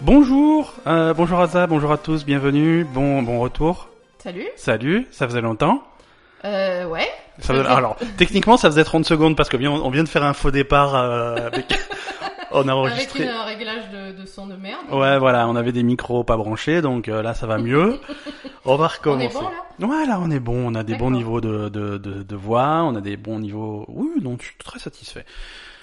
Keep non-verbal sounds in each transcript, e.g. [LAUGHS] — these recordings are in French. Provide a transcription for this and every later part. Bonjour, euh, bonjour Aza, bonjour à tous, bienvenue, bon bon retour. Salut. Salut, ça faisait longtemps. Euh, ouais. Ça [LAUGHS] faisait- Alors, techniquement, ça faisait 30 secondes parce que bien- on vient de faire un faux départ euh, avec... [LAUGHS] On a Avec une- enregistré. un réglage de, de son de merde. Ouais, voilà, on avait des micros pas branchés, donc euh, là, ça va [LAUGHS] mieux. On va On recommencer. est bon là Voilà, on est bon, on a des bons D'accord. niveaux de, de, de, de voix, on a des bons niveaux... Oui, donc je suis très satisfait.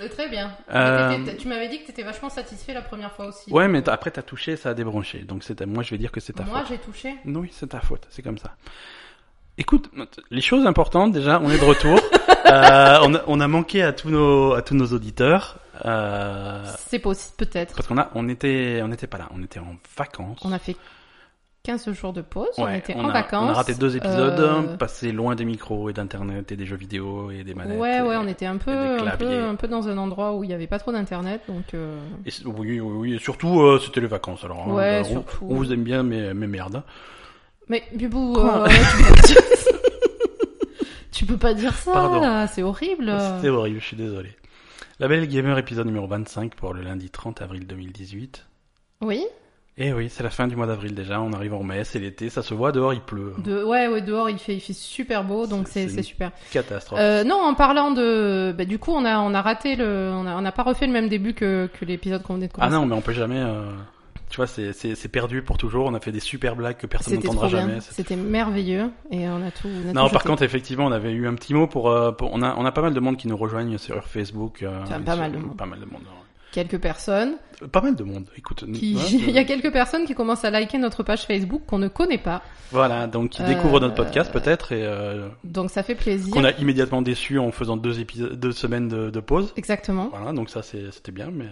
Euh, Très bien. Euh, Mais t'étais- Tu m'avais dit que t'étais vachement satisfait la première fois aussi. Ouais, mais t'as- après t'as touché, ça a débranché, donc c'est ta- moi je vais dire que c'est ta Moi faute. j'ai touché. Oui, c'est ta faute, c'est comme ça. Écoute, les choses importantes déjà, on est de [LAUGHS] retour. Euh, on, a, on a manqué à tous nos à tous nos auditeurs euh, C'est possible peut-être. parce qu'on a on était on n'était pas là, on était en vacances. On a fait 15 jours de pause. on Ouais, était on en a- vacances. On a raté deux épisodes, Euh, passés loin des micros et d'internet et des jeux vidéo et des manettes. Ouais, ouais, et- on était un peu, des un peu, claviers. un peu dans un endroit où il n'y avait pas trop d'internet, donc euh, et c- oui, oui, oui, et surtout euh, c'était les vacances alors. hein, Ouais, on- surtout. On, vous aime bien, mais mais merde. hein. Mais Bubou, Quoi euh, tu, peux pas dire... [LAUGHS] tu peux pas dire ça, Pardon. là, c'est horrible. C'était horrible, je suis désolé. La Belle Gamer épisode numéro 25 pour le lundi 30 avril 2018. Oui, Eh oui, c'est la fin du mois d'avril déjà, on arrive en mai, c'est l'été, ça se voit, dehors il pleut. de... ouais, ouais, dehors il fait, il fait super beau, donc C'est- c'est c'est c'est super. Catastrophe. Euh, non, en parlant de, bah, du coup, on a, on a raté le, on a, on a pas refait le même début que, que l'épisode qu'on venait de ah commencer. non, mais on peut jamais... euh, Tu vois, c'est- c'est c'est perdu pour toujours, on a fait des super blagues que personne c'était n'entendra trop bien, jamais. c'est- c'était merveilleux et on a tout. on a Non, tout par jeté. contre, effectivement, on avait eu un petit mot pour... euh, pour- on, a, on a pas mal de monde qui nous rejoignent sur Facebook. euh, Enfin, et pas sur- mal de monde. Pas mal de monde, ouais. quelques personnes Euh, Pas mal de monde, écoute. qui, [LAUGHS] ouais, il y a quelques personnes qui commencent à liker notre page Facebook qu'on ne connaît pas, Voilà, donc qui Euh, découvrent notre podcast peut-être et... euh, donc ça fait plaisir. qu'on a immédiatement déçu en faisant deux épisodes, deux semaines de, de pause. Exactement. Voilà, donc ça c'est- c'était bien, [LAUGHS] mais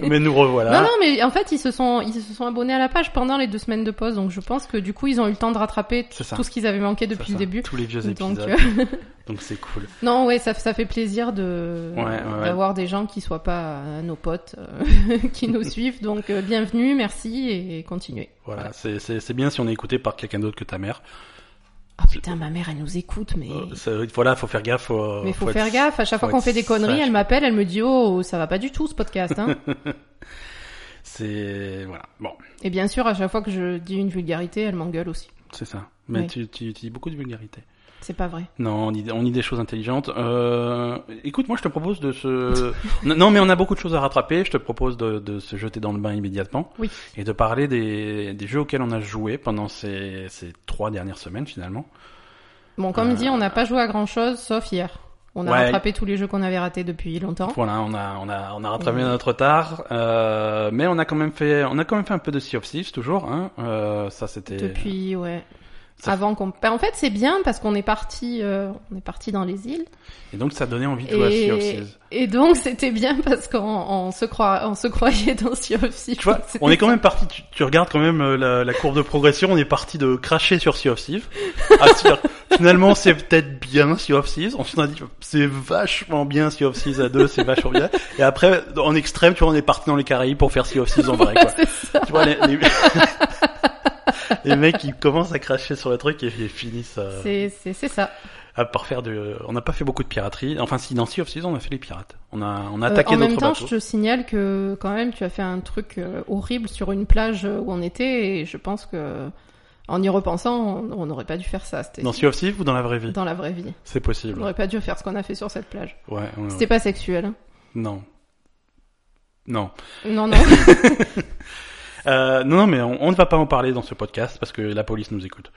mais nous revoilà. Non, non, mais en fait, ils se sont, ils se sont abonnés à la page pendant les deux semaines de pause, donc je pense que du coup, ils ont eu le temps de rattraper t- C'est ça. tout ce qu'ils avaient manqué C'est depuis ça, le début. Tous les vieux épisodes. Donc, Donc euh, [LAUGHS] c'est cool. non, ouais, ça, ça fait plaisir de Ouais, ouais, ouais. d'avoir des gens qui soient pas euh, nos potes, euh, [LAUGHS] [LAUGHS] qui nous suivent. Donc, euh, bienvenue, merci et, continuez. Voilà, c'est- c'est c'est bien si on est écouté par quelqu'un d'autre que ta mère. Oh putain, ma mère, elle nous écoute, mais Euh, ça- voilà, faut faire gaffe. Faut, mais faut, faut faire être- gaffe. À chaque faut fois qu'on être fait des conneries, sage. elle m'appelle, elle me dit oh, ça va pas du tout ce podcast. [LAUGHS] Hein. C'est voilà, bon, et bien sûr, à chaque fois que je dis une vulgarité, elle m'engueule aussi. c'est ça. Mais Oui. tu, tu, tu dis beaucoup de vulgarité. C'est pas vrai. Non, on dit, on dit des choses intelligentes. Euh, écoute, moi je te propose de [LAUGHS] se. non, non, mais on a beaucoup de choses à rattraper. Je te propose de, de se jeter dans le bain immédiatement. Oui. Et de parler des, des jeux auxquels on a joué pendant ces, ces trois dernières semaines finalement. Bon, comme Euh, dit, on n'a pas joué à grand chose sauf hier. On a Ouais. rattrapé tous les jeux qu'on avait ratés depuis longtemps. Voilà, on a on a on a rattrapé notre retard, euh, mais on a quand même fait on a quand même fait un peu de Sea of Thieves toujours. Hein. Euh, ça c'était. Depuis, ouais. Ça- Avant qu'on. Ben, en fait, c'est bien parce qu'on est parti, euh, on est parti dans les îles. Et donc ça donnait envie de jouer à Sea of Et, [LAUGHS] Thieves. et donc, c'était bien parce qu'on on se, croit, on se croyait dans Sea of Thieves. Tu [LAUGHS] vois, on est quand même parti. Tu, tu regardes quand même euh, la, la courbe de progression. On est parti de cracher sur Sea of Thieves. à se dire, [LAUGHS] finalement, c'est peut-être bien Sea of Thieves. Ensuite, on a dit c'est vachement bien Sea of Thieves à deux, c'est vachement bien. Et après, en extrême, tu vois, on est parti dans les Caraïbes pour faire Sea of Thieves en vrai. Quoi. [LAUGHS] C'est ça. Tu vois, les, les... [LAUGHS] les mecs ils commencent à cracher sur le truc et ils finissent euh, C'est c'est- c'est ça. à par faire de. On n'a pas fait beaucoup de piraterie. Enfin, si dans Sea of Thieves, on a fait les pirates. On a on a Euh, attaqué en même d'autres temps, bateaux. je te signale que quand même, tu as fait un truc euh, horrible sur une plage euh, où on était et je pense que, en y repensant, on- on n'aurait pas dû faire ça. C'était Dans Sea of Thieves ou dans la vraie vie, dans la vraie vie. c'est On possible. Ouais, n'aurait pas dû faire ce qu'on a fait sur cette plage. ouais, ouais. C'était pas sexuel. hein. Non. Non. [LAUGHS] Non, non. Euh, non, non, mais on, on ne va pas en parler dans ce podcast parce que la police nous écoute.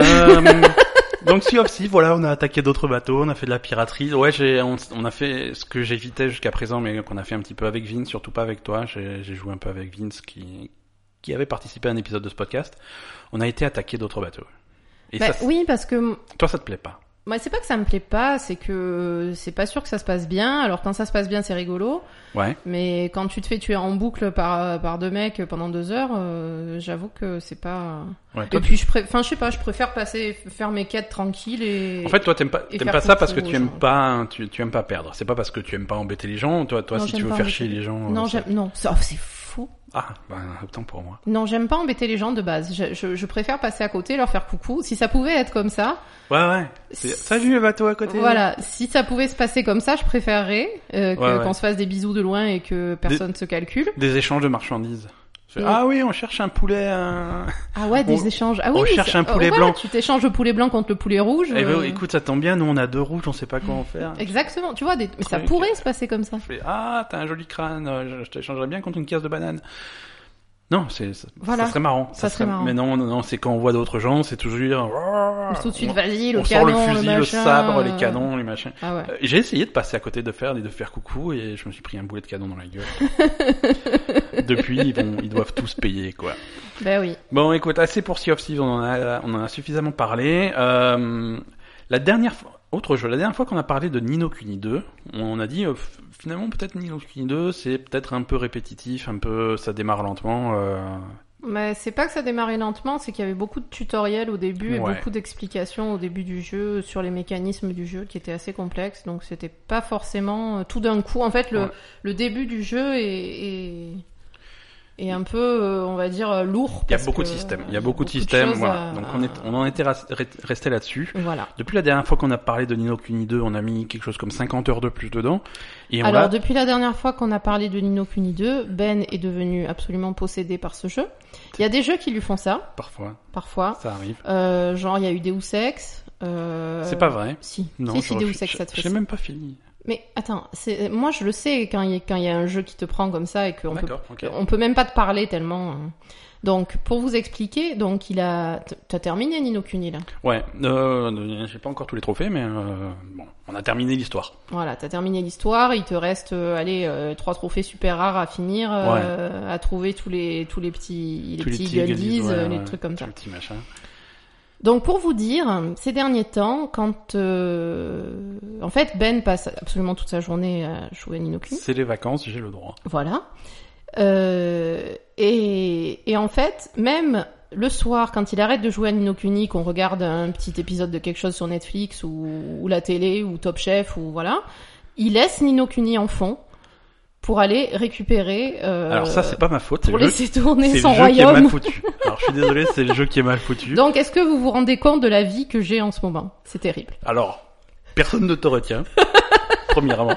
Euh, [LAUGHS] donc Sea of Thieves, voilà, on a attaqué d'autres bateaux, on a fait de la piraterie. Ouais, j'ai, on, on a fait ce que j'évitais jusqu'à présent, mais qu'on a fait un petit peu avec Vince, surtout pas avec toi. J'ai, j'ai joué un peu avec Vince qui, qui avait participé à un épisode de ce podcast. On a été attaqué d'autres bateaux. Et Bah, ça, oui, parce que toi, ça te plaît pas moi, c'est pas que ça me plaît pas, c'est que euh, c'est pas sûr que ça se passe bien. Alors quand ça se passe bien, c'est rigolo, Ouais. mais quand tu te fais tuer en boucle par euh, par deux mecs pendant deux heures, euh, j'avoue que c'est pas. ouais Et toi, tu- puis je, pré... enfin, je sais pas, je préfère passer faire mes quêtes tranquilles et. En fait, toi, t'aimes pas, et t'aimes faire pas ça foutre parce que aux tu aimes gens. pas, hein, tu, tu aimes pas perdre. C'est pas parce que tu aimes pas embêter les gens. Toi, toi, Non, si j'aime tu veux pas faire embêter chier les gens. euh, non, ça- j'aime non, ça oh, c'est fou. Ah, ben, autant pour moi. Non, j'aime pas embêter les gens de base. Je, je, je préfère passer à côté, leur faire coucou. Si ça pouvait être comme ça, Ouais, ouais. C'est- Salut le bateau à côté. Voilà, si ça pouvait se passer comme ça, je préférerais euh, que- Ouais, ouais. qu'on se fasse des bisous de loin et que personne se calcule. Des échanges de marchandises. Tu fais, Ah oui, on cherche un poulet. [LAUGHS] un- Ah ouais, des On- échanges. Ah oui, on oui, cherche c'est- un euh, poulet voilà, blanc. Tu t'échanges le poulet blanc contre le poulet rouge. Eh ben, euh, écoute, ça tombe bien, nous on a deux rouges, on sait pas quoi en faire. Exactement, tu vois, des- mais ça Ouais, pourrait se passer comme ça. Je fais, ah, t'as un joli crâne, euh, je, je t'échangerais bien contre une caisse de banane. Non, c'est, ça, Voilà. ça serait marrant. Ça serait marrant. Mais non, non, non, c'est quand on voit d'autres gens, c'est toujours. tout de suite, Ah, on, vas-y, le on canon, sort le fusil, le, machin, sabre, euh, les canons, les machins. Ah ouais. Euh, J'ai essayé de passer à côté de faire et de faire coucou et je me suis pris un boulet de canon dans la gueule. [LAUGHS] Depuis, ils, vont- ils doivent tous payer, quoi. Ben oui. Bon, écoute, assez pour Sea of Thieves, on en a, on en a suffisamment parlé. Euh, la dernière fois, autre jeu, la dernière fois qu'on a parlé de Nino Kuni 2, on a dit euh, f- finalement peut-être Nino Kuni 2, c'est peut-être un peu répétitif, un peu, ça démarre lentement. euh, Mais c'est pas que ça démarrait lentement, c'est qu'il y avait beaucoup de tutoriels au début et Ouais. beaucoup d'explications au début du jeu sur les mécanismes du jeu qui étaient assez complexes, donc c'était pas forcément euh, tout d'un coup. En fait, le, Ouais. le début du jeu est, est, est un peu, euh, on va dire, euh, lourd. Il y a parce beaucoup de que, systèmes, euh, il y a beaucoup de systèmes, choses voilà. à- Donc on, est, on en était ras- re- resté là-dessus. Voilà. Depuis la dernière fois qu'on a parlé de Nino Kuni 2, on a mis quelque chose comme 50 heures de plus dedans. Et on Alors, l'a- depuis la dernière fois qu'on a parlé de Nino Kuni 2, Ben est devenu absolument possédé par ce jeu. Il y a des jeux qui lui font ça, parfois, parfois. ça arrive. Euh, genre, il y a eu Deus Ex. Euh... C'est pas vrai. Si, Non, si, si, je- Deus je- Ex, ça te fait J'ai ça. même pas fini. Mais attends, c'est- moi je le sais quand il y, a- quand il y a un jeu qui te prend comme ça et qu'on peut, D'accord, ok. on peut même pas te parler tellement. hein. Donc, pour vous expliquer, donc il a, t- t'as terminé Nino Kuni là. Ouais, euh, j'ai pas encore tous les trophées, mais euh, bon, on a terminé l'histoire. Voilà, t'as terminé l'histoire, il te reste, euh, allez, euh, trois trophées super rares à finir, euh, à trouver tous les tous les petits Tous les petits goodies, goldies, ouais, euh, les ouais, trucs comme tous ça. les petits machins. Donc pour vous dire, ces derniers temps, quand euh, en fait Ben passe absolument toute sa journée à jouer à Nino Kuni. C'est les vacances, j'ai le droit. Voilà. Euh, et, et en fait, même le soir, quand il arrête de jouer à Nino Kuni, qu'on regarde un petit épisode de quelque chose sur Netflix ou, ou la télé ou Top Chef ou voilà, il laisse Nino Kuni en fond pour aller récupérer. euh, Alors ça, c'est pas ma faute, c'est pour le jeu, laisser tourner c'est son le jeu qui est mal royaume. foutu. Alors je suis désolé, c'est le jeu qui est mal foutu. Donc, est-ce que vous vous rendez compte de la vie que j'ai en ce moment C'est terrible. Alors, personne ne te [LAUGHS] retient, premièrement.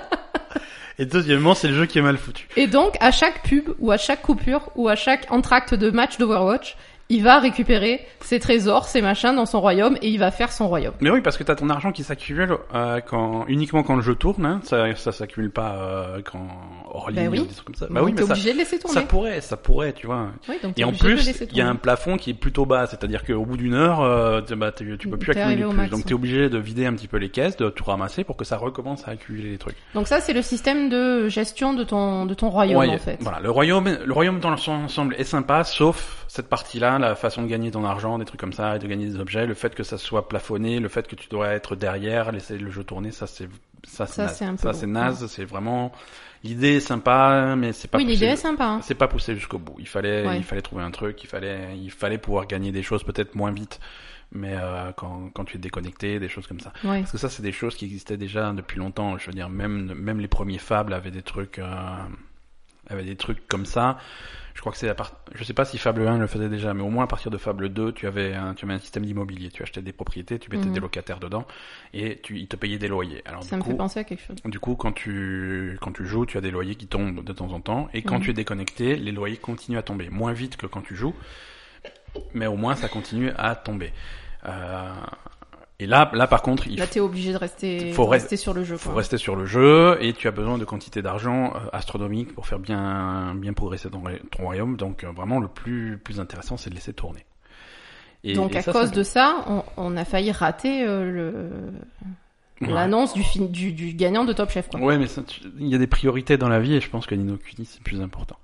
Et deuxièmement, c'est le jeu qui est mal foutu. Et donc, à chaque pub, ou à chaque coupure, ou à chaque entracte de match d'Overwatch, il va récupérer ses trésors, ses machins dans son royaume, et il va faire son royaume. Mais oui, parce que t'as ton argent qui s'accumule euh, quand uniquement quand le jeu tourne, hein. ça, ça s'accumule pas euh, quand hors ligne Bah oui. ou des trucs comme ça. Bah oui, Donc, mais t'es ça, obligé de laisser tourner. ça pourrait, ça pourrait, tu vois. Oui, donc t'es Et en obligé de le plus, laisser il y a un tourner. plafond qui est plutôt bas, c'est-à-dire qu'au bout d'une heure, euh, tu- bah, tu, tu peux plus T'es accumuler arrivé au plus. max, Donc t'es ouais. obligé de vider un petit peu les caisses, de tout ramasser pour que ça recommence à accumuler les trucs. Donc ça, c'est le système de gestion de ton, de ton royaume, Ouais, bah, en fait. Voilà, le royaume, le royaume dans son ensemble est sympa, sauf cette partie-là, la façon de gagner ton argent, des trucs comme ça, et de gagner des objets, le fait que ça soit plafonné, le fait que tu dois être derrière, laisser le jeu tourner, ça c'est ça c'est Ça, naze. c'est un peu ça lourd, c'est naze, c'est vraiment l'idée est sympa, mais c'est pas oui, l'idée possible. est sympa. hein. C'est pas poussé jusqu'au bout. Il fallait, Ouais. il fallait trouver un truc. Il fallait, il fallait pouvoir gagner des choses peut-être moins vite, mais euh, quand, quand tu es déconnecté, des choses comme ça. Ouais. Parce que ça, c'est des choses qui existaient déjà depuis longtemps. Je veux dire, même, même les premiers fables avaient des trucs, euh, avaient des trucs comme ça. Je crois que c'est la part. Je sais pas si Fable 1 le faisait déjà, mais au moins à partir de Fable 2, tu avais un, tu avais un système d'immobilier. Tu achetais des propriétés, tu mettais Mhm. des locataires dedans, et tu, ils te payaient des loyers. Alors Ça du me coup, fait penser à quelque chose. du coup, quand tu, quand tu joues, tu as des loyers qui tombent de temps en temps. Et quand Mhm. tu es déconnecté, les loyers continuent à tomber. Moins vite que quand tu joues, mais au moins ça continue à tomber. Euh, et là, là par contre, il Là, t'es obligé de rester, Faut de reste- rester sur le jeu. faut quoi. rester sur le jeu et tu as besoin de quantité d'argent euh, astronomique pour faire bien, bien progresser dans ton royaume. Donc euh, vraiment, le plus, plus intéressant, c'est de laisser tourner. Et, Donc et à ça, cause ça- de ça, on, on a failli rater euh, le- Ouais. l'annonce du, fin- du, du gagnant de Top Chef. Quoi. Ouais, mais ça, tu- il y a des priorités dans la vie et je pense que Nino Kuni, c'est plus important.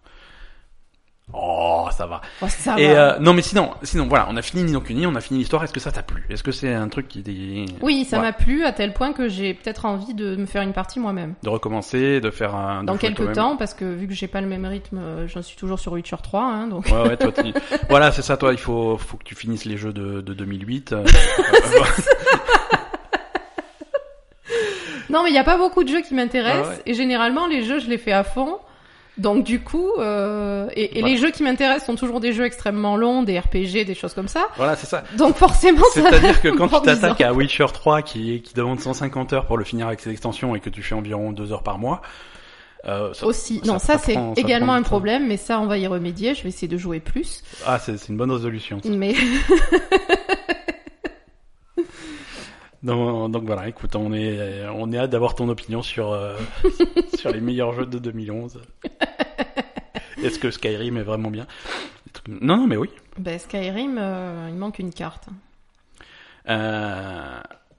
Oh, ça va. Oh, ça Et va. euh, non, mais sinon, sinon, voilà, on a fini Nino Kuni, on a fini l'histoire. Est-ce que ça t'a plu Est-ce que c'est un truc qui est Oui, ça voilà. m'a plu à tel point que j'ai peut-être envie de me faire une partie moi-même. de recommencer, de faire un de Dans jouer quelques toi-même temps, parce que vu que j'ai pas le même rythme, euh, je suis toujours sur Witcher 3, hein, donc [LAUGHS] Ouais, ouais, toi, tu- voilà, c'est ça, toi, il faut, faut que tu finisses les jeux de, de 2008. [LAUGHS] euh, Non, mais il n'y a pas beaucoup de jeux qui m'intéressent. Ah ouais. Et généralement, les jeux, je les fais à fond. Donc du coup, euh, et, et Bah. les jeux qui m'intéressent sont toujours des jeux extrêmement longs, des RPG, des choses comme ça. voilà, c'est ça. Donc forcément, ça. C'est-à-dire que quand prend tu dix t'attaques à Witcher 3 qui, qui demande 150 heures pour le finir avec ses extensions et que tu fais environ 2 heures par mois, Euh, ça- [LAUGHS] Aussi, ça- non, ça ça, c'est prend- ça également prend un du temps. problème, mais ça on va y remédier. Je vais essayer de jouer plus, Ah, c'est c'est une bonne résolution. ça. mais [LAUGHS] Donc, donc voilà, écoute, on est, on est hâte d'avoir ton opinion sur, [LAUGHS] euh, sur les meilleurs jeux de 2011. Est-ce que Skyrim est vraiment bien Non, non, mais oui. ben, Skyrim, euh, il manque une carte. Euh,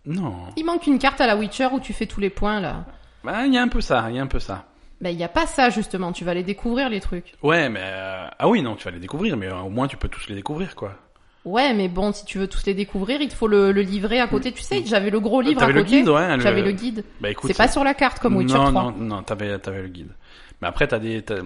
non. Il manque une carte à la Witcher où tu fais tous les points là. Bah, il y a un peu ça, il y a un peu ça. Ben il y a pas ça justement. Tu vas les découvrir les trucs. Ouais, mais... euh, Ah oui, non, tu vas les découvrir, mais euh, au moins tu peux tous les découvrir, quoi. Ouais, mais bon, si tu veux tous les découvrir, il te faut le, le livret à côté. Tu sais, j'avais le gros livre à T'avais côté. le guide, ouais. le- J'avais le guide. Bah écoute, C'est pas sur la carte comme Witcher non, 3. Non, non, t'avais, t'avais le guide. Mais après, t'as des, t'as-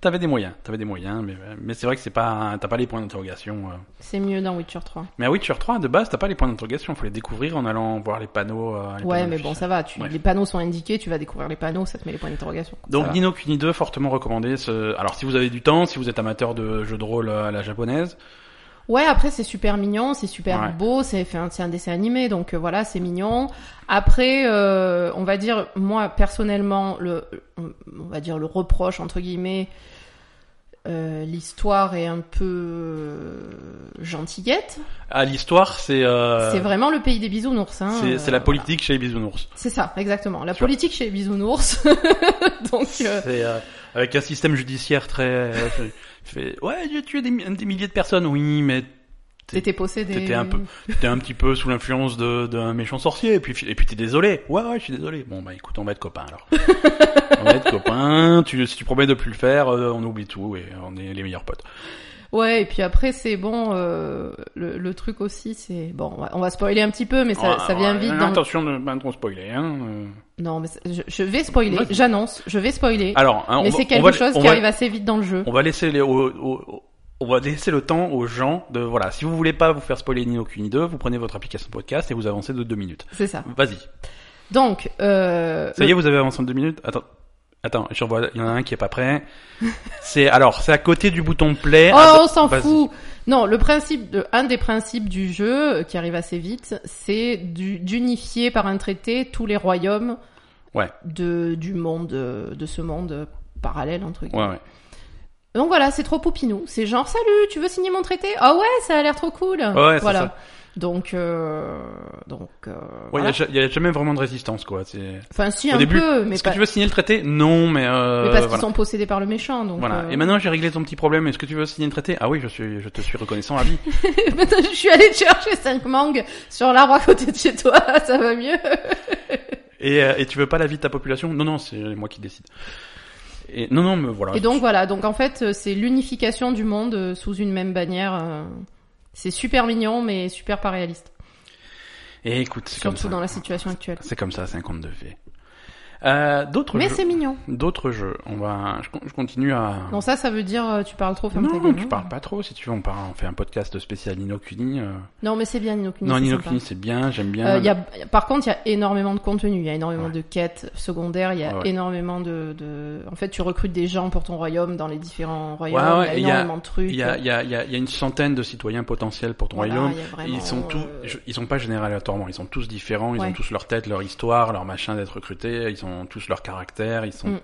t'avais des moyens, t'avais des moyens, mais, mais c'est vrai que c'est pas, t'as pas les points d'interrogation. euh. C'est mieux dans Witcher 3. Mais à Witcher 3, de base, t'as pas les points d'interrogation, faut les découvrir en allant voir les panneaux. euh, les ouais, panneaux mais bon, affichés. ça va. Tu, Ouais. Les panneaux sont indiqués, tu vas découvrir les panneaux, ça te met les points d'interrogation. Ça Donc va. Nino Kuni 2, fortement recommandé. ce- Alors si vous avez du temps, si vous êtes amateur de jeux de rôle euh, à la japonaise, Ouais, après c'est super mignon, c'est super Ouais. beau, c'est fait un- c'est un dessin animé, donc euh, voilà, c'est mignon. Après, euh, on va dire, moi personnellement, le, on va dire le reproche entre guillemets, euh, l'histoire est un peu euh, gentillette. à l'histoire, c'est euh, C'est vraiment le pays des bisounours. Hein, c'est- euh, c'est la voilà. politique chez les bisounours. C'est ça, exactement. La Tu vois. politique chez les bisounours. [LAUGHS] donc euh, C'est euh, avec un système judiciaire très. euh, [LAUGHS] fait- fait, ouais, j'ai tué des, mi- des milliers de personnes. Oui, mais t'es- t'étais possédé. t'étais un peu- t'es un petit peu sous l'influence de d'un méchant sorcier et puis et puis t'es désolé ouais ouais je suis désolé bon bah écoute on va être copains [LAUGHS] alors on va être copains tu si tu promets de plus le faire euh, on oublie tout et on est les meilleurs potes Ouais, et puis après, c'est bon, euh, le, le truc aussi, c'est... Bon, on va- on va spoiler un petit peu, mais ça, Ouais, ça vient Ah, ouais, vite dans... attention de pas trop spoiler hein euh. Non, mais c'est- je, je vais spoiler, Vas-y. j'annonce, je vais spoiler. alors hein, mais on va- c'est on quelque va- chose on qui va- arrive assez vite dans le jeu. on va laisser les au- au- on va laisser le temps aux gens de voilà si vous voulez pas vous faire spoiler ni aucune idée vous prenez votre application podcast et vous avancez de deux minutes C'est ça. vas-y Donc, euh, Ça y est, vous avez avancé de deux minutes Attends. Attends, je revois, il y en a un qui est pas prêt. [LAUGHS] C'est, alors, c'est à côté du bouton play. Oh, Ah, on s'en vas-y. fout. Non, le principe, de, un des principes du jeu euh, qui arrive assez vite, c'est du- d'unifier par un traité tous les royaumes Ouais. de du monde, euh, de ce monde parallèle entre guillemets. Ouais, ouais. Donc voilà, c'est trop poupinou. C'est genre salut, tu veux signer mon traité Ah ouais, ça a l'air trop cool. Ouais, c'est voilà. ça. Donc euh, donc euh, Ouais, il y voilà. a ja- il y, a jamais vraiment de résistance, quoi. C'est... enfin si Au un début, peu, mais Est-ce pas. que tu veux signer le traité Non, mais euh, mais parce qu'ils voilà. sont possédés par le méchant, donc. Voilà. euh, Et maintenant, j'ai réglé ton petit problème. Est-ce que tu veux signer le traité Ah oui, je suis, je te suis reconnaissant [LAUGHS] à vie. maintenant, je suis allée [LAUGHS] chercher cinq mangues sur l'arbre à côté de chez toi, [LAUGHS] ça va mieux. et, euh, et tu veux pas la vie de ta population Non, non, c'est moi qui décide. Et non, non, mais voilà. Et donc voilà, donc en fait euh, c'est l'unification du monde euh, sous une même bannière. euh, C'est super mignon mais super pas réaliste, Et écoute, c'est comme surtout ça. dans la situation actuelle. C'est comme ça, c'est un conte de fées. Euh, d'autres Mais jeux. c'est mignon. D'autres jeux. On va. Je, con- je continue à. Non ça ça veut dire euh, tu parles trop ferme ta Ah. Non, gueule, tu hein. parles pas trop. Si tu veux, on, parle, on fait un podcast spécial Inokuni. euh. Non mais c'est bien Inokuni. Non, c'est Inokuni, sympa. c'est bien, j'aime bien. Euh, il y a- par contre, il y a énormément de contenu, il y a énormément Ouais. Ah de quêtes secondaires, il y a Ouais, ouais. énormément de, de- En fait, tu recrutes des gens pour ton royaume dans les différents royaumes, ouais, et il il y y a a- énormément de trucs. Il y a, il y a- il y a- il y a une centaine de citoyens potentiels pour ton Voilà, royaume. il Oh bah, y a vraiment, Ils sont tous, euh, je- ils sont pas généralatoirement, ils sont tous différents, ils Ouais. ont tous leur tête, leur histoire, leur machin d'être recruté, ils ont tous leur caractère, ils sont Mm.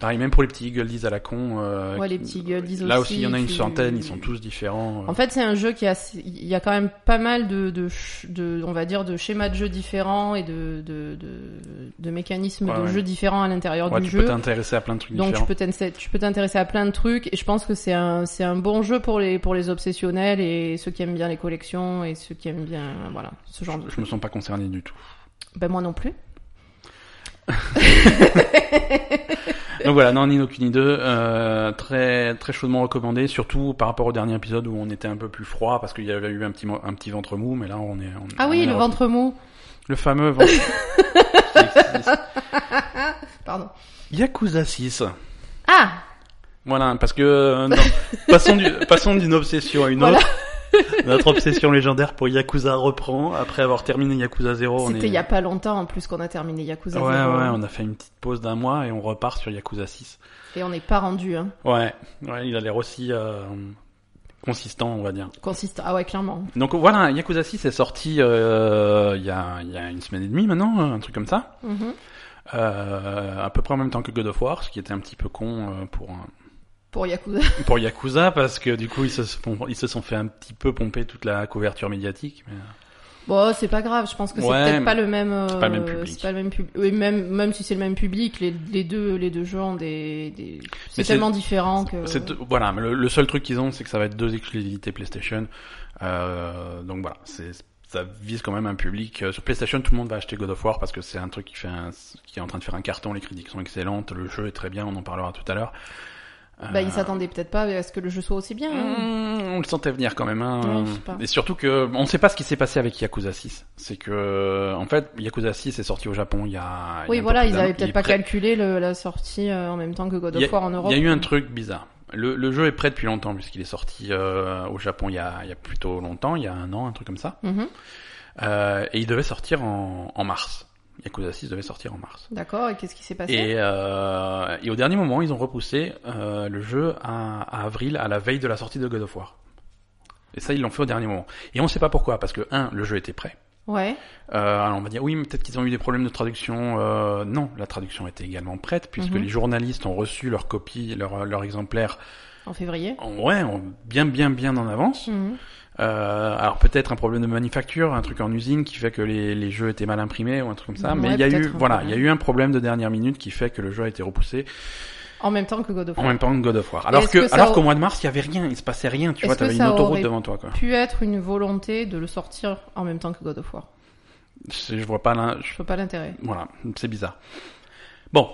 pareil même pour les petits gueules à la con. euh, Ouais, les petits gueules lisent Là aussi, aussi, il y en a une tu- centaine, ils sont tous différents. euh. En fait, c'est un jeu qui a, il y a quand même pas mal de, de, ch- de- on va dire, de schémas de jeu différents et de, de, de, de mécanismes Ouais, de ouais. jeu différents à l'intérieur Ouais, du tu jeu. peux t'intéresser à plein de trucs Donc tu différents. peux t'in- tu peux t'intéresser à plein de trucs et je pense que c'est un, c'est un bon jeu pour les, pour les obsessionnels et ceux qui aiment bien les collections et ceux qui aiment bien, voilà, ce genre de Je me sens pas concerné du tout. Ben moi non plus. Donc voilà, non, Nino Kuni 2, euh, très, très chaudement recommandé, surtout par rapport au dernier épisode où on était un peu plus froid parce qu'il y avait eu un petit, mo- un petit ventre mou, mais là on est. on- on Ah est oui, le revenu. ventre mou. Le fameux [LAUGHS] ventre. Pardon. Yakuza 6. Ah! Voilà, parce que euh, non. passons du, passons d'une obsession à une Voilà. [LAUGHS] autre. Notre obsession légendaire pour Yakuza reprend après avoir terminé Yakuza 0. C'était Oh, on est... il y a pas longtemps en plus qu'on a terminé Yakuza Ouais, ouais, 0, hein. on a fait une petite pause d'un mois et on repart sur Yakuza 6. Et on n'est pas rendu, hein. Ouais, ouais, il a l'air aussi euh, consistant, on va dire. Consistant. Ah ouais, clairement. Donc voilà, Yakuza 6 est sorti euh, il y, a, il y a une semaine et demie maintenant, un truc euh, comme ça. Mhm. euh, à peu près en même temps que God of War, ce qui était un petit peu con euh, pour un- pour Yakuza. [LAUGHS] pour Yakuza parce que du coup ils se sont, ils se sont fait un petit peu pomper toute la couverture médiatique. Mais... euh, Bon, c'est pas grave, je pense que c'est Ouais, peut-être mais pas le même. euh, c'est pas le même public. c'est pas le même pub- Oui, même, même si c'est le même public, les, les deux, les deux jeux ont des. des... Mais C'est c'est- tellement différent que. C'est- Voilà, mais le, le seul truc qu'ils ont, c'est que ça va être deux exclusivités PlayStation. Euh, donc voilà, c'est ça vise quand même un public. Euh, Sur PlayStation, tout le monde va acheter God of War parce que c'est un truc qui fait un- qui est en train de faire un carton. Les critiques sont excellentes, le jeu est très bien. On en parlera tout à l'heure. Euh, Bah, ils s'attendaient peut-être pas à ce que le jeu soit aussi bien. hein. Hmm, on le sentait venir quand même. Hein. Ouais, je sais pas. Et surtout que on sait pas ce qui s'est passé avec Yakuza 6. C'est que en fait Yakuza 6 est sorti au Japon il y a. il y a Oui, un peu voilà, plus ils d'un- avaient il peut-être est pas prêt- calculé le- la sortie euh, en même temps que God Il y a- of War en Europe. Il y a eu un truc bizarre. Le, le jeu est prêt depuis longtemps puisqu'il est sorti euh, au Japon il y, a, il y a plutôt longtemps, il y a un an, un truc comme ça. Mhm, Euh, et il devait sortir en, en mars. Yakuza 6 devait sortir en mars. D'accord, et qu'est-ce qui s'est passé Et, euh, et au dernier moment, ils ont repoussé euh, le jeu à, à avril, à la veille de la sortie de God of War. Et ça, ils l'ont fait au dernier moment. Et on ne sait pas pourquoi, parce que un, le jeu était prêt. Ouais, Euh, alors on va dire oui, mais peut-être qu'ils ont eu des problèmes de traduction. Euh, non, la traduction était également prête puisque Mhm. les journalistes ont reçu leur copie, leur, leur exemplaire, en février. en- ouais, en- bien, bien, bien en avance. Mhm. Euh, alors peut-être un problème de manufacture, un truc en usine qui fait que les, les jeux étaient mal imprimés ou un truc comme ça. Ouais, mais il y a eu, peut-être un voilà, il problème. y a eu un problème de dernière minute qui fait que le jeu a été repoussé En même temps que God of en War. même temps que God of War. Alors Est-ce que, que ça alors aurait- qu'au mois de mars, il y avait rien, il se passait rien. Tu Est-ce vois, que t'avais une ça autoroute aurait devant toi, quoi. Pu être une volonté de le sortir en même temps que God of War. Je, je vois pas l'in- je- Je vois pas l'intérêt. Voilà, c'est bizarre. Bon,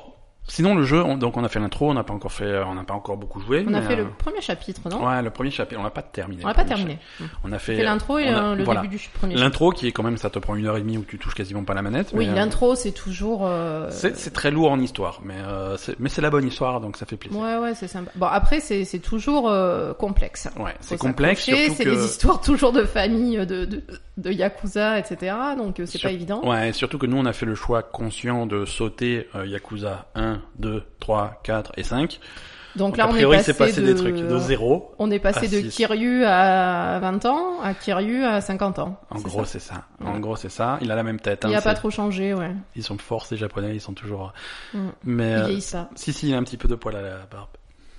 sinon le jeu, on- donc on a fait l'intro, on n'a pas encore fait, euh, on n'a pas encore beaucoup joué. On a mais, fait euh, le premier chapitre, non Ouais, le premier chapitre, on n'a pas terminé. On n'a le pas premier terminé. Mm. chapitre. On a fait, C'est l'intro et on a- euh, le voilà. début du premier chapitre. L'intro qui est quand même, ça te prend une heure et demie où tu touches quasiment pas la manette. Oui, mais, euh, l'intro, c'est toujours. euh, C'est c'est très lourd en histoire, mais euh, c'est- mais c'est la bonne histoire, donc ça fait plaisir. Ouais, ouais, c'est sympa. Bon, après, c'est c'est toujours euh, complexe. Ouais, c'est Faut complexe, s'accrocher, surtout C'est que. des histoires toujours de famille, euh, de, de, de yakuza, etc. Donc, euh, c'est Sur- pas évident. Ouais, surtout que nous on a fait le choix conscient de sauter euh, Yakuza 1, 2, 3, 4 et 5. Donc Donc, là, a on priori, est c'est passé, passé de... des trucs de Ah, zéro On est passé à de six. Kiryu à 20 ans à Kiryu à 50 ans. En c'est gros, ça. c'est ça. En Voilà. gros, c'est ça. Il a la même tête. il hein, a pas c'est- trop changé, ouais. Ils sont forts, ces japonais, ils sont toujours. Mm. Mais. Il euh, vieillit ça. Si, si, il a un petit peu de poil à la barbe.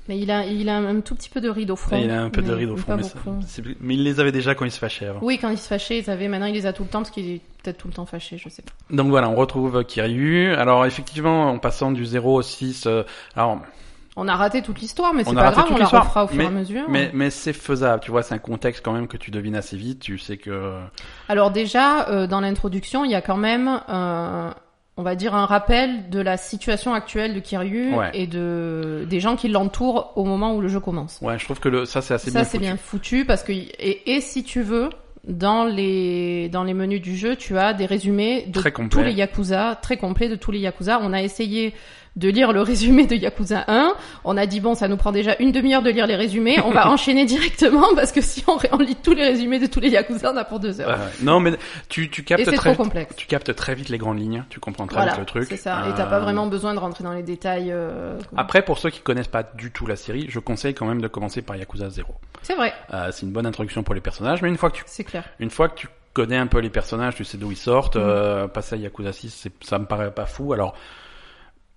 Mais il a, il a un tout petit peu de ride au front. Et il a un peu de mais- rides au mais front, pas mais, ça- beaucoup. c'est- mais il les avait déjà quand il se fâchait avant. Oui, quand il se fâchait, ils avaient. Maintenant, il les a tout le temps parce qu'il est peut-être tout le temps fâché, je sais pas. Donc voilà, on retrouve Kiryu. Alors effectivement, en passant du 0 au 6, euh, alors, On a raté toute l'histoire, mais On c'est a pas raté grave, toute on la l'histoire, refera au fur et mais- à mesure. mais, mais c'est faisable, tu vois, c'est un contexte quand même que tu devines assez vite, tu sais que... Alors déjà, euh, dans l'introduction, il y a quand même, euh, on va dire, un rappel de la situation actuelle de Kiryu Ouais. et de des gens qui l'entourent au moment où le jeu commence. Ouais, je trouve que le, ça c'est assez Ça, bien c'est foutu. bien foutu parce que et, et si tu veux, dans les dans les menus du jeu, tu as des résumés de Très tous les complet. Yakuza, très complet de tous les Yakuza. On a essayé de lire le [LAUGHS] résumé de Yakuza 1. On a dit, bon, ça nous prend déjà une demi-heure de lire les résumés. [LAUGHS] On va enchaîner directement parce que si on, ré- on lit tous les résumés de tous les Yakuza, on a pour deux heures. Ouais, ouais. Non, mais tu, tu Et captes c'est très... trop vite- complexe. Tu captes très vite les grandes lignes, tu comprends très Voilà, vite le truc. c'est ça. Euh, Ah. Et t'as pas vraiment besoin de rentrer dans les détails. euh, comme- Après, pour ceux qui connaissent pas du tout la série, je conseille quand même de commencer par Yakuza 0. C'est vrai, Euh, c'est une bonne introduction pour les personnages, mais une fois que tu c'est clair. Une fois que tu connais un peu les personnages, tu sais d'où ils sortent, Mm. euh, passer à Yakuza 6, c'est- ça me paraît pas fou. Alors,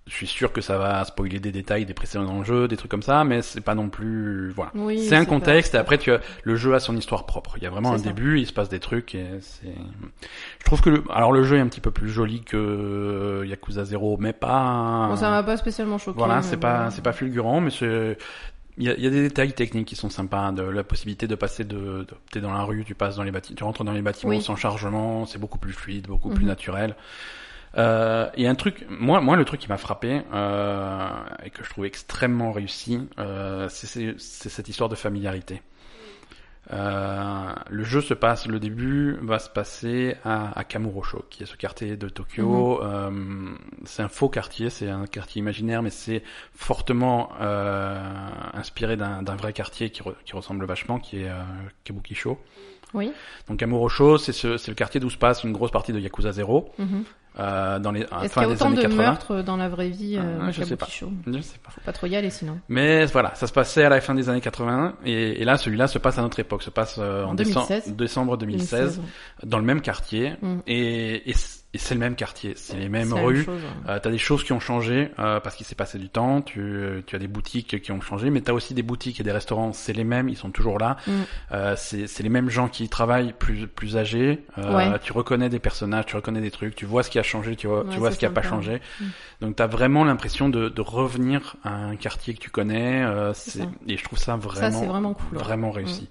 je suis sûr que ça va spoiler des détails des précédents jeux, des trucs comme ça, mais c'est pas non plus... Voilà. Oui, c'est un pas- contexte, et après, tu as... le jeu a son histoire propre. Il y a vraiment un C'est ça. début, il se passe des trucs, et c'est... Je trouve que le... Alors, le jeu est un petit peu plus joli que euh, Yakuza 0, mais pas... Bon, ça m'a pas spécialement choqué. Voilà, mais c'est bon. pas c'est pas fulgurant, mais c'est il y a, il y a des détails techniques qui sont sympas, de la possibilité de passer de, de- t'es dans la rue, tu passes dans les bâtiments, tu rentres dans les bâtiments Oui. sans chargement, c'est beaucoup plus fluide, beaucoup plus Mhm. naturel. Euh, et un truc, moi moi le truc qui m'a frappé euh, et que je trouve extrêmement réussi, euh, c'est- c'est c'est cette histoire de familiarité. Euh, le jeu se passe, le début va se passer à, à Kamurocho, qui est ce quartier de Mhm. Tokyo. Euh, c'est un faux quartier, c'est un quartier imaginaire, mais c'est fortement euh, inspiré d'un d'un vrai quartier qui, re- qui ressemble vachement, qui est euh, Kabukicho. Oui. Donc Kamurocho, c'est ce- c'est le quartier d'où se passe une grosse partie de Yakuza 0 mhm. euh, dans les à la Est-ce qu'il fin y a des autant années de 80. meurtres dans la vraie vie euh, Ah, à je sais pas. Kabukicho Je sais pas. Faut pas trop y aller sinon. Mais voilà, ça se passait à la fin des années 80 et, et là celui-là se passe à notre époque, se passe euh, en, En décem- 2016. décembre 2016 dans le même quartier Mm. et, et, Et c'est le même quartier, c'est les mêmes C'est la même rues. chose, ouais. Euh, t'as des choses qui ont changé euh, parce qu'il s'est passé du temps. Tu, euh, tu as des boutiques qui ont changé, mais t'as aussi des boutiques et des restaurants, c'est les mêmes, ils sont toujours là. Mm. Euh, c'est c'est les mêmes gens qui y travaillent, plus plus âgés. Euh, Ouais. Tu reconnais des personnages, tu reconnais des trucs, tu vois ce qui a changé, tu vois, Ouais, tu vois c'est ce qui a pas sympa. changé. Mm. Donc t'as vraiment l'impression de, de revenir à un quartier que tu connais. euh, c'est- ça. et je trouve ça Ça, vraiment c'est vraiment cool. vraiment réussi.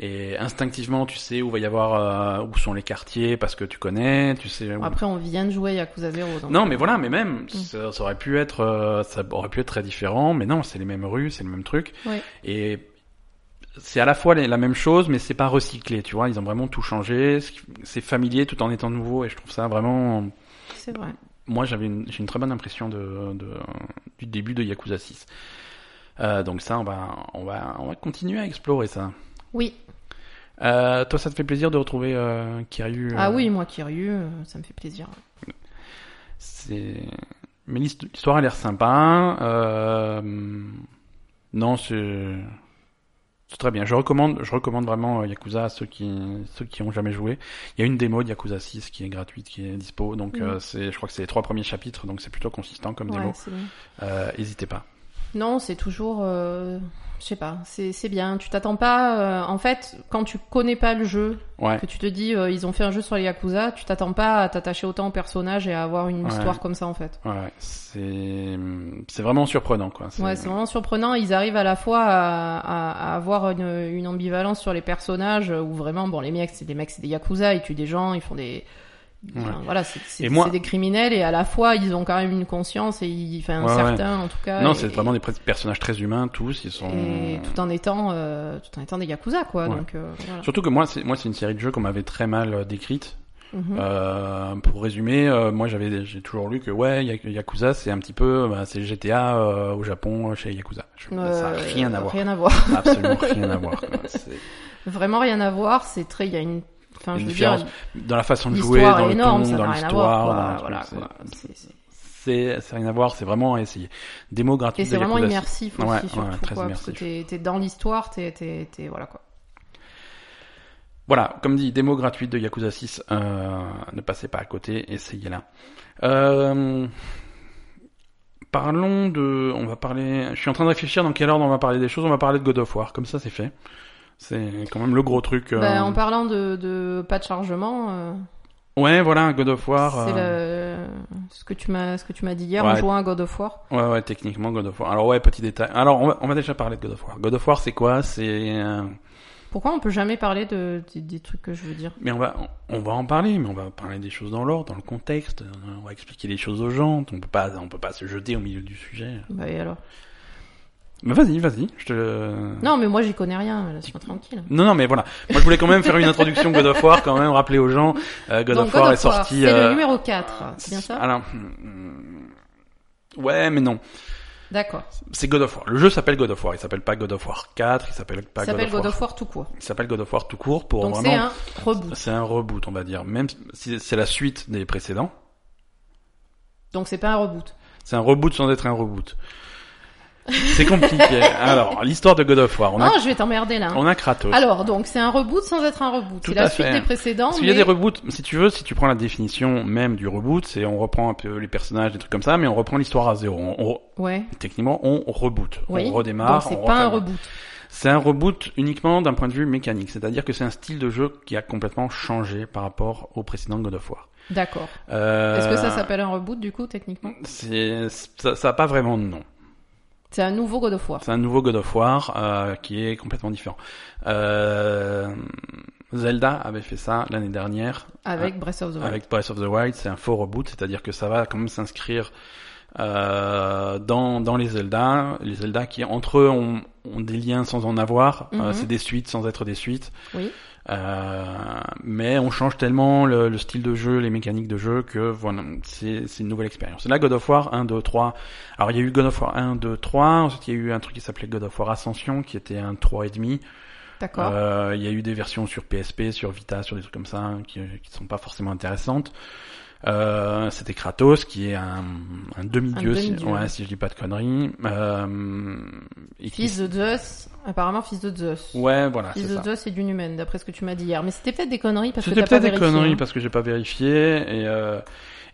Et instinctivement, tu sais où va y avoir euh, où sont les quartiers parce que tu connais, tu sais où Après, on vient de jouer à Yakuza 0. donc- non, mais voilà, mais même ça, ça aurait pu être, euh, ça aurait pu être très différent, mais non, c'est les mêmes rues, c'est le même truc, Ouais. et c'est à la fois les- la même chose, mais c'est pas recyclé, tu vois. Ils ont vraiment tout changé, ce qui- c'est familier tout en étant nouveau, et je trouve ça vraiment. C'est vrai. Moi, j'avais, une- j'ai une très bonne impression de, de- du début de Yakuza 6. Euh, donc ça, on va, on va, on va continuer à explorer ça. Oui. Euh, toi, ça te fait plaisir de retrouver euh, Kiryu Ah euh, oui, moi, Kiryu, euh, ça me fait plaisir. C'est. Mais l'hist- l'histoire a l'air sympa. Euh... Non, c'est. C'est très bien. Je recommande, je recommande vraiment euh, Yakuza à ceux qui, ceux qui ont jamais joué. Il y a une démo de Yakuza 6 qui est gratuite, qui est dispo. Donc, Mhm. euh, c'est, je crois que c'est les trois premiers chapitres, donc c'est plutôt consistant comme Ouais, démo. c'est bien. Euh, hésitez pas. Non, c'est toujours, euh, je sais pas, c'est c'est bien. Tu t'attends pas, euh, en fait, quand tu connais pas le jeu, Ouais. que tu te dis euh, ils ont fait un jeu sur les Yakuza, tu t'attends pas à t'attacher autant au personnage et à avoir une Ouais. histoire comme ça en fait. Ouais. C'est, c'est vraiment surprenant, quoi. C'est- Ouais, c'est vraiment surprenant. Ils arrivent à la fois à, à- à avoir une, une ambivalence sur les personnages euh, où vraiment, bon, les mecs, c'est des mecs, c'est des Yakuza, ils tuent des gens, ils font des. Ouais. enfin, voilà, c'est- c'est Et moi- c'est des criminels et à la fois ils ont quand même une conscience et ils, enfin, Ouais, ouais. certains en tout cas. non, et- c'est vraiment des pres- personnages très humains, tous. Ils sont. et tout en étant euh, tout en étant des yakuza quoi Ouais. donc euh, voilà. Surtout que moi, c'est, moi, c'est une série de jeux qu'on m'avait très mal euh, décrite. Mhm. Euh, pour résumer, euh, moi j'avais j'ai toujours lu que ouais Yak- Yakuza c'est un petit peu bah, c'est GTA euh, au Japon euh, chez Yakuza. Je- ça a Euh, rien à voir, rien à voir [LAUGHS] absolument rien à voir. quoi. C'est- vraiment rien à voir c'est très il y a une enfin Il y a je une veux dire différence. Dans la façon de jouer, l'histoire dans est le énorme ton, ça dans n'a rien à voir l'histoire, dans quoi, le voilà truc, quoi. C'est- c'est- c'est c'est- ça a rien à voir. C'est vraiment à essayer. Démo gratuite. et c'est de vraiment Yakuza. immersif aussi Ouais, ouais, surtout très quoi parce que immersif. t'es t'es dans l'histoire t'es t'es t'es- voilà quoi Voilà, comme dit, démo gratuite de Yakuza 6. euh, ne passez pas à côté, essayez-la. Euh, parlons de... On va parler... Je suis en train de réfléchir dans quelle ordre on va parler des choses. On va parler de God of War, comme ça c'est fait. C'est quand même le gros truc. euh, Bah, en parlant de, de pas de chargement euh, Ouais, voilà, God of War. c'est euh, le- ce que tu m'as ce que tu m'as dit hier en Ouais. jouant à God of War Ouais, ouais, techniquement God of War. Alors ouais, petit détail. Alors on va, on va déjà parler de God of War. God of War, c'est quoi C'est... euh, pourquoi on peut jamais parler de, des- des trucs que je veux dire Mais on va, on va en parler, mais on va parler des choses dans l'ordre, dans le contexte. On va expliquer les choses aux gens. On peut pas, on peut pas se jeter au milieu du sujet. bah et alors Mais vas-y, vas-y, je te... Non, mais moi j'y connais rien, laisse-moi tranquille. Non, non, mais voilà. Moi, je voulais quand même faire une introduction God of War, quand même rappeler aux gens. euh, God Donc, of War est sorti. C'est euh, le numéro 4, c'est bien ça Alors, hmm, ouais, mais non. D'accord. C'est God of War. Le jeu s'appelle God of War. Il s'appelle pas God of War 4. Il s'appelle pas Ça God s'appelle of War. God of War tout court. Il s'appelle God of War tout court pour Donc c'est vraiment. un reboot. C'est un reboot, on va dire. Même si c'est la suite des précédents, Donc c'est pas un reboot. c'est un reboot sans être un reboot. C'est [LAUGHS] compliqué. Alors, l'histoire de God of War. On a, Ah, je vais t'emmerder là. hein. on a Kratos. Alors, donc c'est un reboot sans être un reboot. Tout C'est à la suite fait. des précédents. Parce qu'il Oh, Mais... y a des reboots, si tu veux, si tu prends la définition même du reboot, c'est on reprend un peu les personnages, des trucs comme ça, mais on reprend l'histoire à zéro. On- on- Ouais. techniquement, on reboot. Oui. On redémarre. Donc c'est on pas un refait. reboot. C'est un reboot uniquement d'un point de vue mécanique. C'est-à-dire que c'est un style de jeu qui a complètement changé par rapport au précédent God of War. D'accord. Euh, Est-ce que ça s'appelle un reboot du coup techniquement c'est- ça, ça a pas vraiment de nom. C'est un nouveau God of War. C'est un nouveau God of War euh, qui est complètement différent. Euh, Zelda avait fait ça l'année dernière. Avec Breath of the Wild. Ah, Avec Breath of the Wild, c'est un faux reboot, c'est-à-dire que ça va quand même s'inscrire euh, dans, dans les Zelda, les Zelda qui entre eux ont, ont des liens sans en avoir, Mhm. euh, c'est des suites sans être des suites, Oui. Euh, mais on change tellement le, le style de jeu, les mécaniques de jeu que voilà, c'est c'est une nouvelle expérience. Là, God of War 1, 2, 3, alors il y a eu God of War 1, 2, 3, ensuite il y a eu un truc qui s'appelait God of War Ascension qui était un 3,5, D'accord. euh, Il y a eu des versions sur PSP, sur Vita, sur des trucs comme ça hein, qui, qui sont pas forcément intéressantes. Euh, c'était Kratos qui est un, un demi-dieu, Un si, demi-dieu. ouais, si je dis pas de conneries. Euh, et qui- Fils de Zeus, apparemment fils de Zeus. Ouais, voilà, fils c'est de ça. Zeus et d'une humaine, d'après ce que tu m'as dit hier. Mais c'était peut-être des conneries parce que C'était t'as pas peut-être des vérifié. conneries hein. parce que j'ai pas vérifié et euh,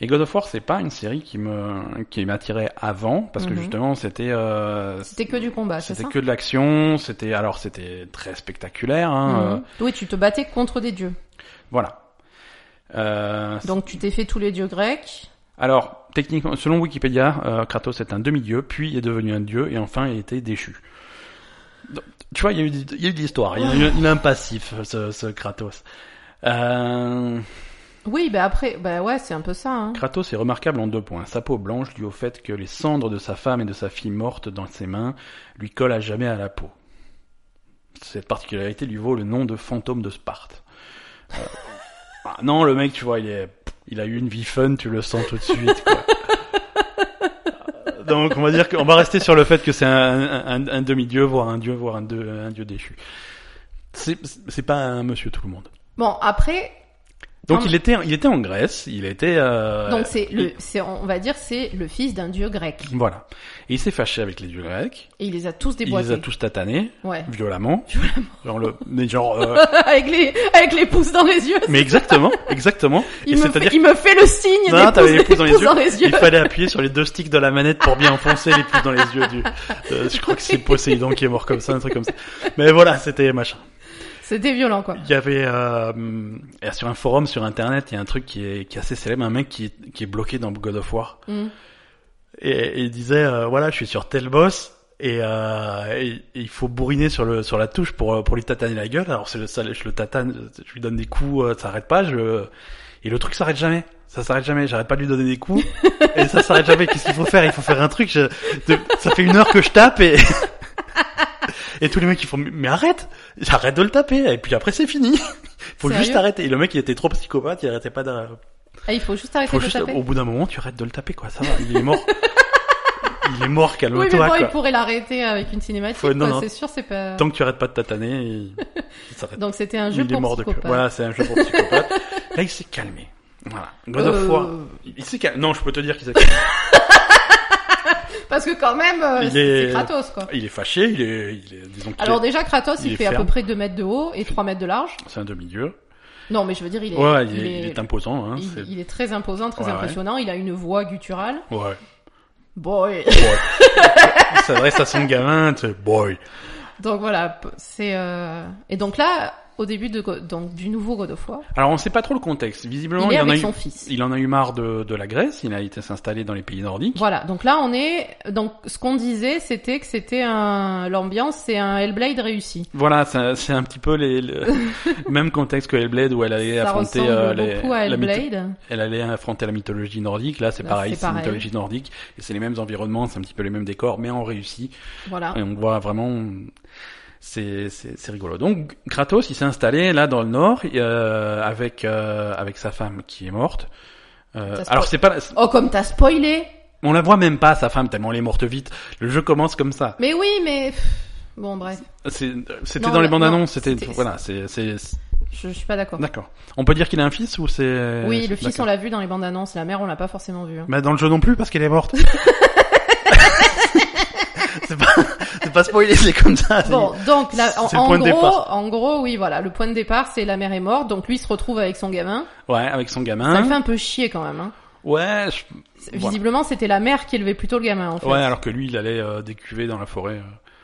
et God of War c'est pas une série qui me qui m'attirait avant parce que Mhm. justement c'était euh, C'était que du combat, c'est ça c'était que de l'action c'était alors c'était très spectaculaire hein, euh, Mhm. Oui, tu te battais contre des dieux. voilà euh, Donc tu t'es fait tous les dieux grecs. alors techniquement selon Wikipédia euh, Kratos est un demi-dieu puis est devenu un dieu et enfin a été déchu Donc, tu vois il y a eu il y a eu de l'histoire il, y a eu- il a un passif ce, ce Kratos euh, Oui, bah après, bah ouais, c'est un peu ça. Hein. Kratos est remarquable en deux points. Sa peau blanche due au fait que les cendres de sa femme et de sa fille morte dans ses mains lui collent à jamais à la peau. Cette particularité lui vaut le nom de fantôme de Sparte. Euh, ah non, le mec, tu vois, il est, il a eu une vie fun, tu le sens tout de suite. quoi. Euh, Donc on va dire qu'on va rester sur le fait que c'est un, un- un demi-dieu, voire un dieu, voire un, deux- un dieu déchu. C'est c'est pas un monsieur tout le monde. Bon, après, Donc Non, il était, il était en Grèce, il était. euh, donc c'est il- le, c'est, on va dire, c'est le fils d'un dieu grec. Voilà. Et il s'est fâché avec les dieux grecs. Et il les a tous Il les déboîtés. a tous tatanés, Ouais. [LAUGHS] violemment. Genre le, mais genre, euh, [LAUGHS] avec les, avec les pouces dans les yeux. mais exactement, exactement. Il, et me c'est-à-dire fait, il me fait le signe Non, des t'avais pouces, les pouces dans les pouces yeux. qu'il fallait appuyer sur les deux sticks de la manette pour bien enfoncer les pouces dans les yeux du. euh, je crois que c'est Poséidon qui est mort comme ça, un truc comme ça. Mais voilà, c'était machin. C'était violent, quoi. Il y avait euh, hum, sur un forum sur internet, il y a un truc qui est, qui est assez célèbre, un mec qui, est- qui est bloqué dans God of War. Mm. et, et il disait euh, voilà je suis sur tel boss et, euh, et- et il faut bourriner sur le sur la touche pour euh, pour lui tataner la gueule alors c'est le ça, je le tatane je lui donne des coups euh, ça s'arrête pas je et le truc s'arrête jamais ça s'arrête jamais j'arrête pas de lui donner des coups et ça s'arrête jamais qu'est-ce qu'il faut faire il faut faire un truc je- de- ça fait une heure que je tape et et tous les mecs ils font mais- mais arrête arrête de le taper et puis après c'est fini [LAUGHS] faut Sérieux juste arrêter et le mec il était trop psychopathe il arrêtait pas de Ah, il faut juste arrêter faut de juste, taper. au bout d'un moment, tu arrêtes de le taper, quoi. Ça va, il est [LAUGHS] mort. il est mort, oui, calme-toi, mais bon, il quoi. pourrait l'arrêter avec une cinématique. Faut- non, quoi. non. C'est sûr, c'est pas. Tant que tu arrêtes pas de tataner, il, il s'arrête. Donc c'était un Il jeu est pour mort de psychopathes. queue. Voilà, c'est un jeu pour [LAUGHS] psychopathe. Là, il s'est calmé. Voilà. God of Euh, War. Il il s'est calmé. Non, je peux te dire qu'il s'est calmé. Parce que quand même, euh, Il c'est est- c'est Kratos, quoi. Il est fâché, il est, il est, disons qu'il Alors est- déjà, Kratos, il il, est fait à ferme. peu près 2 mètres de haut et 3 mètres de large. c'est un demi-dieu. Non, mais je veux dire, il est, Ouais, il, il est, il est imposant, hein. il- c'est- il est très imposant, très Ouais, ouais. impressionnant. Il a une voix gutturale. Ouais. Bon, Boy. et- il s'adresse à son gamin, tu sais, boy. [LAUGHS] donc voilà, p- c'est. euh, Et donc là, au début de Go- donc du nouveau God of War, Alors, on sait pas trop le contexte. Visiblement, il il, est en a avec eu, son fils. il en a eu marre de, de la Grèce, il a été s'installer dans les pays nordiques. Voilà, donc là on est donc ce qu'on disait c'était que c'était un l'ambiance c'est un Hellblade réussi. Voilà, c'est un- c'est un petit peu les, le [LAUGHS] même contexte que Hellblade où elle allait Ça affronter ressemble euh, les- beaucoup à la mytho- Hellblade. elle allait affronter la mythologie nordique. Là, c'est Là, pareil, c'est c'est une pareil. mythologie nordique et c'est les mêmes environnements, c'est un petit peu les mêmes décors, mais en réussi. Voilà. Et on voit vraiment, c'est c'est c'est rigolo. Donc Kratos, il s'est installé là dans le nord euh, avec euh, avec sa femme qui est morte. Euh, Ça se alors peut- c'est pas, la- Oh comme t'as spoilé. on la voit même pas sa femme tellement elle est morte vite. Le jeu commence comme ça. Mais oui, mais pff, bon bref, C'est- C'était Non, dans les non, bandes annonces. C'était c'était- voilà, c'est c'est je, je suis pas d'accord. D'accord. On peut dire qu'il a un fils ou c'est Oui, le fils on D'accord. l'a vu dans les bandes annonces, la mère on l'a pas forcément vu. hein. Bah dans le jeu non plus parce qu'elle est [LAUGHS] morte. c'est pas c'est pas spoilé, c'est comme ça. Bon, donc là, c'est en, le en point de gros, départ. en gros, oui, voilà, le point de départ, c'est la mère est morte, donc lui il se retrouve avec son gamin. Ouais, avec son Ça gamin. le fait un peu chier quand même. Hein. Ouais, je- C'est- Voilà. Visiblement, c'était la mère qui élevait plutôt le gamin en fait. ouais, alors que lui il allait euh, décuver dans la forêt. euh.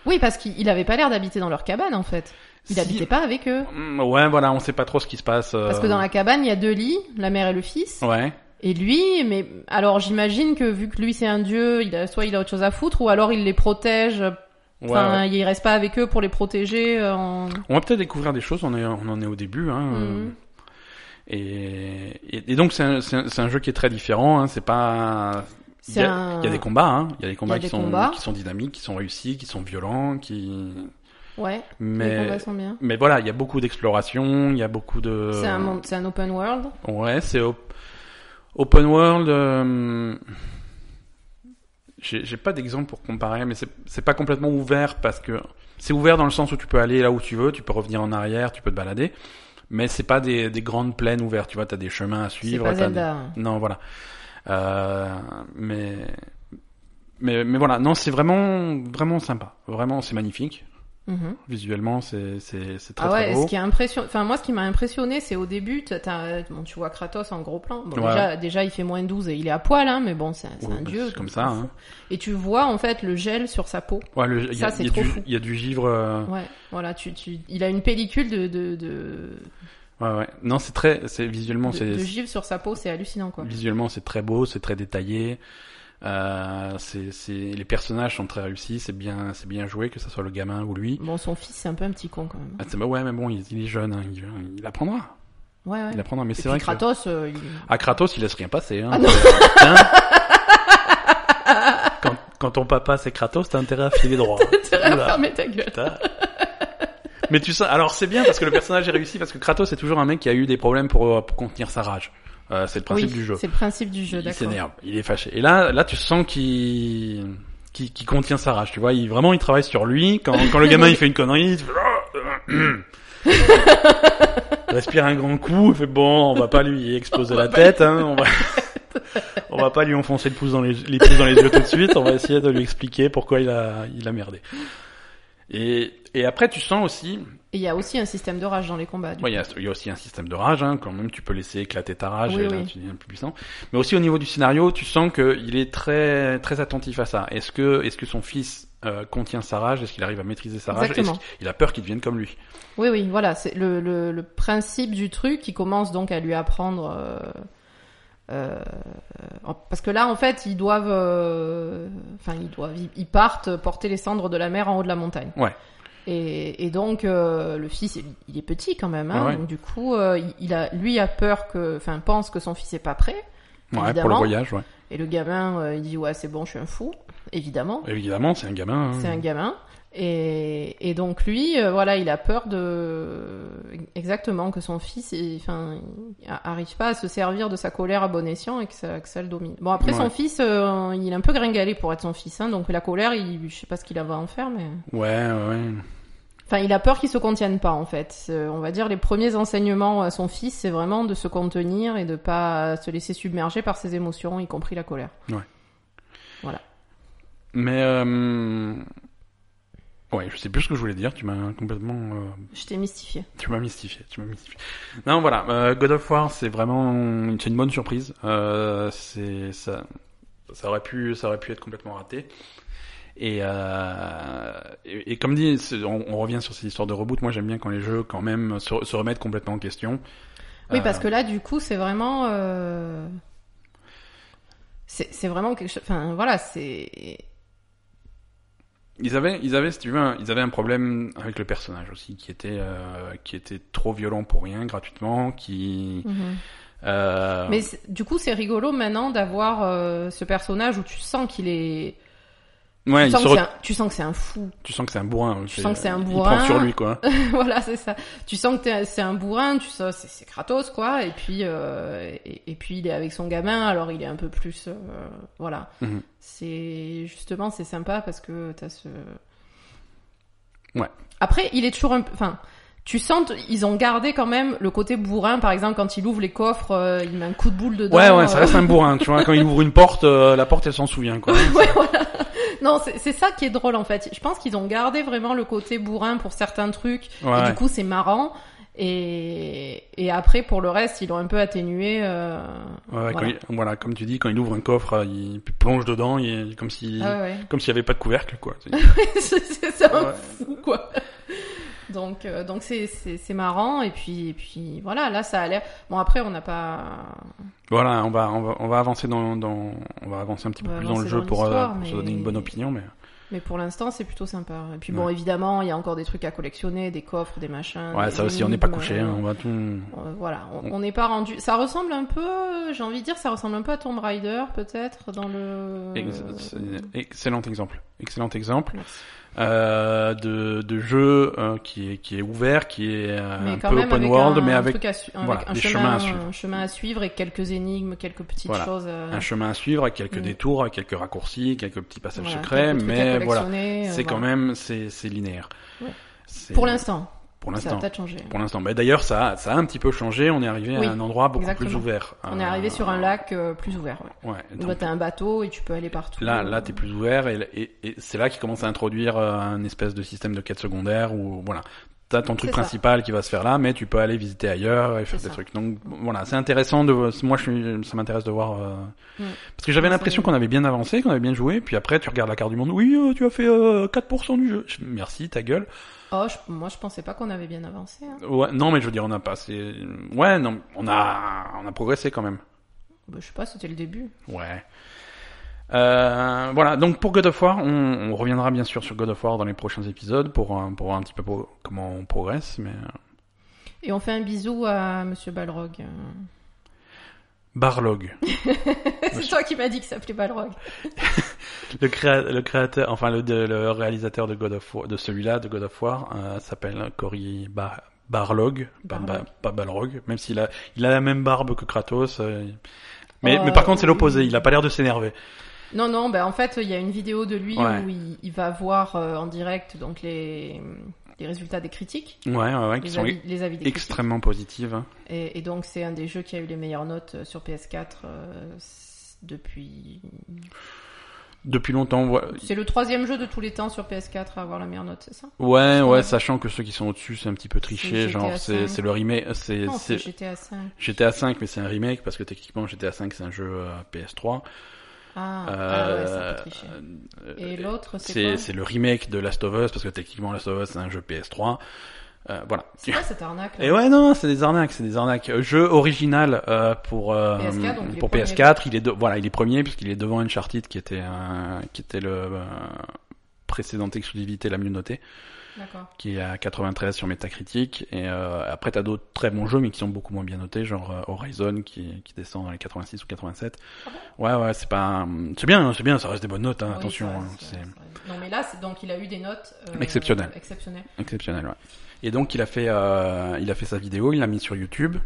Oui, parce qu'il il avait pas l'air d'habiter dans leur cabane en fait. Il Si- habitait pas avec eux. Mm, Ouais, voilà, on sait pas trop ce qui se passe. euh, Parce que dans la cabane, il y a deux lits, la mère et le fils. Ouais. Et lui, mais alors j'imagine que vu que lui c'est un dieu, il a, soit il a autre chose à foutre, ou alors il les protège. Ouais, Enfin, ouais. il reste pas avec eux pour les protéger. euh, En... On va peut-être découvrir des choses, on, est, on en est au début. Hein, euh, Mhm. et, et, et donc c'est un, c'est un- c'est un jeu qui est très différent, hein, c'est pas... Il y, C'est a, un. il y a des combats, hein. il y a des combats, Il y a qui, des sont, combats. qui sont dynamiques, qui sont réussis, qui sont violents, qui... Ouais. Les Mais, combats sont bien. mais voilà, il y a beaucoup d'exploration, il y a beaucoup de... C'est un monde, c'est un open world. Ouais, c'est op- open world. euh, J'ai j'ai pas d'exemple pour comparer, mais c'est c'est pas complètement ouvert parce que c'est ouvert dans le sens où tu peux aller là où tu veux, tu peux revenir en arrière, tu peux te balader. mais c'est pas des, des grandes plaines ouvertes, tu vois, t'as des chemins à C'est suivre. pas t'as Zelda. hein. des- Non, voilà. Euh, mais, mais, mais voilà, non, c'est vraiment, vraiment sympa. Vraiment, c'est magnifique. Mhm. Visuellement, c'est, c'est, c'est très Ah ouais, très beau. ce qui est impression... enfin moi ce qui m'a impressionné c'est au début, t'as- t'as- bon, tu vois Kratos en gros plan. Bon, Ouais. déjà, déjà il fait moins 12 et il est à poil hein, mais bon c'est un, c'est Ouais, un bah, dieu. c'est comme donc, ça. hein. Et tu vois en fait le gel sur sa peau. Ouais, le- il y a, Ça, c'est il y a trop du, fou. il y a du givre. euh, Ouais, voilà, tu, tu... il a une pellicule de de de, Ouais, ouais. Non, c'est très, c'est visuellement, de- c'est de givre sur sa peau, c'est hallucinant quoi. visuellement visuellement c'est très beau, c'est très détaillé. Euh, c'est, c'est, les personnages sont très réussis, c'est bien, c'est bien joué, que ce soit le gamin ou lui. Bon son fils c'est un peu un petit con quand même. Ah, c'est- bah ouais, mais bon, il, il est jeune, hein, il, il apprendra, Ouais ouais. il apprendra. Mais Et c'est puis vrai que Ah, Kratos euh, il- [LAUGHS] à Kratos, il laisse rien passer. Hein. Ah non. Hein quand, quand ton papa c'est Kratos, t'as intérêt à filer droit. T'as rien Oula. fermé ta gueule. Putain. Mais tu sais, alors c'est bien parce que le personnage est réussi parce que Kratos c'est toujours un mec qui a eu des problèmes pour, euh, pour contenir sa rage. Euh, c'est le principe Oui, du jeu. C'est le principe du jeu, il d'accord. s'énerve, il est fâché. Et là, là, tu sens qu'il qu'il qu'il contient sa rage. Tu vois, il vraiment, il travaille sur lui. Quand, quand le gamin il fait une connerie, il fait- [CLEARS THROAT] Il respire un grand coup. Il fait bon, on va pas lui exploser la tête. Hein, on va [LAUGHS] on va pas lui enfoncer le pouce dans les, les pouces dans les yeux tout de suite. On va essayer de lui expliquer pourquoi il a il a merdé. Et et après, tu sens aussi. Et il y a aussi un système de rage dans les combats. du Ouais, Il y, a- il y a aussi un système de rage, hein, quand même, tu peux laisser éclater ta rage, Oui, et là, oui. tu deviens plus puissant. Mais aussi au niveau du scénario, tu sens qu'il est très très attentif à ça. Est-ce que est-ce que son fils euh, contient sa rage Est-ce qu'il arrive à maîtriser sa rage Exactement. Est-ce qu'il a peur qu'il devienne comme lui Oui, oui, voilà, c'est le, le, le principe du truc qui commence donc à lui apprendre. euh, euh, en- parce que là, en fait, ils doivent, euh, enfin, ils doivent, ils, ils partent porter les cendres de la mer en haut de la montagne. Ouais. Et, et donc euh, le fils, il- il est petit quand même, hein, Ouais, ouais. donc du coup, euh, il- il a, lui a peur que, enfin, pense que son fils est pas prêt. Ouais, pour le Évidemment. voyage, ouais. Et le gamin, euh, il dit ouais, c'est bon, je suis un fou, évidemment. Évidemment, c'est un gamin. hein. C'est un gamin. Et, et donc lui, euh, voilà, il a peur de exactement que son fils, il- enfin, il a- arrive pas à se servir de sa colère à bon escient et que ça, que ça le domine. Bon après Ouais. son fils, euh, il est un peu gringalé pour être son fils, hein, donc la colère, il, je sais pas ce qu'il va en faire, mais Ouais, ouais, ouais. enfin, il a peur qu'il se contienne pas en fait. C'est- On va dire les premiers enseignements à son fils, c'est vraiment de se contenir et de pas se laisser submerger par ses émotions, y compris la colère. Mais euh, ouais, je sais plus ce que je voulais dire. Tu m'as complètement, euh, Je t'ai mystifié. tu m'as mystifié, tu m'as mystifié. Non, voilà, euh, God of War, c'est vraiment, c'est une bonne surprise. Euh, c'est ça, ça aurait pu, ça aurait pu être complètement raté. Et, euh, et, et comme dit, c'est- on, on revient sur ces histoires de reboot. Moi, j'aime bien quand les jeux, quand même, se, se remettent complètement en question. Oui, Euh, parce que là, du coup, c'est vraiment. euh, C'est c'est vraiment quelque chose. Enfin, voilà, c'est. Ils avaient, ils avaient, si tu veux, un- ils avaient un problème avec le personnage aussi, qui était, euh, qui était trop violent pour rien, gratuitement, qui. euh, Mais c'est- du coup, c'est rigolo maintenant d'avoir euh, ce personnage où tu sens qu'il est. ouais, tu, il sens se que re- c'est un- tu sens que c'est un fou. tu sens que c'est un bourrin. Tu sens que c'est un Il prend bourrin. sur lui, quoi. [LAUGHS] voilà, c'est ça. Tu sens que t'es un- c'est un bourrin, tu sens c'est c'est Kratos, quoi. Et puis, euh, et, et puis, il est avec son gamin, alors il est un peu plus. euh, voilà. Mhm. C'est justement, c'est sympa parce que t'as ce. Ouais. Après, il est toujours un. peu- Enfin. Tu sens, t- ils ont gardé quand même le côté bourrin, par exemple, quand il ouvre les coffres, euh, il met un coup de boule dedans. Ouais, ouais, ça euh, reste un bourrin, tu vois. Quand il ouvre une porte, euh, la porte, elle s'en souvient, quoi. [LAUGHS] Ouais, voilà. Non, c'est c'est ça qui est drôle en fait. Je pense qu'ils ont gardé vraiment le côté bourrin pour certains trucs. Ouais, et ouais. du coup, c'est marrant. Et, et après, pour le reste, ils l'ont un peu atténué. euh, Ouais, ouais, quand voilà. il- voilà, comme tu dis, quand il ouvre un coffre, euh, il plonge dedans, il, comme si, Ah ouais, [LAUGHS] comme s'il n'y avait pas de couvercle, quoi. C'est- ouais. c'est c'est ça, un Ouais. fou, quoi. Donc, euh, donc c'est c'est c'est marrant. Et puis, et puis voilà, là, ça a l'air. Bon, après, on n'a pas. Voilà, on va, on va, on va avancer dans, dans, on va avancer un petit peu On va plus dans le avancer jeu dans pour, euh, l'histoire, pour se mais- donner une bonne opinion, mais Mais pour l'instant, c'est plutôt sympa. Et puis bon, Ouais. évidemment, il y a encore des trucs à collectionner, des coffres, des machins. ouais, des ça aussi, on n'est pas énigmes, couché, euh, hein, on va tout. Euh, voilà, on on n'est pas rendu. Ça ressemble un peu, j'ai envie de dire, ça ressemble un peu à Tomb Raider, peut-être, dans le. Ex- c'est- Excellent exemple, excellent exemple Merci. euh, de, de jeu euh, qui est qui est ouvert, qui est euh, Mais un quand peu même open avec world, un, mais un avec truc à su- avec voilà, un, des chemin, chemins à suivre. un chemin à suivre et quelques énigmes, quelques petites Voilà. choses. euh, un chemin à suivre, avec quelques Mm. détours, avec quelques raccourcis, quelques petits passages voilà, secrets, quelques trucs à mais voilà, collectionner, euh, c'est quand voilà. même c'est c'est linéaire. Ouais. C'est- Pour l'instant. Pour Ça a l'instant. peut-être changé. Pour l'instant. Mais d'ailleurs, ça, ça a un petit peu changé. On est arrivé Oui, à un endroit beaucoup plus exactement. ouvert. On est Euh, arrivé sur un lac euh, plus ouvert. Ouais. Ouais. Où donc là, t'as un bateau et tu peux aller partout. là, là, t'es plus ouvert et, et- et c'est là qu'ils commencent à introduire euh, un espèce de système de quête secondaire où voilà, t'as ton truc C'est ça. principal qui va se faire là, mais tu peux aller visiter ailleurs et faire C'est des ça. trucs. Donc voilà, c'est intéressant de. Moi, je suis, ça m'intéresse de voir euh, Mm. parce que j'avais Ouais, l'impression c'est- qu'on avait bien avancé, qu'on avait bien joué, puis après tu regardes la carte du monde. Oui, euh, tu as fait euh, 4% du jeu. Je- Merci, ta gueule. Oh, je- moi, je pensais pas qu'on avait bien avancé. hein. Ouais, non, mais je veux dire, on a passé. Ouais, non, on a, on a progressé quand même. Bah, je sais pas, c'était le début. Ouais. Euh, voilà, donc pour God of War, on, on reviendra bien sûr sur God of War dans les prochains épisodes pour, euh, pour voir un petit peu pro- comment on progresse. Mais euh, Et on fait un bisou à Monsieur Balrog. euh. [LAUGHS] Barlog, C'est toi qui m'as dit que ça s'appelait Balrog. le, créa- le créateur, enfin le, de- le réalisateur de God of War, de celui-là, de God of War, euh, s'appelle Cory Ba- Barlog, pas, Ba- Barlog. pas Balrog, même s'il a, il a la même barbe que Kratos. euh, mais, Oh, mais par contre, c'est oui. l'opposé. Il a pas l'air de s'énerver. Non, non, bah, en fait, il y a une vidéo de lui Ouais. où il, il va voir euh, en direct donc les, les résultats des critiques, Ouais, ouais, ouais, qui les sont avis, les avis des extrêmement positives. hein. critiques. Et, et donc, c'est un des jeux qui a eu les meilleures notes euh, sur PS4 euh, s- depuis. Depuis longtemps, ouais, C'est le troisième jeu de tous les temps sur PS4 à avoir la meilleure note, c'est ça Ouais, Ouais. ouais, sachant que ceux qui sont au-dessus, c'est un petit peu triché, C'est genre GTA c'est cinq. c'est le remake, euh, c'est Non, c'est c'est- GTA 5. GTA 5 mais c'est un remake parce que techniquement GTA 5 c'est un jeu euh, PS3. Ah, ah ouais, ça Euh, peut tricher. euh, Et l'autre, c'est c'est quoi c'est le remake de Last of Us parce que techniquement Last of Us c'est un jeu PS3. Euh, voilà. C'est quoi cette arnaque là Et ouais non, c'est des arnaques, c'est des arnaques. Euh, Jeu original euh, pour euh, PS4, donc il est pour premier. PS4, il est de- voilà, il est premier puisqu'il est devant Uncharted qui était un- qui était le euh, précédente exclusivité la mieux notée. D'accord. qui est à 93 sur Metacritic. Et euh, après, t'as d'autres très bons jeux, mais qui sont beaucoup moins bien notés, genre euh, Horizon qui, qui descend dans les 86 ou 87. Ouais, ouais, c'est pas, un- c'est bien, c'est bien, ça reste des bonnes notes, hein, Ah Oui, attention, ça hein, reste, euh, c'est ça reste. Non, mais là, c'est- donc il a eu des notes euh, Exceptionnelles. exceptionnelles. exceptionnel. Ouais. Et donc, il a fait, euh, il a fait sa vidéo, il l'a mis sur YouTube.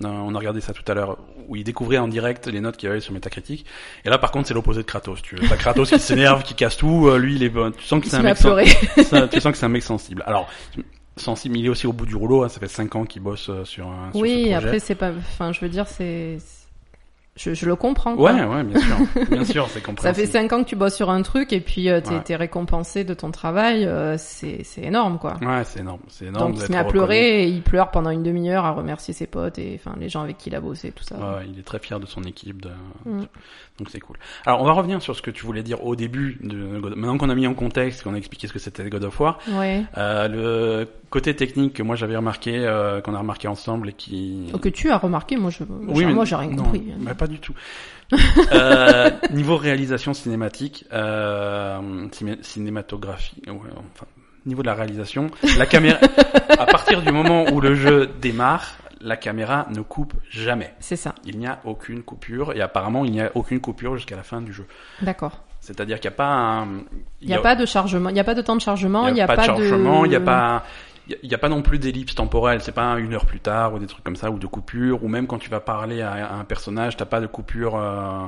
On a, on a regardé ça tout à l'heure, où il découvrait en direct les notes qu'il y avait sur Metacritic. Et là, par contre, c'est l'opposé de Kratos. Tu veux, t'as Kratos qui s'énerve, qui casse tout. euh, lui, il est bon. Tu sens que Il c'est se un met à mec sans- pleurer. Ça, tu sens que c'est un mec sensible. Alors, sensible, il est aussi au bout du rouleau. hein, ça fait 5 ans qu'il bosse euh, sur un sur ce Oui, projet. après, c'est pas. Enfin, je veux dire, c'est. Je, je le comprends. quoi. Ouais, ouais, bien sûr. Bien sûr, c'est [LAUGHS] Ça fait compréhensible. cinq ans que tu bosses sur un truc et puis euh, t'es Ouais. t'es récompensé de ton travail, euh, c'est c'est énorme quoi. Ouais, c'est énorme. C'est énorme. Donc il d'être se met à reconnu. pleurer et il pleure pendant une demi-heure à remercier ses potes et enfin les gens avec qui il a bossé tout ça. Ouais, ouais, il est très fier de son équipe. de- Mm. Donc c'est cool. Alors, on va revenir sur ce que tu voulais dire au début. De... God- Maintenant qu'on a mis en contexte, qu'on a expliqué ce que c'était God of War, Ouais. euh, le côté technique que moi j'avais remarqué, euh, qu'on a remarqué ensemble et qui... Que tu as remarqué, moi je Oui, mais- moi j'ai rien non, compris. mais pas du [LAUGHS] tout. euh, niveau réalisation cinématique, euh, ciné- cinématographie, ouais, enfin, niveau de la réalisation, la caméra, [LAUGHS] à partir du moment où le jeu démarre, la caméra ne coupe jamais. C'est ça, Il n'y a aucune coupure et apparemment il n'y a aucune coupure jusqu'à la fin du jeu. d'accord. C'est-à-dire qu'il n'y a pas un, Il n'y a, pas de chargement, il n'y a pas de temps de chargement, il n'y a, pas de chargement, de- Euh. il n'y a pas il y a- il y a pas non plus d'ellipse temporelle, c'est pas une heure plus tard ou des trucs comme ça ou de coupure ou même quand tu vas parler à, à un personnage, t'as pas de coupure euh,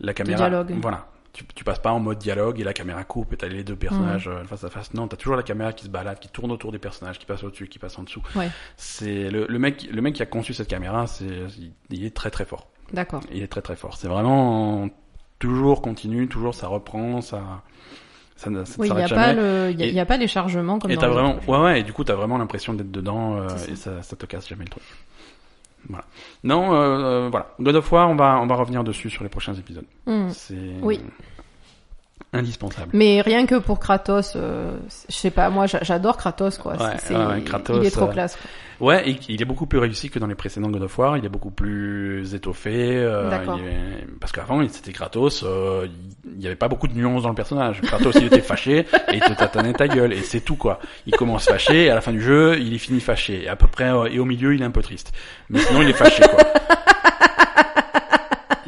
la caméra. dialogue. Voilà. Tu, tu passes pas en mode dialogue et la caméra coupe et t'as les deux personnages euh, face à face. Non, t'as toujours la caméra qui se balade, qui tourne autour des personnages, qui passe au-dessus, qui passe en dessous. Ouais. C'est le, le mec, le mec qui a conçu cette caméra, c'est il- il est très très fort. D'accord. Il est très très fort. C'est vraiment euh, toujours continu, toujours ça reprend, ça ça ne ça ne Oui, il n'y s'arrête a jamais. pas le, il y a- Et- il y a pas les chargements comme Et dans t'as les autres vraiment, jeux. ouais, ouais, et du coup, t'as vraiment l'impression d'être dedans, euh, Oh C'est ça. et ça, ça te casse jamais le truc. Voilà. Non, euh, euh, voilà. God of War, on va, on va revenir dessus sur les prochains épisodes. Hmm. C'est Oui. indispensable. Mais rien que pour Kratos, euh, je sais pas, moi j'a- j'adore Kratos quoi. Ouais, C'est- ouais, c'est- ouais, Kratos, il est trop euh, classe. quoi. Ouais, et il est beaucoup plus réussi que dans les précédents God of War. Il est beaucoup plus étoffé. euh, D'accord. il est- Parce qu'avant, il- c'était Kratos. euh, il il y avait pas beaucoup de nuances dans le personnage. Kratos, il était [LAUGHS] fâché et il te tatanait ta gueule et c'est tout quoi. Il commence fâché et à la fin du jeu, il est fini fâché. Et à peu près euh, et au milieu, il est un peu triste. Mais sinon, il est fâché [LAUGHS] quoi.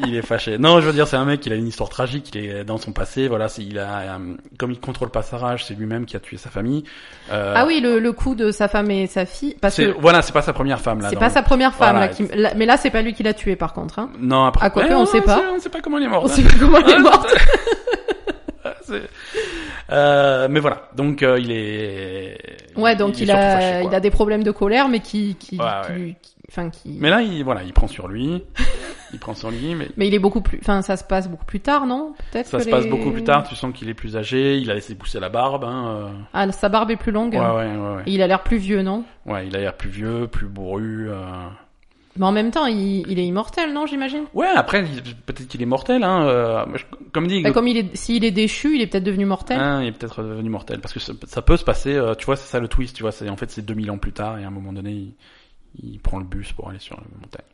Il est fâché. Non, je veux dire, c'est un mec, il a une histoire tragique, il est dans son passé, voilà, c'est, il a, euh, comme il contrôle pas sa rage, c'est lui-même qui a tué sa famille. Euh, Ah oui, le, le coup de sa femme et sa fille, parce c'est, que voilà, c'est pas sa première femme, là. c'est dans pas le- sa première femme, Voilà. là, qui- là- mais là c'est pas lui qui l'a tué par contre. Hein. Non, après. À quoi Ouais, que, on non, sait non, pas. On sait pas comment il est mort. On sait pas comment elle est morte. Hein [LAUGHS] Ah, c'est- c'est- Euh, mais voilà, donc euh, il est. Ouais, donc est il, surtout a, fâché, quoi. il a des problèmes de colère, mais qui, qui, Ouais, qui- qui- enfin qui. Mais là, il voilà, il prend sur lui. il prend sur lui, mais Mais il est beaucoup plus, enfin ça se passe beaucoup plus tard, non Peut-être. ça que se passe les- beaucoup plus tard. Tu sens qu'il est plus âgé. Il a laissé pousser la barbe. Hein, Ah, sa barbe est plus longue. euh. Ouais, ouais, ouais, ouais. Et il a l'air plus vieux, non Ouais, il a l'air plus vieux, plus bourru. euh. Mais en même temps, il, il est immortel, non J'imagine. Ouais, après, il- peut-être qu'il est mortel. Hein, euh, mais je- comme dit, Bah, comme il est, s'il est déchu, il est peut-être devenu mortel. Hein, il est peut-être devenu mortel parce que ça, ça peut se passer. euh, tu vois, c'est ça le twist. Tu vois, c'est en fait c'est 2000 ans plus tard et à un moment donné, il, il prend le bus pour aller sur la montagne.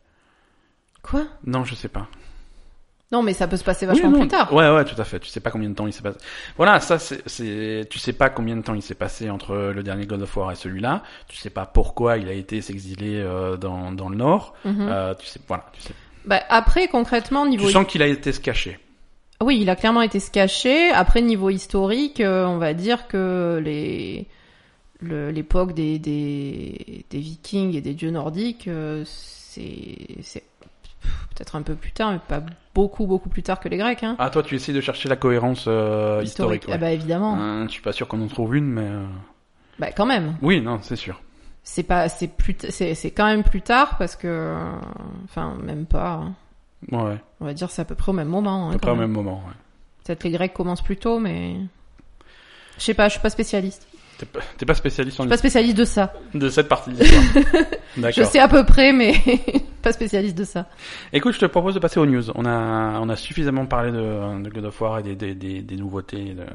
Quoi Non, je sais pas. Non, mais ça peut se passer vachement Oui, non, plus tard. Ouais, ouais, tout à fait. Tu sais pas combien de temps il s'est passé. Voilà, ça c'est, c'est, tu sais pas combien de temps il s'est passé entre le dernier God of War et celui-là. Tu sais pas pourquoi il a été s'exiler euh, dans dans le nord. Mhm. Euh, tu sais, voilà, tu sais. Bah, après, concrètement, Tu niveau. sens qu'il a été se cacher. Oui, il a clairement été se cacher. Après, niveau historique, euh, on va dire que les le- l'époque des, des des Vikings et des dieux nordiques, euh, c'est c'est peut-être un peu plus tard, mais pas beaucoup beaucoup plus tard que les Grecs. Hein. Ah, toi, tu essayes de chercher la cohérence euh, historique. Ah ouais. bah évidemment. Hein, je suis pas sûr qu'on en trouve une, mais euh, Bah quand même. oui, non, c'est sûr. C'est pas c'est plus t- c'est c'est quand même plus tard parce que euh, enfin même pas. hein. Ouais, On va dire c'est à peu près au même moment. à hein, peu quand près au même même. moment. ouais. Peut-être les Grecs commencent plus tôt, mais je sais pas. Je suis pas spécialiste. T'es pas, t'es pas spécialiste en Je suis pas spécialiste de ça. de cette partie de l'histoire. [LAUGHS] Je D'accord. sais à peu près, mais [LAUGHS] pas spécialiste de ça. Écoute, je te propose de passer aux news. On a, on a suffisamment parlé de, de God of War et des, des, des, des nouveautés. de-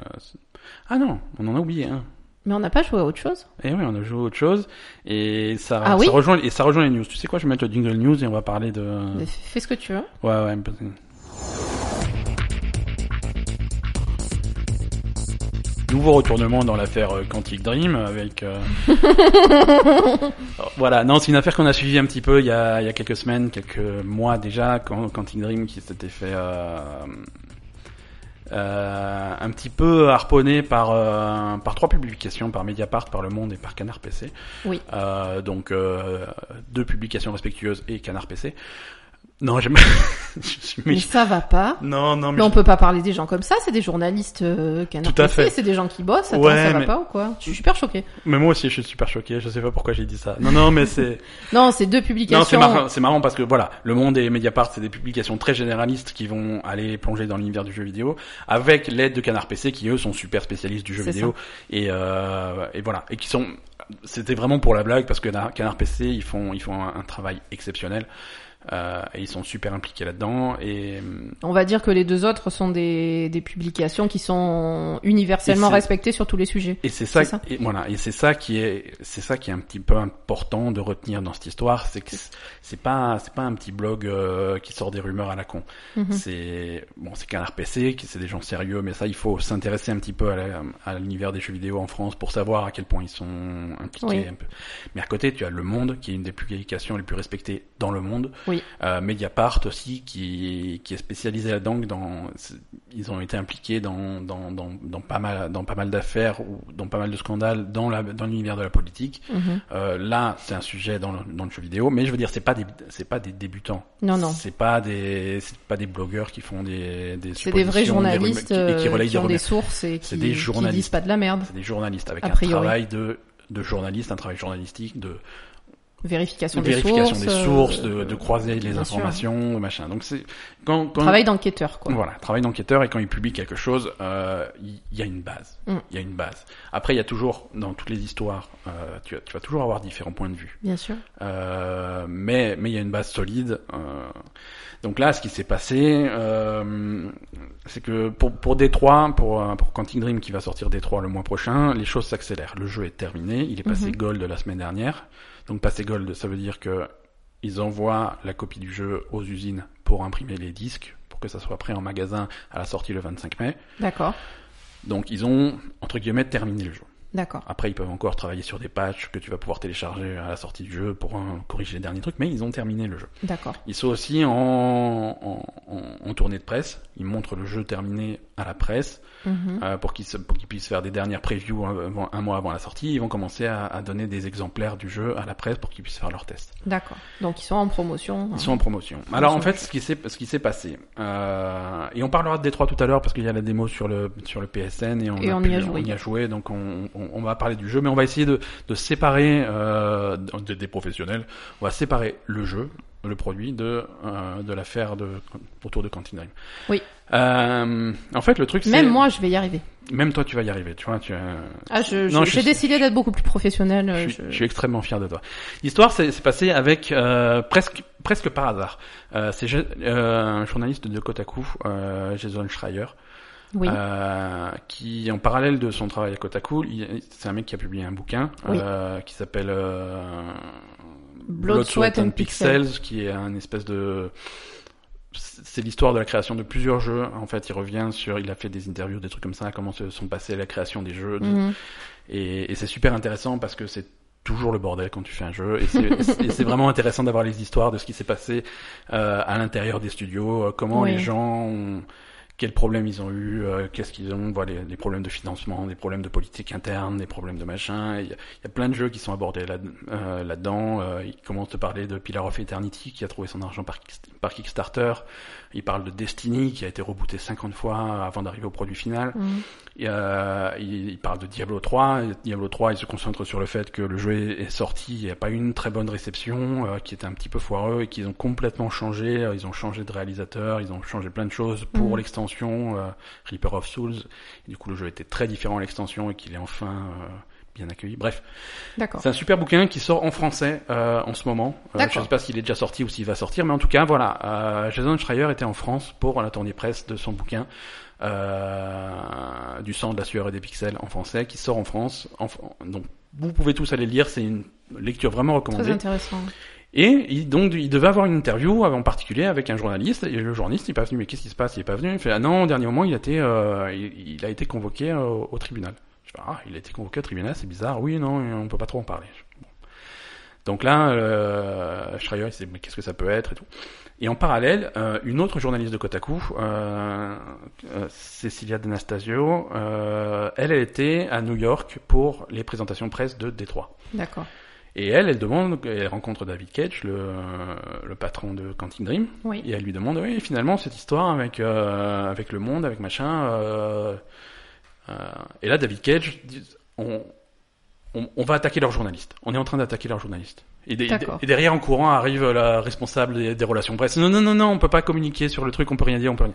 Ah non, on en a oublié un. Mais on n'a pas joué à autre chose. Et oui, on a joué à autre chose. Et ça, Ah ça oui rejoint, et ça rejoint les news. Tu sais quoi, je vais mettre le jingle news et on va parler de... Mais Fais ce que tu veux. Ouais, ouais. parce que- Nouveau retournement dans l'affaire euh, Quantic Dream avec. [LAUGHS] euh, voilà, non, c'est une affaire qu'on a suivie un petit peu il y a, il y a quelques semaines, quelques mois déjà, quand Quantic Dream qui s'était fait euh, euh, un petit peu harponné par euh, par trois publications, par Mediapart, par Le Monde et par Canard PC. Oui. Euh, donc euh, deux publications respectueuses et Canard PC. Non, j'aime. [LAUGHS] je suis Mais méchant. ça va pas. Non, non, mais. Mais on peut pas parler des gens comme ça. C'est des journalistes euh, canard Tout à PC, fait. C'est des gens qui bossent. Attends, Ouais, ça mais- va pas ou quoi Je suis super choquée. Mais moi aussi, je suis super choqué. Je sais pas pourquoi j'ai dit ça. Non, non, mais c'est. Non, c'est deux non, c'est publications. marrant, c'est marrant parce que voilà, Le Monde et Mediapart, c'est des publications très généralistes qui vont aller plonger dans l'univers du jeu vidéo avec l'aide de Canard PC qui eux sont super spécialistes du jeu C'est vidéo et euh, et voilà et qui sont. C'était vraiment pour la blague parce que Canard Canard PC ils font ils font un, un travail exceptionnel euh, et ils sont super impliqués là-dedans et hum, On va dire que les deux autres sont des, des publications qui sont universellement Et c'est- respectées sur tous les sujets. Et c'est ça, C'est ça. Et, voilà, et c'est ça qui est, c'est ça qui est un petit peu important de retenir dans cette histoire, c'est que c'est- c'est pas, c'est pas un petit blog euh, qui sort des rumeurs à la con. Mhm. C'est bon, c'est qu'un RPC, qui- c'est des gens sérieux, mais ça, il faut s'intéresser un petit peu à la- à l'univers des jeux vidéo en France pour savoir à quel point ils sont impliqués. Oui. un peu. Mais à côté, tu as Le Monde, qui est une des publications les plus respectées dans le monde. Oui. Euh, Mediapart aussi, qui, qui est spécialisé là-dedans. que Dans, c'est- ils ont été impliqués dans, dans, dans, dans pas mal, dans pas mal d'affaires ou dans pas mal de scandales dans la, dans l'univers de la politique. Mhm. Euh, là, c'est un sujet dans le, dans le jeu vidéo, mais je veux dire, c'est pas des, c'est pas des débutants. Non, non. C'est pas des, c'est pas des blogueurs qui font des, des C'est des vrais suppositions, des rumeurs- journalistes qui- et qui euh, relayent qui des ont rumeurs. des sources et C'est qui, des qui disent journalistes. pas de la merde. C'est des journalistes avec A un priori. travail de, de journaliste, un travail journalistique, de, de Vérification, vérification des sources. des sources, euh, de, de croiser les bien sûr. informations, machin. Donc c'est quand, quand Travail d'enquêteur, quoi. voilà, travail d'enquêteur et quand il publie quelque chose, euh, il il y a une base. Il Mm. y a une base. Après, il y a toujours dans toutes les histoires, euh, tu, vas- tu vas toujours avoir différents points de vue. Bien sûr. Euh, mais mais il y a une base solide. euh. Donc là, ce qui s'est passé, euh, c'est que pour pour Détroit, pour euh, pour Quantic Dream qui va sortir Détroit le mois prochain, les choses s'accélèrent. Le jeu est terminé, il est passé Mhm. gold la semaine dernière. Donc passé gold, ça veut dire que ils envoient la copie du jeu aux usines pour imprimer les disques pour que ça soit prêt en magasin à la sortie le 25 mai. D'accord. Donc ils ont entre guillemets terminé le jeu. D'accord. Après, ils peuvent encore travailler sur des patchs que tu vas pouvoir télécharger à la sortie du jeu pour hein, corriger les derniers trucs, mais ils ont terminé le jeu. D'accord. Ils sont aussi en, en, en- en tournée de presse. Ils montrent le jeu terminé à la presse Mhm. euh, pour qu'ils se- pour qu'ils puissent faire des dernières previews hein, avant- un mois avant la sortie. Ils vont commencer à, à donner des exemplaires du jeu à la presse pour qu'ils puissent faire leurs tests. D'accord. Donc ils sont en promotion. hein. Ils sont en promotion. Alors en fait, ce qui s'est ce qui s'est passé, euh, et on parlera de Détroit tout à l'heure parce qu'il y a la démo sur le sur le PSN et on, Et a on y pu- a joué. on y a joué, donc on, on, on va parler du jeu, mais on va essayer de de séparer euh, de- des professionnels. On va séparer le jeu, le produit de euh, de l'affaire de autour de Cantinheim. Oui. Euh, en fait, le truc, c'est Même moi, je vais y arriver. même toi, tu vas y arriver. Tu vois, tu. euh, as- Ah, je, je- Non, je j'ai suis- décidé d'être beaucoup plus professionnel. je euh, suis, je suis extrêmement fier de toi. L'histoire s'est s'est passée avec euh, presque presque par hasard. Euh, C'est je- euh, un journaliste de Kotaku, euh, Jason Schreier, Oui. euh, qui en parallèle de son travail à Kotaku, il- c'est un mec qui a publié un bouquin Oui. euh, qui s'appelle euh, Blood, Sweat and Pixels. qui est un espèce de c'est l'histoire de la création de plusieurs jeux. En fait, il revient sur, il a fait des interviews, des trucs comme ça, comment se sont passées la création des jeux, de- Mhm. et, et c'est super intéressant parce que c'est toujours le bordel quand tu fais un jeu. Et c'est- et c'est vraiment intéressant d'avoir les histoires de ce qui s'est passé euh, à l'intérieur des studios, euh, comment Oui. les gens ont- Quels problèmes ils ont eu, euh, qu'est-ce qu'ils ont, voilà, les, les problèmes de financement, des problèmes de politique interne, des problèmes de machin. Il y, a- il y a plein de jeux qui sont abordés là, euh, là-dedans. Euh, ils commencent de parler de Pillar of Eternity qui a trouvé son argent par, Kickst- par Kickstarter. Ils parlent de Destiny qui a été rebooté 50 fois avant d'arriver au produit final. Mhm. Et, euh, il, il parle de Diablo 3. Et Diablo 3, il se concentre sur le fait que le jeu est, est sorti, il n'y a pas eu une très bonne réception, euh, qui était un petit peu foireux et qu'ils ont complètement changé. Euh, Ils ont changé de réalisateur, ils ont changé plein de choses pour Mhm. l'extension euh, Reaper of Souls. Et du coup, le jeu était très différent à l'extension et qu'il est enfin euh, bien accueilli. Bref, D'accord. c'est un super bouquin qui sort en français euh, en ce moment. Euh, D'accord. je ne sais pas s'il est déjà sorti ou s'il va sortir, mais en tout cas, voilà. Euh, Jason Schreier était en France pour la tournée presse de son bouquin euh, du sang, de la sueur et des pixels en français, qui sort en France. En- donc, vous pouvez tous aller le lire. C'est une lecture vraiment Très recommandée. intéressant. Et il, donc, il devait avoir une interview euh, en particulier avec un journaliste. Et le journaliste, il est pas venu. Mais qu'est-ce qui se passe Il est pas venu. Il fait ah non, au dernier moment, il a été, euh, il, il a été convoqué euh, au tribunal. Je fais ah, il a été convoqué au tribunal, c'est bizarre. Oui, non, on peut pas trop en parler. Je- bon. Donc là, euh, Schreier, il s'est dit, mais qu'est-ce que ça peut être et tout. Et en parallèle, euh, une autre journaliste de Kotaku, euh, euh, Cecilia D'Anastasio, euh, elle, elle était à New York pour les présentations presse de Détroit. D'accord. Et elle, elle demande, elle rencontre David Cage, le, euh, le patron de Quantic Dream, Oui. et elle lui demande, oui, finalement, cette histoire avec, euh, avec le monde, avec machin. euh, euh, et là, David Cage, dit, on, on, on va attaquer leurs journalistes. On est en train d'attaquer leurs journalistes. Et, des- D'accord. et derrière, en courant, arrive la responsable des, des relations presse. Non, non, non, non, on peut pas communiquer sur le truc, on peut rien dire, on peut rien.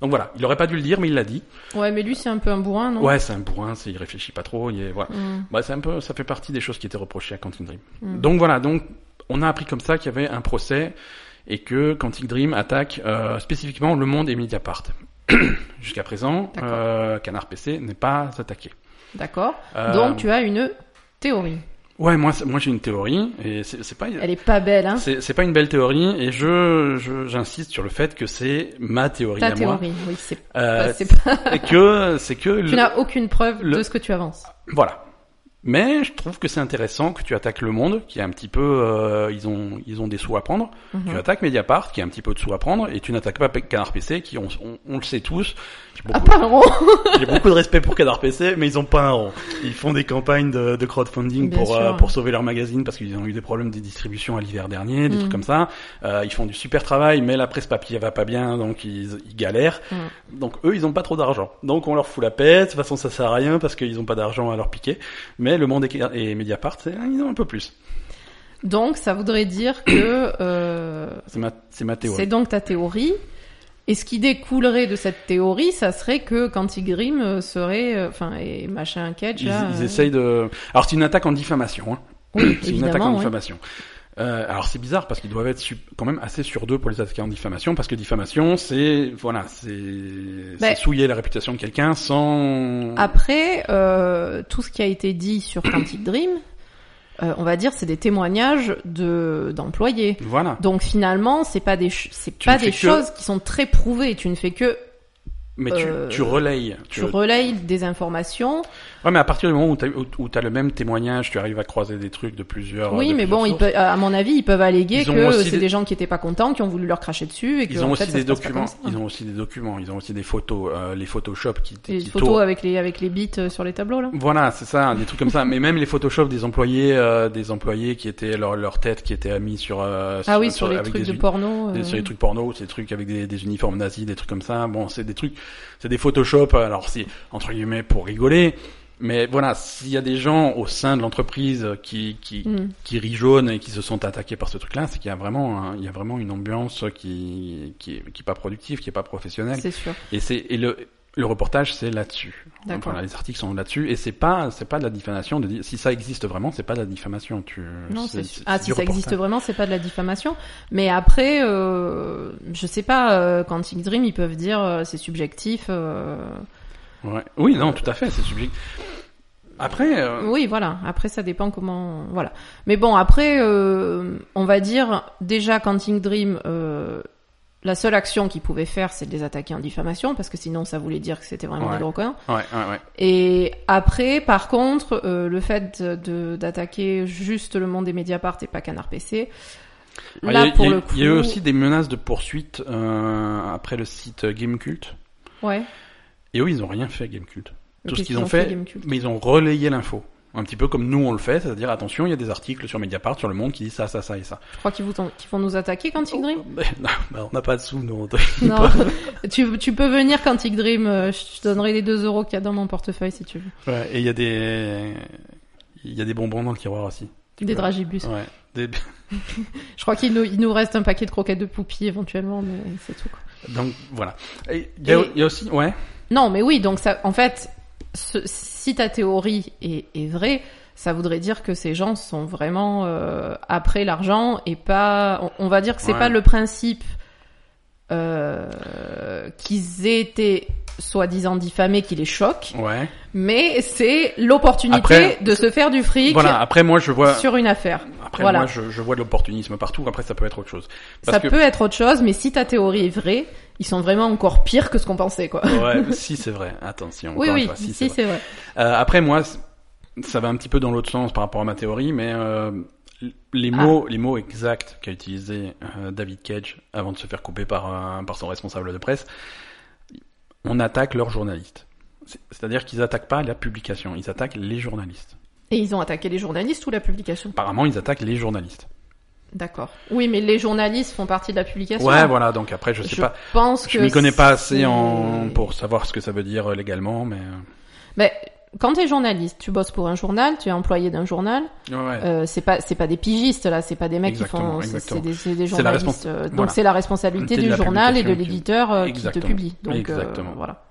Donc voilà, il aurait pas dû le dire, mais il l'a dit. Ouais, mais lui, c'est un peu un bourrin, non Ouais, c'est un bourrin, c'est- il réfléchit pas trop, il est, voilà. Mhm. Bah, c'est un peu, ça fait partie des choses qui étaient reprochées à Quantic Dream. Mm. Donc voilà, donc on a appris comme ça qu'il y avait un procès et que Quantic Dream attaque euh, spécifiquement Le Monde et Mediapart. [COUGHS] Jusqu'à présent, D'accord. euh, Canard PC n'est pas attaqué. D'accord. Euh, Donc tu as une théorie. Ouais, moi, c'est- moi j'ai une théorie et c'est c'est pas. Elle est pas belle, hein C'est c'est pas une belle théorie et je je- j'insiste sur le fait que c'est ma théorie Ta à moi théorie, oui, c'est Euh, pas- c'est pas- et que c'est que Tu le- n'as aucune preuve le- de ce que tu avances. Voilà. Mais je trouve que c'est intéressant que tu attaques le monde, qui est un petit peu, euh, ils ont, ils ont des sous à prendre. Mhm. Tu attaques Mediapart, qui a un petit peu de sous à prendre, et tu n'attaques pas Canard PC, qui on, on, on le sait tous. J'ai Ah, beaucoup, pas un rond j'ai beaucoup de respect pour Canard PC, mais ils ont pas un rond. Ils font des campagnes de, de crowdfunding Bien pour sûr. euh, pour sauver leur magazine parce qu'ils ont eu des problèmes de distribution à l'hiver dernier, des Mm. trucs comme ça. Euh, ils font du super travail, mais la presse papier va pas bien, donc ils, ils galèrent. Mm. Donc eux, ils ont pas trop d'argent. Donc on leur fout la paix. De toute façon, ça sert à rien parce qu'ils ont pas d'argent à leur piquer. Mais le Monde et, et Mediapart, c'est- ils ont un peu plus. Donc ça voudrait dire que euh, C'est ma, c'est ma théorie. c'est donc ta théorie. Et ce qui découlerait de cette théorie, ça serait que Quantic Dream euh, serait, euh, enfin, et machin Cage. Ils, là, ils euh, essayent de. Alors c'est une attaque en diffamation. Hein. Oui, C'est une attaque en évidemment. oui. diffamation. Euh, alors c'est bizarre parce qu'ils doivent être sup- quand même assez sur deux pour les attaquer en diffamation parce que diffamation, c'est voilà, c'est c'est souiller la réputation de quelqu'un sans. Ah. Après, euh, tout ce qui a été dit sur Quantic Dream, euh, on va dire, c'est des témoignages de d'employés. Voilà. Donc finalement, c'est pas des ch- c'est Tu pas ne fais des que- choses qui sont très prouvées. Tu ne fais que Mais euh, tu, tu relayes. tu tu- relayes des informations Ouais, mais à partir du moment où t'as, où- où t'as le même témoignage, tu arrives à croiser des trucs de plusieurs. Oui, de mais plusieurs bon, ils sources. peuvent- à mon avis, ils peuvent alléguer Ils ont que aussi c'est des- des gens qui étaient pas contents, qui ont voulu leur cracher dessus et que Ils en ont fait, aussi ça des se passe pas comme documents. ça. Ils ont aussi des documents. Ils ont aussi des photos, euh, les Photoshop qui, Des qui photos tournent. avec les avec les bits euh, sur les tableaux là. Voilà, c'est ça, des trucs comme ça. Mais même les Photoshop des employés, euh, des employés qui étaient leur leur tête qui était mise sur. euh, Ah oui, sur les avec trucs des de uni- porno. des- euh. sur les trucs porno, c'est des trucs avec des, des uniformes nazis, des trucs comme ça. Bon, c'est des trucs, c'est des Photoshop. euh, Alors c'est entre guillemets pour rigoler. Mais voilà, s'il y a des gens au sein de l'entreprise qui qui Mm. qui rient jaune et qui se sont attaqués par ce truc-là, c'est qu'il y a vraiment un- il y a vraiment une ambiance qui qui est, qui est pas productive, qui est pas professionnelle. C'est sûr. Et c'est et le le reportage c'est là-dessus. D'accord. Voilà, les articles sont là-dessus et c'est pas c'est pas de la diffamation de dire- si ça existe vraiment, c'est pas de la diffamation. Tu Non, c'est sûr. Ah, c'est si du ça reportage. existe vraiment, c'est pas de la diffamation. Mais après, euh, je sais pas, euh, Quantic Dream, ils peuvent dire euh, c'est subjectif. euh, Ouais. Oui, non, tout à fait, c'est subjectif. Après euh, Oui, voilà. Après, ça dépend comment. Voilà. Mais bon, après, euh, on va dire déjà, Quantic Dream, euh, la seule action qu'ils pouvaient faire, c'est de les attaquer en diffamation, parce que sinon, ça voulait dire que c'était vraiment Ouais. des gros cons. ouais, ouais, ouais. Et après, par contre, euh, le fait de d'attaquer juste le monde des Mediapart et pas Canard PC, Alors, là il Ah, y a- pour il y a- le coup, il y a eu aussi des menaces de poursuite euh, après le site Gamecult ouais, et eux ils ont rien fait Gamecult. Tout Qu'est-ce ce qu'ils ont ont fait, Gamecube Mais ils ont relayé l'info. Un petit peu comme nous on le fait, c'est-à-dire attention, il y a des articles sur Mediapart, sur Le Monde qui disent ça, ça, ça et ça. Je crois qu'ils vous ont- qu'ils vont nous attaquer, [LAUGHS] Quantic Dream. Bah, bah, on n'a pas de sous, nous. non, [LAUGHS] tu, tu peux venir, Quantic Dream. euh, Je te donnerai les 2 euros qu'il y a dans mon portefeuille si tu veux. Ouais, et il y a des, il y a des bonbons dans le tiroir aussi. Des peux. dragibus. Ouais. Ah. Des- Je crois qu'il nous, il nous reste un paquet de croquettes de poupie éventuellement, mais c'est tout. quoi. Donc voilà. Et Il y, a- Et- il y a aussi, ouais. Non, mais oui, donc ça, en fait, ce- si ta théorie est, est vraie, ça voudrait dire que ces gens sont vraiment euh, après l'argent et pas. On, on va dire que c'est Ouais. pas le principe euh, qu'ils aient été soi-disant diffamés qui les choque, Ouais. mais c'est l'opportunité Après- de se faire du fric Voilà. Après moi je vois, sur une affaire. après voilà. moi je, je vois de l'opportunisme partout. Après ça peut être autre chose. Parce ça que- peut être autre chose, mais si ta théorie est vraie, ils sont vraiment encore pires que ce qu'on pensait, quoi. [LAUGHS] Ouais. si c'est vrai. Attention. Oui, encore une oui, fois, si, c'est vrai. c'est vrai. Euh, après, moi, c- ça va un petit peu dans l'autre sens par rapport à ma théorie, mais euh, l- les mots, les mots exacts qu'a utilisé euh, David Cage avant de se faire couper par, un- par son responsable de presse, on attaque leurs journalistes. C'est- C'est-à-dire qu'ils attaquent pas la publication, ils attaquent les journalistes. Et ils ont attaqué les journalistes ou la publication Apparemment, ils attaquent les journalistes. D'accord. Oui, mais les journalistes font partie de la publication. Ouais, voilà. Donc après, je sais Je pas, pense je que m'y connais pas c'est- assez en pour savoir ce que ça veut dire euh, légalement, mais Mais quand t'es journaliste, tu bosses pour un journal, tu es employé d'un journal. euh, ouais. Euh, c'est pas c'est pas des pigistes là, c'est pas des mecs Exactement, qui font. c'est- C'est exactement. des, c'est des C'est la journalistes. euh, donc voilà. c'est la responsabilité C'est de du la journal et de publication qui- l'éditeur euh, qui te Exactement. publie. Donc euh, Exactement. voilà.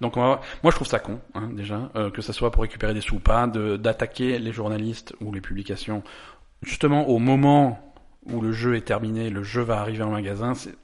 Donc on va- moi je trouve ça con hein, déjà euh, que ça soit pour récupérer des sous ou pas de d'attaquer les journalistes ou les publications justement au moment où le jeu est terminé, le jeu va arriver en magasin, c'est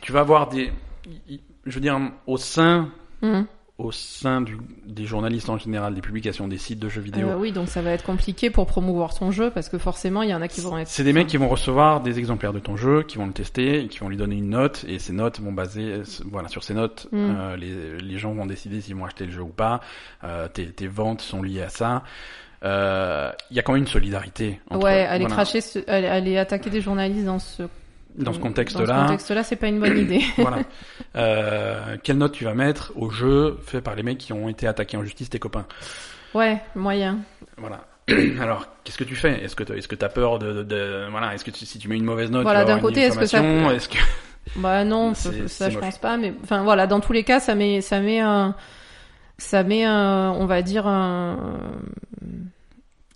tu vas avoir des i- i- je veux dire au sein Hum. au sein du, des journalistes en général, des publications, des sites de jeux vidéo. Euh, oui, donc ça va être compliqué pour promouvoir son jeu parce que forcément il y en a qui vont être. C'est des mecs qui vont recevoir des exemplaires de ton jeu, qui vont le tester, et qui vont lui donner une note, et ces notes vont baser, euh, voilà, sur ces notes, Mm. euh, les, les gens vont décider s'ils vont acheter le jeu ou pas. euh, tes, tes ventes sont liées à ça. Euh, Il y a quand même une solidarité. entre- ouais, aller voilà, cracher, ce- aller, aller attaquer des journalistes dans ce euh, dans ce Dans ce contexte-là. [LAUGHS] contexte-là, c'est pas une bonne [COUGHS] idée. [LAUGHS] voilà. Euh, quelle note tu vas mettre au jeu fait par les mecs qui ont été attaqués en justice, tes copains. Ouais, moyen. Voilà. [CLEARS THROAT] Alors, qu'est-ce que tu fais Est-ce que t'as- est-ce que t'as peur de, de, de- voilà Est-ce que tu- si tu mets une mauvaise note, Voilà, tu vas d'un avoir une côté, est-ce que ça- diffamation Est-ce que- Bah non, C'est- ça, c'est je moche. pense pas. Mais enfin voilà, dans tous les cas, ça met, ça met un, ça met un, on va dire un,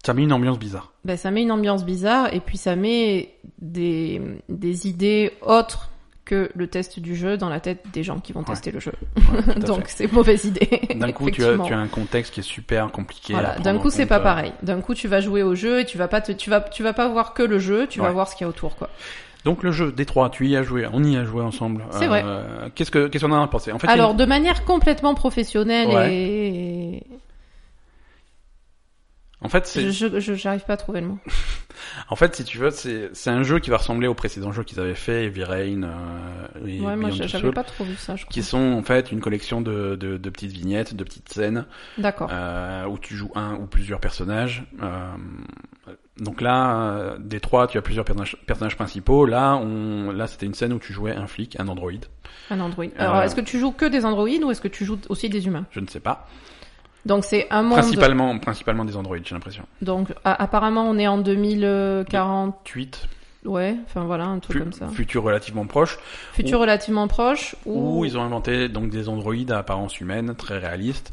ça met une ambiance bizarre. ben ça met une ambiance bizarre et puis ça met des, des idées autres que le test du jeu dans la tête des gens qui vont tester le jeu. Ouais, [LAUGHS] tout à fait. Donc c'est mauvaise idée. [LAUGHS] D'un coup, tu as, Effectivement. tu as un contexte qui est super compliqué. à Voilà, prendre d'un en coup c'est compte, pas euh, pareil. D'un coup tu vas jouer au jeu et tu vas pas te, tu vas tu vas pas voir que le jeu, tu vas Ouais. voir ce qu'il y a autour quoi. Donc le jeu Détroit, tu y as joué, on y a joué ensemble. C'est Euh, Qu'est-ce que qu'est-ce qu'on en a pensé En fait, Alors de manière complètement professionnelle Ouais. et il- En fait, c'est, Je je- je- j'arrive pas à trouver le mot. en fait, si tu veux, c'est, c'est un jeu qui va ressembler aux précédents jeux qu'ils avaient fait, Heavy Rain, euh, et Ouais, moi Beyond j'a- Two j'avais Souls, pas trop vu ça, je crois. qui sont en fait une collection de, de, de petites vignettes, de petites scènes D'accord. euh, où tu joues un ou plusieurs personnages. Euh, donc là, euh, des trois, tu as plusieurs personnages, personnages principaux. Là, on, là, c'était une scène où tu jouais un flic, un androïde, Un androïde. Alors, euh, est-ce que tu joues que des androïdes ou est-ce que tu joues aussi des humains je ne sais pas. Donc c'est un monde. Principalement, principalement des androïdes, j'ai l'impression. Donc a- apparemment on est en 2040. Tweet, Ouais, enfin voilà, un truc fu- comme ça. futur relativement proche, Futur relativement proche ou où ils ont inventé donc des androïdes à apparence humaine, très réalistes.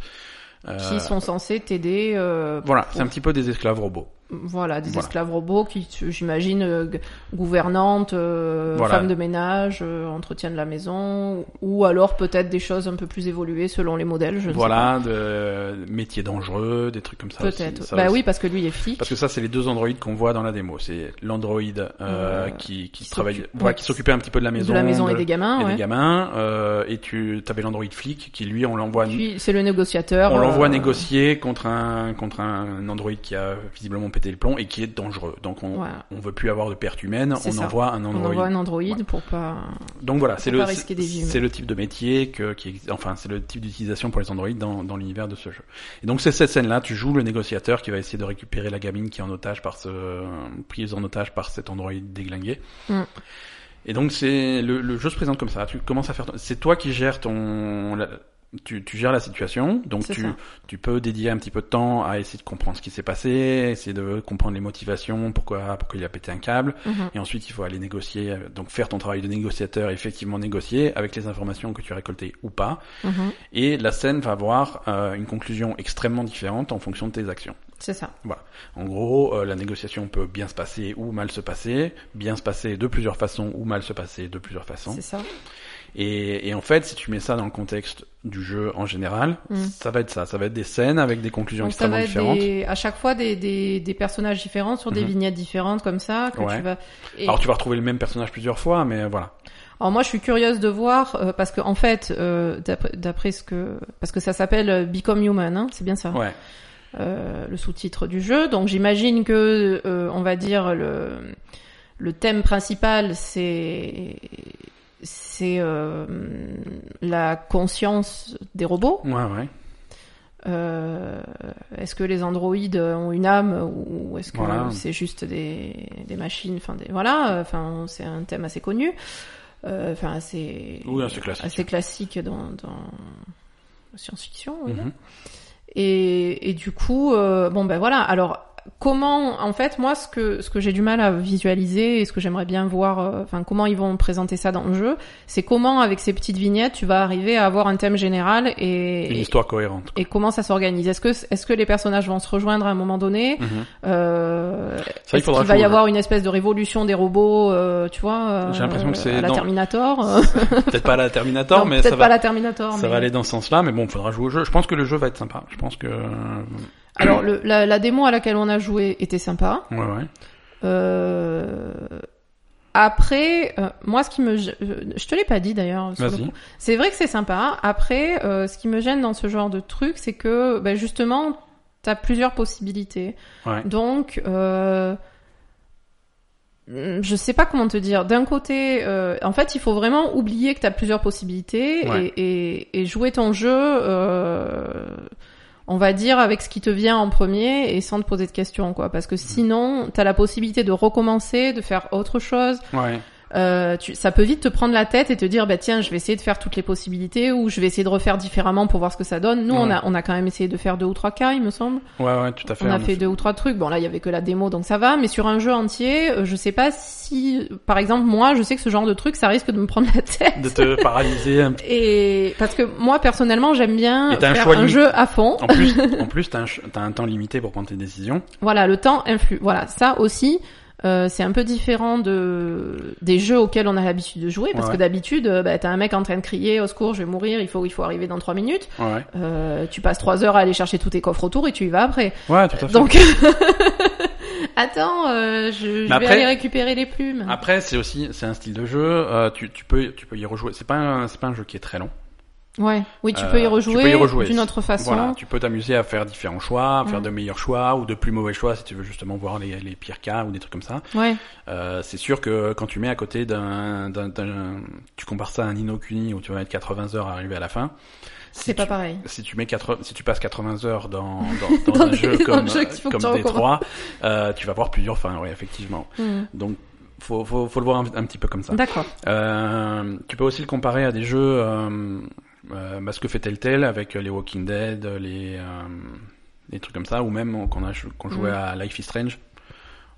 Euh, qui sont censés t'aider. euh, Voilà, pour- c'est un petit peu des esclaves robots. Voilà, des Voilà. esclaves robots qui, tu- j'imagine, euh, g- gouvernantes, euh, Voilà. femmes de ménage, euh, entretien de la maison, ou alors peut-être des choses un peu plus évoluées selon les modèles, je ne Voilà, de euh, métiers dangereux, des trucs comme sais ça. pas. aussi, Peut-être. ça Bah aussi. oui, parce que lui est flic. Parce que ça, c'est les deux androïdes qu'on voit dans la démo. C'est l'androïde euh, Euh, qui, qui, qui travaille, s'occupe- voilà, ouais, qui s'occupait un petit peu de la maison, de la maison et des gamins, et des ouais. gamins, euh, et tu avais l'androïde flic qui lui, on l'envoie, Puis c'est le négociateur. on l'envoie euh, négocier contre un contre un androïde qui a visiblement pété le plomb et qui est dangereux. Donc on voilà. on veut plus avoir de pertes humaines, C'est on ça. envoie un On androïde. envoie un androïde Ouais. pour pas. Donc voilà, c'est Faut le pas risquer des vies c'est le type de métier que qui exi- enfin c'est le type d'utilisation pour les androïdes dans dans l'univers de ce jeu. Et donc c'est cette scène là, tu joues le négociateur qui va essayer de récupérer la gamine qui est en otage par ce prise en otage par cet androïde déglingué. Mm. Et donc c'est le le jeu se présente comme ça, tu commences à faire ton- c'est toi qui gères ton la- tu, tu gères la situation, donc C'est tu, ça. tu peux dédier un petit peu de temps à essayer de comprendre ce qui s'est passé, essayer de comprendre les motivations, pourquoi, pourquoi il a pété un câble, Mhm. et ensuite, il faut aller négocier, euh, donc faire ton travail de négociateur, effectivement négocier avec les informations que tu as récoltées ou pas. Mhm. Et la scène va avoir euh, une conclusion extrêmement différente en fonction de tes actions. C'est ça. En gros, euh, la négociation peut bien se passer ou mal se passer, bien se passer de plusieurs façons ou mal se passer de plusieurs façons. C'est ça. Et, et en fait, si tu mets ça dans le contexte du jeu en général, Mm. ça va être ça. Ça va être des scènes avec des conclusions Donc ça extrêmement va être différentes. des, à chaque fois des, des, des personnages différents sur des Mhm. vignettes différentes comme ça que Ouais. tu vas. Et- Alors tu vas retrouver le même personnage plusieurs fois, mais voilà. Alors moi, je suis curieuse de voir euh, parce que en fait, euh, d'après- d'après ce que, parce que ça s'appelle euh, Become Human, hein, c'est bien ça, Ouais. euh, le sous-titre du jeu. Donc j'imagine que, euh, on va dire le le thème principal, c'est c'est euh, la conscience des robots. Ouais, ouais. Euh, est-ce que les androïdes ont une âme ou est-ce que Voilà. c'est juste des, des machines Enfin, des, voilà. euh, Enfin, c'est un thème assez connu. Euh, Enfin, assez Oui, c'est classique. assez classique dans, dans la science-fiction. on va dire. Mhm. Et, et du coup, euh, bon ben voilà. Alors comment, en fait, moi ce que ce que j'ai du mal à visualiser et ce que j'aimerais bien voir, euh, enfin comment ils vont présenter ça dans le jeu, c'est comment avec ces petites vignettes tu vas arriver à avoir un thème général Une et, histoire cohérente. et comment ça s'organise. Est-ce que est-ce que les personnages vont se rejoindre à un moment donné Mhm. euh, Ça, Ah, il Est-ce faudra qu'il va y jouer. avoir une espèce de révolution des robots, euh, tu vois euh, J'ai l'impression que c'est à la dans- Terminator. euh, Peut-être pas à la Terminator, [LAUGHS] non, mais peut-être ça pas va, la Terminator. ça mais- va aller dans ce sens-là. Mais bon, faudra jouer au jeu. Je pense que le jeu va être sympa. Je pense que Alors le, la, la démo à laquelle on a joué était sympa. ouais, ouais. Euh, Après, euh, moi, ce qui me, gê- euh, je te l'ai pas dit d'ailleurs. sur le Vas-y. coup. C'est vrai que c'est sympa. Après, euh, ce qui me gêne dans ce genre de truc, c'est que ben, justement, t'as plusieurs possibilités. Ouais. Donc, euh, je sais pas comment te dire. D'un côté, euh, en fait, il faut vraiment oublier que t'as plusieurs possibilités Ouais. et, et, et jouer ton jeu. euh, on va dire avec ce qui te vient en premier et sans te poser de questions quoi Mmh. parce que sinon t'as la possibilité de recommencer de faire autre chose Ouais. euh, tu, ça peut vite te prendre la tête et te dire bah tiens je vais essayer de faire toutes les possibilités ou je vais essayer de refaire différemment pour voir ce que ça donne nous on Ouais. a on a quand même essayé de faire deux ou trois cas il me semble Ouais, ouais, tout à fait. on a On fait deux ou trois trucs bon là il y avait que la démo donc ça va mais sur un jeu entier euh, je sais pas si par exemple moi je sais que ce genre de truc ça risque de me prendre la tête de te paralyser un petit. et parce que moi personnellement j'aime bien Et t'as un faire choix un limite. jeu à fond En [LAUGHS] plus, en plus, t'as un, ch- t'as un temps limité pour prendre tes décisions. Voilà, le temps influe. Voilà, ça aussi, euh, c'est un peu différent de des jeux auxquels on a l'habitude de jouer, parce Ouais. que d'habitude, euh, bah, t'as un mec en train de crier au secours, je vais mourir, il faut, il faut arriver dans trois minutes. Ouais. Euh, tu passes trois heures à aller chercher tous tes coffres autour et tu y vas après. Ouais, tout à fait. Donc, [LAUGHS] attends, euh, je, je vais après- Ah. aller récupérer les plumes. Après, c'est aussi, c'est un style de jeu. euh, tu, tu peux, tu peux y rejouer. C'est pas, un, c'est pas un jeu qui est très long. Ouais. Oui, tu Euh, peux y tu rejouer, peux y rejouer. d'une autre façon. Voilà, tu peux t'amuser à faire différents choix, à faire Mm. de meilleurs choix ou de plus mauvais choix si tu veux justement voir les, les pires cas ou des trucs comme ça. Ouais. Euh, c'est sûr que quand tu mets à côté d'un, d'un, d'un- tu compares ça à un Inokuni où tu vas mettre 80 heures à arriver à la fin. C'est Si pas tu- pareil. Si tu mets 80, si tu passes 80 heures dans, [LAUGHS] dans, dans, Dans un des- jeu dans un comme, jeu qu'il faut que tu comme recommences. Détroit, euh, tu vas voir plusieurs fins, ouais, effectivement. Hmm. Donc, faut, faut, faut le voir un, un petit peu comme ça. D'accord. Euh, tu peux aussi le comparer à des jeux, euh, euh, bah, ce que fait Telltale avec euh, les Walking Dead, les, euh, les trucs comme ça, ou même euh, qu'on a qu'on jouait Mm. à Life is Strange.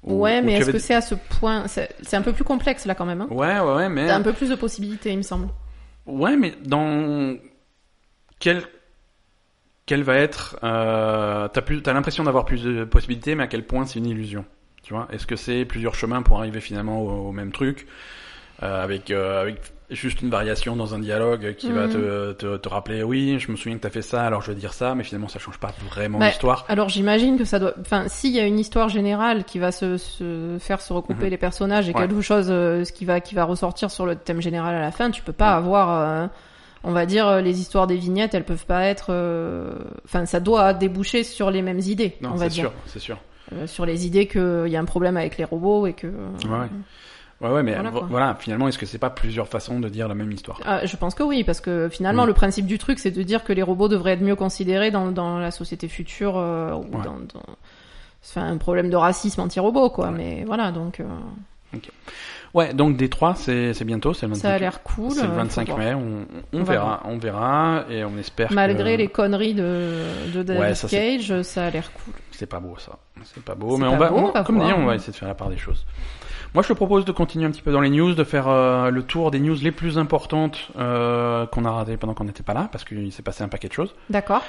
où- Ouais, où mais tu est-ce avais que c'est à ce point C'est c'est un peu plus complexe là quand même. Hein. des- Ouais, ouais, ouais, mais T'as un peu plus de possibilités, il me semble. ouais, mais dans quel quelle va être euh, T'as plus, t'as l'impression d'avoir plus de possibilités, mais à quel point c'est une illusion Tu vois Est-ce que c'est plusieurs chemins pour arriver finalement au, au même truc euh, avec euh, avec juste une variation dans un dialogue qui va Mhm. te, te te rappeler oui, je me souviens que t'as fait ça, alors je vais dire ça, mais finalement ça change pas vraiment Ouais. l'histoire. Alors j'imagine que ça doit. Enfin, s'il y a une histoire générale qui va se, se faire se regrouper Mhm. les personnages et Ouais. quelque chose, euh, ce qui va qui va ressortir sur le thème général à la fin, tu peux pas Ouais. avoir. euh, on va dire euh, les histoires des vignettes, elles peuvent pas être. euh, Enfin, ça doit déboucher sur les mêmes idées. Non, on va c'est dire sûr, c'est sûr. Euh, sur les idées qu'il y a un problème avec les robots et que. euh, Ouais, ouais. Ouais, ouais, mais Voilà, vo- quoi. voilà, finalement, est-ce que c'est pas plusieurs façons de dire la même histoire Ah, je pense que oui, parce que finalement, Oui. le principe du truc, c'est de dire que les robots devraient être mieux considérés dans, dans la société future, euh, ou Ouais. dans, dans- enfin, un problème de racisme anti-robot, quoi. Ouais. Mais voilà, donc euh, Ouais, donc D3, c'est c'est bientôt, c'est le 25 ça a l'air cool. C'est le euh, 25 faut voir. mai, on, on On va verra, on verra, et on espère Malgré que... les conneries de, de David euh. Ouais, ça, c'est- Cage, ça a l'air cool. C'est pas beau ça, c'est pas beau, C'est mais on pas va, beau, on- on va comme dit, voir. on va essayer de faire la part des choses. Moi je te propose de continuer un petit peu dans les news, de faire euh, le tour des news les plus importantes euh, qu'on a ratées pendant qu'on n'était pas là, parce qu'il s'est passé un paquet de choses. D'accord.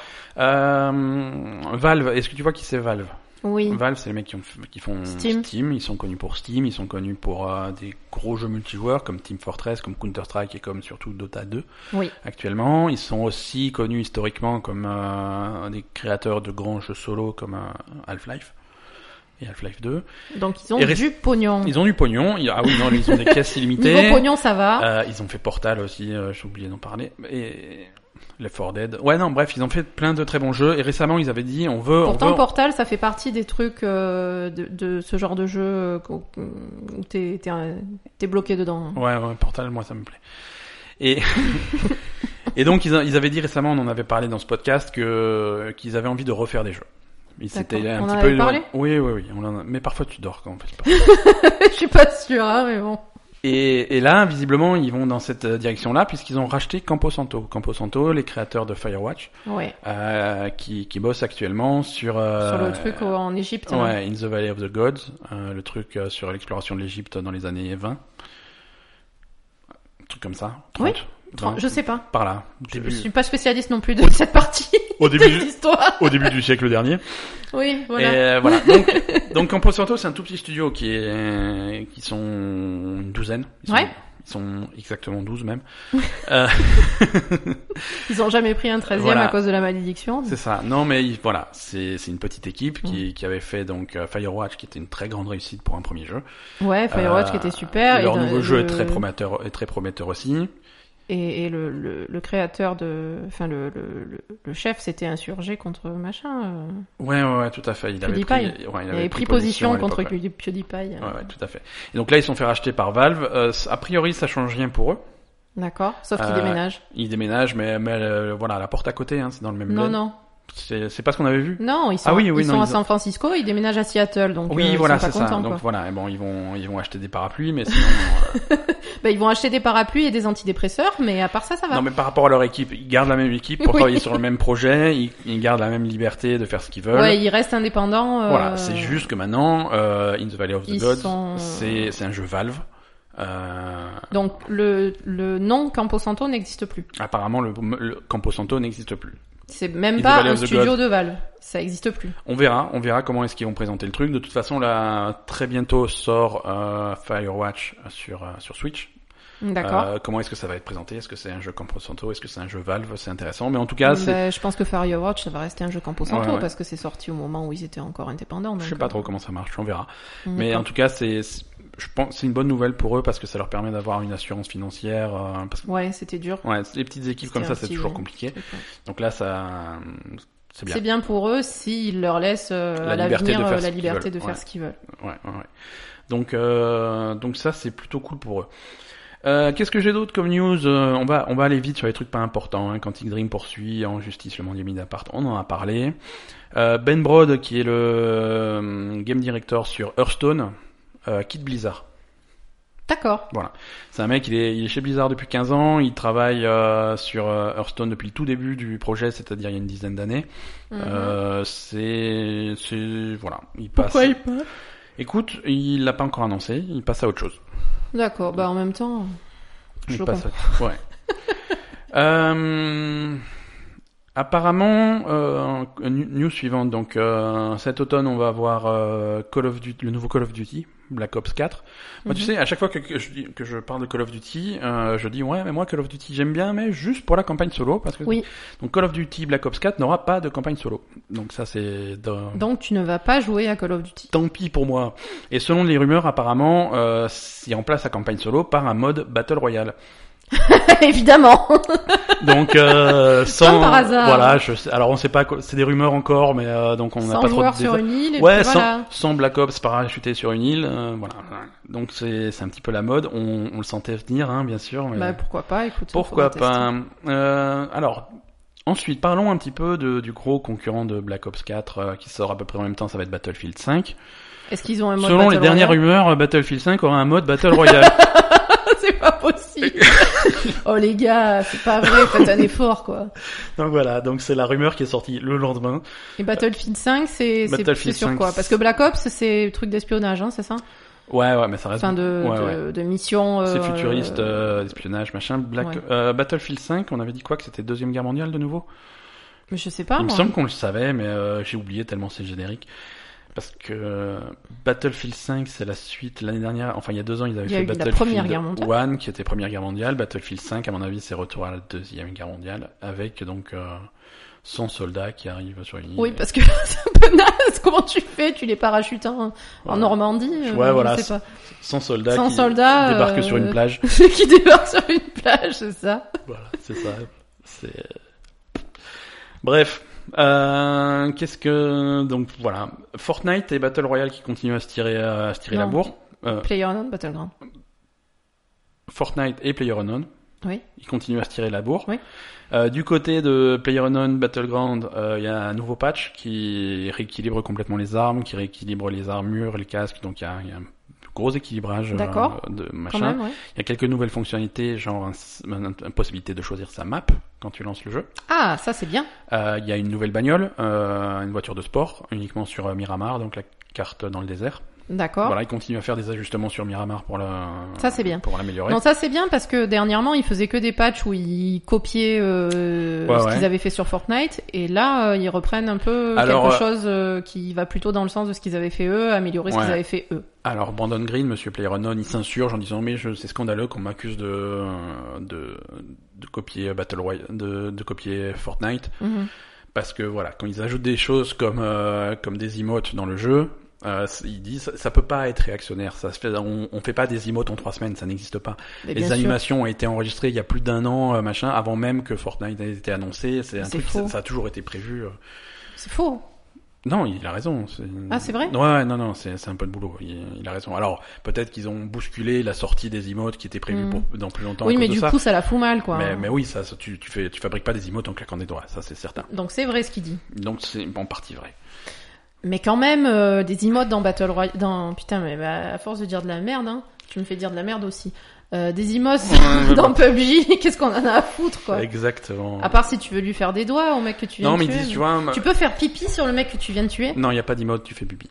Euh, Valve, est-ce que tu vois qui c'est Valve Oui. Valve, c'est les mecs qui, ont- qui font Steam. Steam. ils sont connus pour Steam, ils sont connus pour euh, des gros jeux multijoueurs comme Team Fortress, comme Counter-Strike et comme surtout Dota 2 Oui. actuellement. Ils sont aussi connus historiquement comme euh, des créateurs de grands jeux solo comme euh, Half-Life et Half-Life 2. Donc ils ont Et reste- du pognon. Ils ont du pognon, ils- ah oui, non, ils ont des [LAUGHS] caisses illimitées. Mm. Niveau pognon, hein. ça va. Euh, ils ont fait Portal aussi, euh, j'ai oublié d'en parler. Et Left 4 Dead. Ouais, non, bref, ils ont fait plein de très bons jeux et récemment ils avaient dit on veut... on Pourtant, veut... Portal, ça fait partie des trucs euh, de, de ce genre de jeu euh, qu'au- où t'es t'es, euh, t'es bloqué dedans. [LAUGHS] Ouais, ouais, Portal, moi, ça me plaît. Et, [LAUGHS] et donc, ils, a- ils avaient dit récemment, on en avait parlé dans ce podcast, que qu'ils avaient envie de refaire des jeux. Ils D'accord. s'étaient un On en petit avait peu parlé Oui, oui, oui. On en a... Mais parfois, [LAUGHS] tu dors quand on fait ce podcast. Je suis pas sûre, hein, mais bon. Et, et là, visiblement, ils vont dans cette euh, direction-là, puisqu'ils ont racheté Camposanto. Camposanto, les créateurs de Firewatch, Ouais, euh, qui, qui bossent actuellement sur... euh, sur le truc au- en Égypte. là. Ouais, In the Valley of the Gods, euh, le truc euh, sur l'exploration de l'Égypte dans les années 20. Un truc comme ça. 30, Oui, 20, Tran- Je sais pas. par là. Je Début- suis pas spécialiste non plus de [LAUGHS] cette partie au de début, l'histoire. au début du siècle dernier. Oui, [LAUGHS] voilà. Et euh, voilà. Donc, donc Campo Santo, c'est un tout petit studio qui est, qui sont une douzaine. Ils sont, Ouais. Ils sont exactement douze même. Ils ont jamais pris un 13 e Voilà. à cause de la malédiction. C'est ça. Non, mais ils- voilà, c'est c'est une petite équipe Mm. qui, qui avait fait donc euh, Firewatch, qui était une très grande réussite pour un premier jeu. Ouais, Firewatch Euh, qui était super. Leur et d'un- nouveau jeu est Ah le- très prometteur, est très prometteur aussi. Et, et le, le, le créateur de. Enfin, le, le, le- le chef s'était insurgé contre machin. euh, Ouais, ouais, ouais, tout à fait. Il avait PewDiePie. pris, ouais, il avait Il avait pris position à contre l'époque, ouais. Pew- PewDiePie. euh. Ouais, ouais, tout à fait. Et donc là, ils sont fait racheter par Valve. Euh, c- a priori, ça change rien pour eux. D'accord. Sauf qu'il Euh, déménage. Ils déménagent, mais, mais euh, voilà, la porte à côté, hein, c'est dans le même Non, bled. non. C'est c'est pas ce qu'on avait vu. Non, ils sont, Ah oui, oui, ils non, sont à ils ont- San Francisco, ils déménagent à Seattle. Donc, euh, Oui, ils voilà, sont c'est ça. pas contents, Donc quoi. voilà, et bon, ils vont, ils vont acheter des parapluies, [LAUGHS] mais sinon, euh, Bah, ils vont acheter des parapluies et des antidépresseurs, mais à part ça, ça va. non, mais par rapport à leur équipe, ils gardent la même équipe pour Oui. travailler sur le même projet, ils, ils gardent la même liberté de faire ce qu'ils veulent. Ouais, ils restent indépendants. euh, Euh, Voilà, c'est juste que maintenant, euh, In the Valley of the Ils Gods, sont- c'est, c'est un jeu Valve. Euh, Donc le, le nom Camposanto n'existe plus. apparemment, le, le Campo Santo n'existe plus. C'est même Ils pas dévalent un The God. studio de Valve. Ça existe plus. On verra, on verra comment est-ce qu'ils vont présenter le truc. De toute façon, là, très bientôt sort euh, Firewatch sur euh, sur Switch. D'accord. Euh, comment est-ce que ça va être présenté Est-ce que c'est un jeu Campo Santo Est-ce que c'est un jeu Valve C'est intéressant, mais en tout cas, c'est... Ben, je pense que Firewatch, ça va rester un jeu Campo Santo Ouais, ouais. parce que c'est sorti au moment où ils étaient encore indépendants. je donc, sais pas euh, trop comment ça marche, on verra. d'accord. Mais en tout cas, c'est, c'est- je pense, c'est une bonne nouvelle pour eux parce que ça leur permet d'avoir une assurance financière. euh, parce que Ouais, c'était dur. ouais, les petites équipes comme C'était ça, un c'est petit- toujours compliqué. Donc là, ça, c'est bien. C'est bien pour eux s'ils leur laissent euh, La à liberté de l'avenir faire euh, ce la qu'ils liberté veulent, de ouais. faire ce qu'ils veulent. Ouais, ouais, ouais. Donc, euh, donc ça, c'est plutôt cool pour eux. Euh, Qu'est-ce que j'ai d'autre comme news Euh, On va, on va aller vite sur les trucs pas importants. Hein. Quantic Dream poursuit en justice le monde Midapart. On en a parlé. Euh, ben Brod, qui est le euh, game director sur Hearthstone, euh, quitte Blizzard. D'accord. C'est un mec, il est, il est chez Blizzard depuis 15 ans. Il travaille euh, sur euh, Hearthstone depuis le tout début du projet, c'est-à-dire il y a une dizaine d'années. Mhm. Euh, c'est, c'est, voilà, il passe. Pourquoi il pas Écoute, il l'a pas encore annoncé. Il passe à autre chose. D'accord. Bah en même temps. Il Je le passe à- [LAUGHS] Ouais. Euh, apparemment, euh, nu- news suivante. Donc, euh, cet automne, on va avoir euh, Call of Duty, le nouveau Call of Duty, Black Ops 4. Moi, tu Mhm. sais, à chaque fois que, que je, dis- que je parle de Call of Duty, euh, je dis ouais, mais moi Call of Duty, j'aime bien, mais juste pour la campagne solo, parce que Oui. donc Call of Duty Black Ops 4 n'aura pas de campagne solo. Donc ça, c'est dans- Donc tu ne vas pas jouer à Call of [LAUGHS] Duty. Tant pis pour moi. Et selon les rumeurs, apparemment, euh, il remplace la campagne solo par un mode Battle Royale. Évidemment. Donc euh, sans Comme par hasard. voilà, je sais- alors on sait pas quoi- c'est des rumeurs encore mais euh, donc on n'a Sans pas trop de joueur sur détails. une île. Et Ouais, puis sans, voilà. sans Black Ops parachuté sur une île, euh, voilà. Donc c'est c'est un petit peu la mode, on, on le sentait venir hein, bien sûr mais Bah pourquoi pas. Écoute. pourquoi faudra tester. pas. Euh, alors ensuite parlons un petit peu de, du gros concurrent de Black Ops 4 euh, qui sort à peu près en même temps, ça va être Battlefield 5. Est-ce qu'ils ont un mode Selon les Battle dernières Royale rumeurs, euh, Battlefield 5 aura un mode Battle Royale. [LAUGHS] C'est [LAUGHS] pas possible. oh les gars, c'est pas vrai. Faites un effort quoi. donc voilà, donc c'est la rumeur qui est sortie le lendemain. Et Battlefield 5, c'est c'est- Battlefield c'est sur 5, quoi Parce que Black Ops, c'est truc d'espionnage, hein, c'est ça Ouais ouais, mais ça reste Enfin, de, Ah, Ouais, de, de mission. euh, C'est futuriste, euh, euh, espionnage, machin. Black, ouais. euh, Battlefield 5, on avait dit quoi que c'était Deuxième Guerre mondiale de nouveau mais je sais pas, Il me Ah, moi. semble qu'on le savait, mais euh, j'ai oublié tellement c'est générique. Parce que euh, Battlefield 5, c'est la suite l'année dernière. Enfin, il y a deux ans, ils avaient Il y a fait eu la Battlefield Première Guerre mondiale. 1, qui était Première Guerre mondiale. Battlefield 5, à mon avis, c'est retour à la Deuxième Guerre mondiale, avec donc euh, 100 soldats qui arrivent sur une île. Oui, parce que [LAUGHS] c'est un peu naze. Comment tu fais Tu les parachutes en, en Ouais. Normandie euh, Ouais, je voilà, sais pas. 100 soldats 100 qui soldats, débarquent euh, sur une plage. [LAUGHS] Qui débarquent sur une plage, c'est ça Voilà, c'est ça. C'est. euh, Bref, euh, qu'est-ce que donc voilà, Fortnite et Battle Royale qui continuent à se tirer à se tirer la Non. bourre. Euh, PlayerUnknown's Battleground. Fortnite et PlayerUnknown, Oui. ils continuent à se tirer la bourre. Oui. Euh, du côté de PlayerUnknown Battleground, euh, il y a un nouveau patch qui rééquilibre complètement les armes, qui rééquilibre les armures, les casques, donc il y a, il y a un gros équilibrage euh, D'accord. de Quand machin. même, ouais. Il y a quelques nouvelles fonctionnalités, genre un- un- une possibilité de choisir sa map quand tu lances le jeu. Ah, ça c'est bien. Euh, Il y a une nouvelle bagnole, euh, une voiture de sport, uniquement sur euh, Miramar, donc la carte dans le désert. D'accord. Voilà, ils continuent à faire des ajustements sur Miramar pour la Oh. Ça, c'est bien. pour l'améliorer. Non, ça c'est bien parce que dernièrement, ils faisaient que des patchs où ils copiaient euh, Ouais, ce ouais. qu'ils avaient fait sur Fortnite et là, euh, ils reprennent un peu Alors, quelque euh, chose euh, qui va plutôt dans le sens de ce qu'ils avaient fait eux, améliorer ce Ouais. qu'ils avaient fait eux. Alors Brandon Green, Monsieur PlayerUnknown, il s'insurge en disant mais je- c'est scandaleux qu'on m'accuse de, de de copier Battle Royale, de, de copier Fortnite, Mhm. parce que voilà quand ils ajoutent des choses comme euh, comme des emotes dans le jeu. Euh, c- ils disent ça, ça peut pas être réactionnaire ça se fait on, on fait pas des emotes en trois semaines ça n'existe pas Mais Les bien sûr. animations ont été enregistrées il y a plus d'un an, euh, machin, avant même que Fortnite ait été annoncé. C'est un C'est truc, faux. ça, ça a toujours été prévu. euh. C'est faux. Non, il a raison. Ah, c'est vrai Ouais, ouais, non, non, c'est c'est un peu de boulot. Il, il a raison. Alors, peut-être qu'ils ont bousculé la sortie des emotes qui était prévue Mm. pour dans plus longtemps. à Oui, cause mais de du ça. coup, ça la fout mal, quoi. Mais, mais oui, ça, ça, tu, tu fais, tu fabriques pas des emotes en claquant des doigts, ça c'est certain. Donc c'est vrai ce qu'il dit. Donc c'est en partie vrai. Mais quand même, euh, des emotes dans Battle Royale... Dans... Putain, mais bah, à force de dire de la merde, hein, tu me fais dire de la merde aussi. Euh, des emotes Ouais, [LAUGHS] dans PUBG, qu'est-ce qu'on en a à foutre, quoi Exactement. À part si tu veux lui faire des doigts au mec que tu viens non, de mais ils tuer. disent, tu vois. Tu peux faire pipi sur le mec que tu viens de tuer, Non, il y a pas d'emote, tu fais bibi.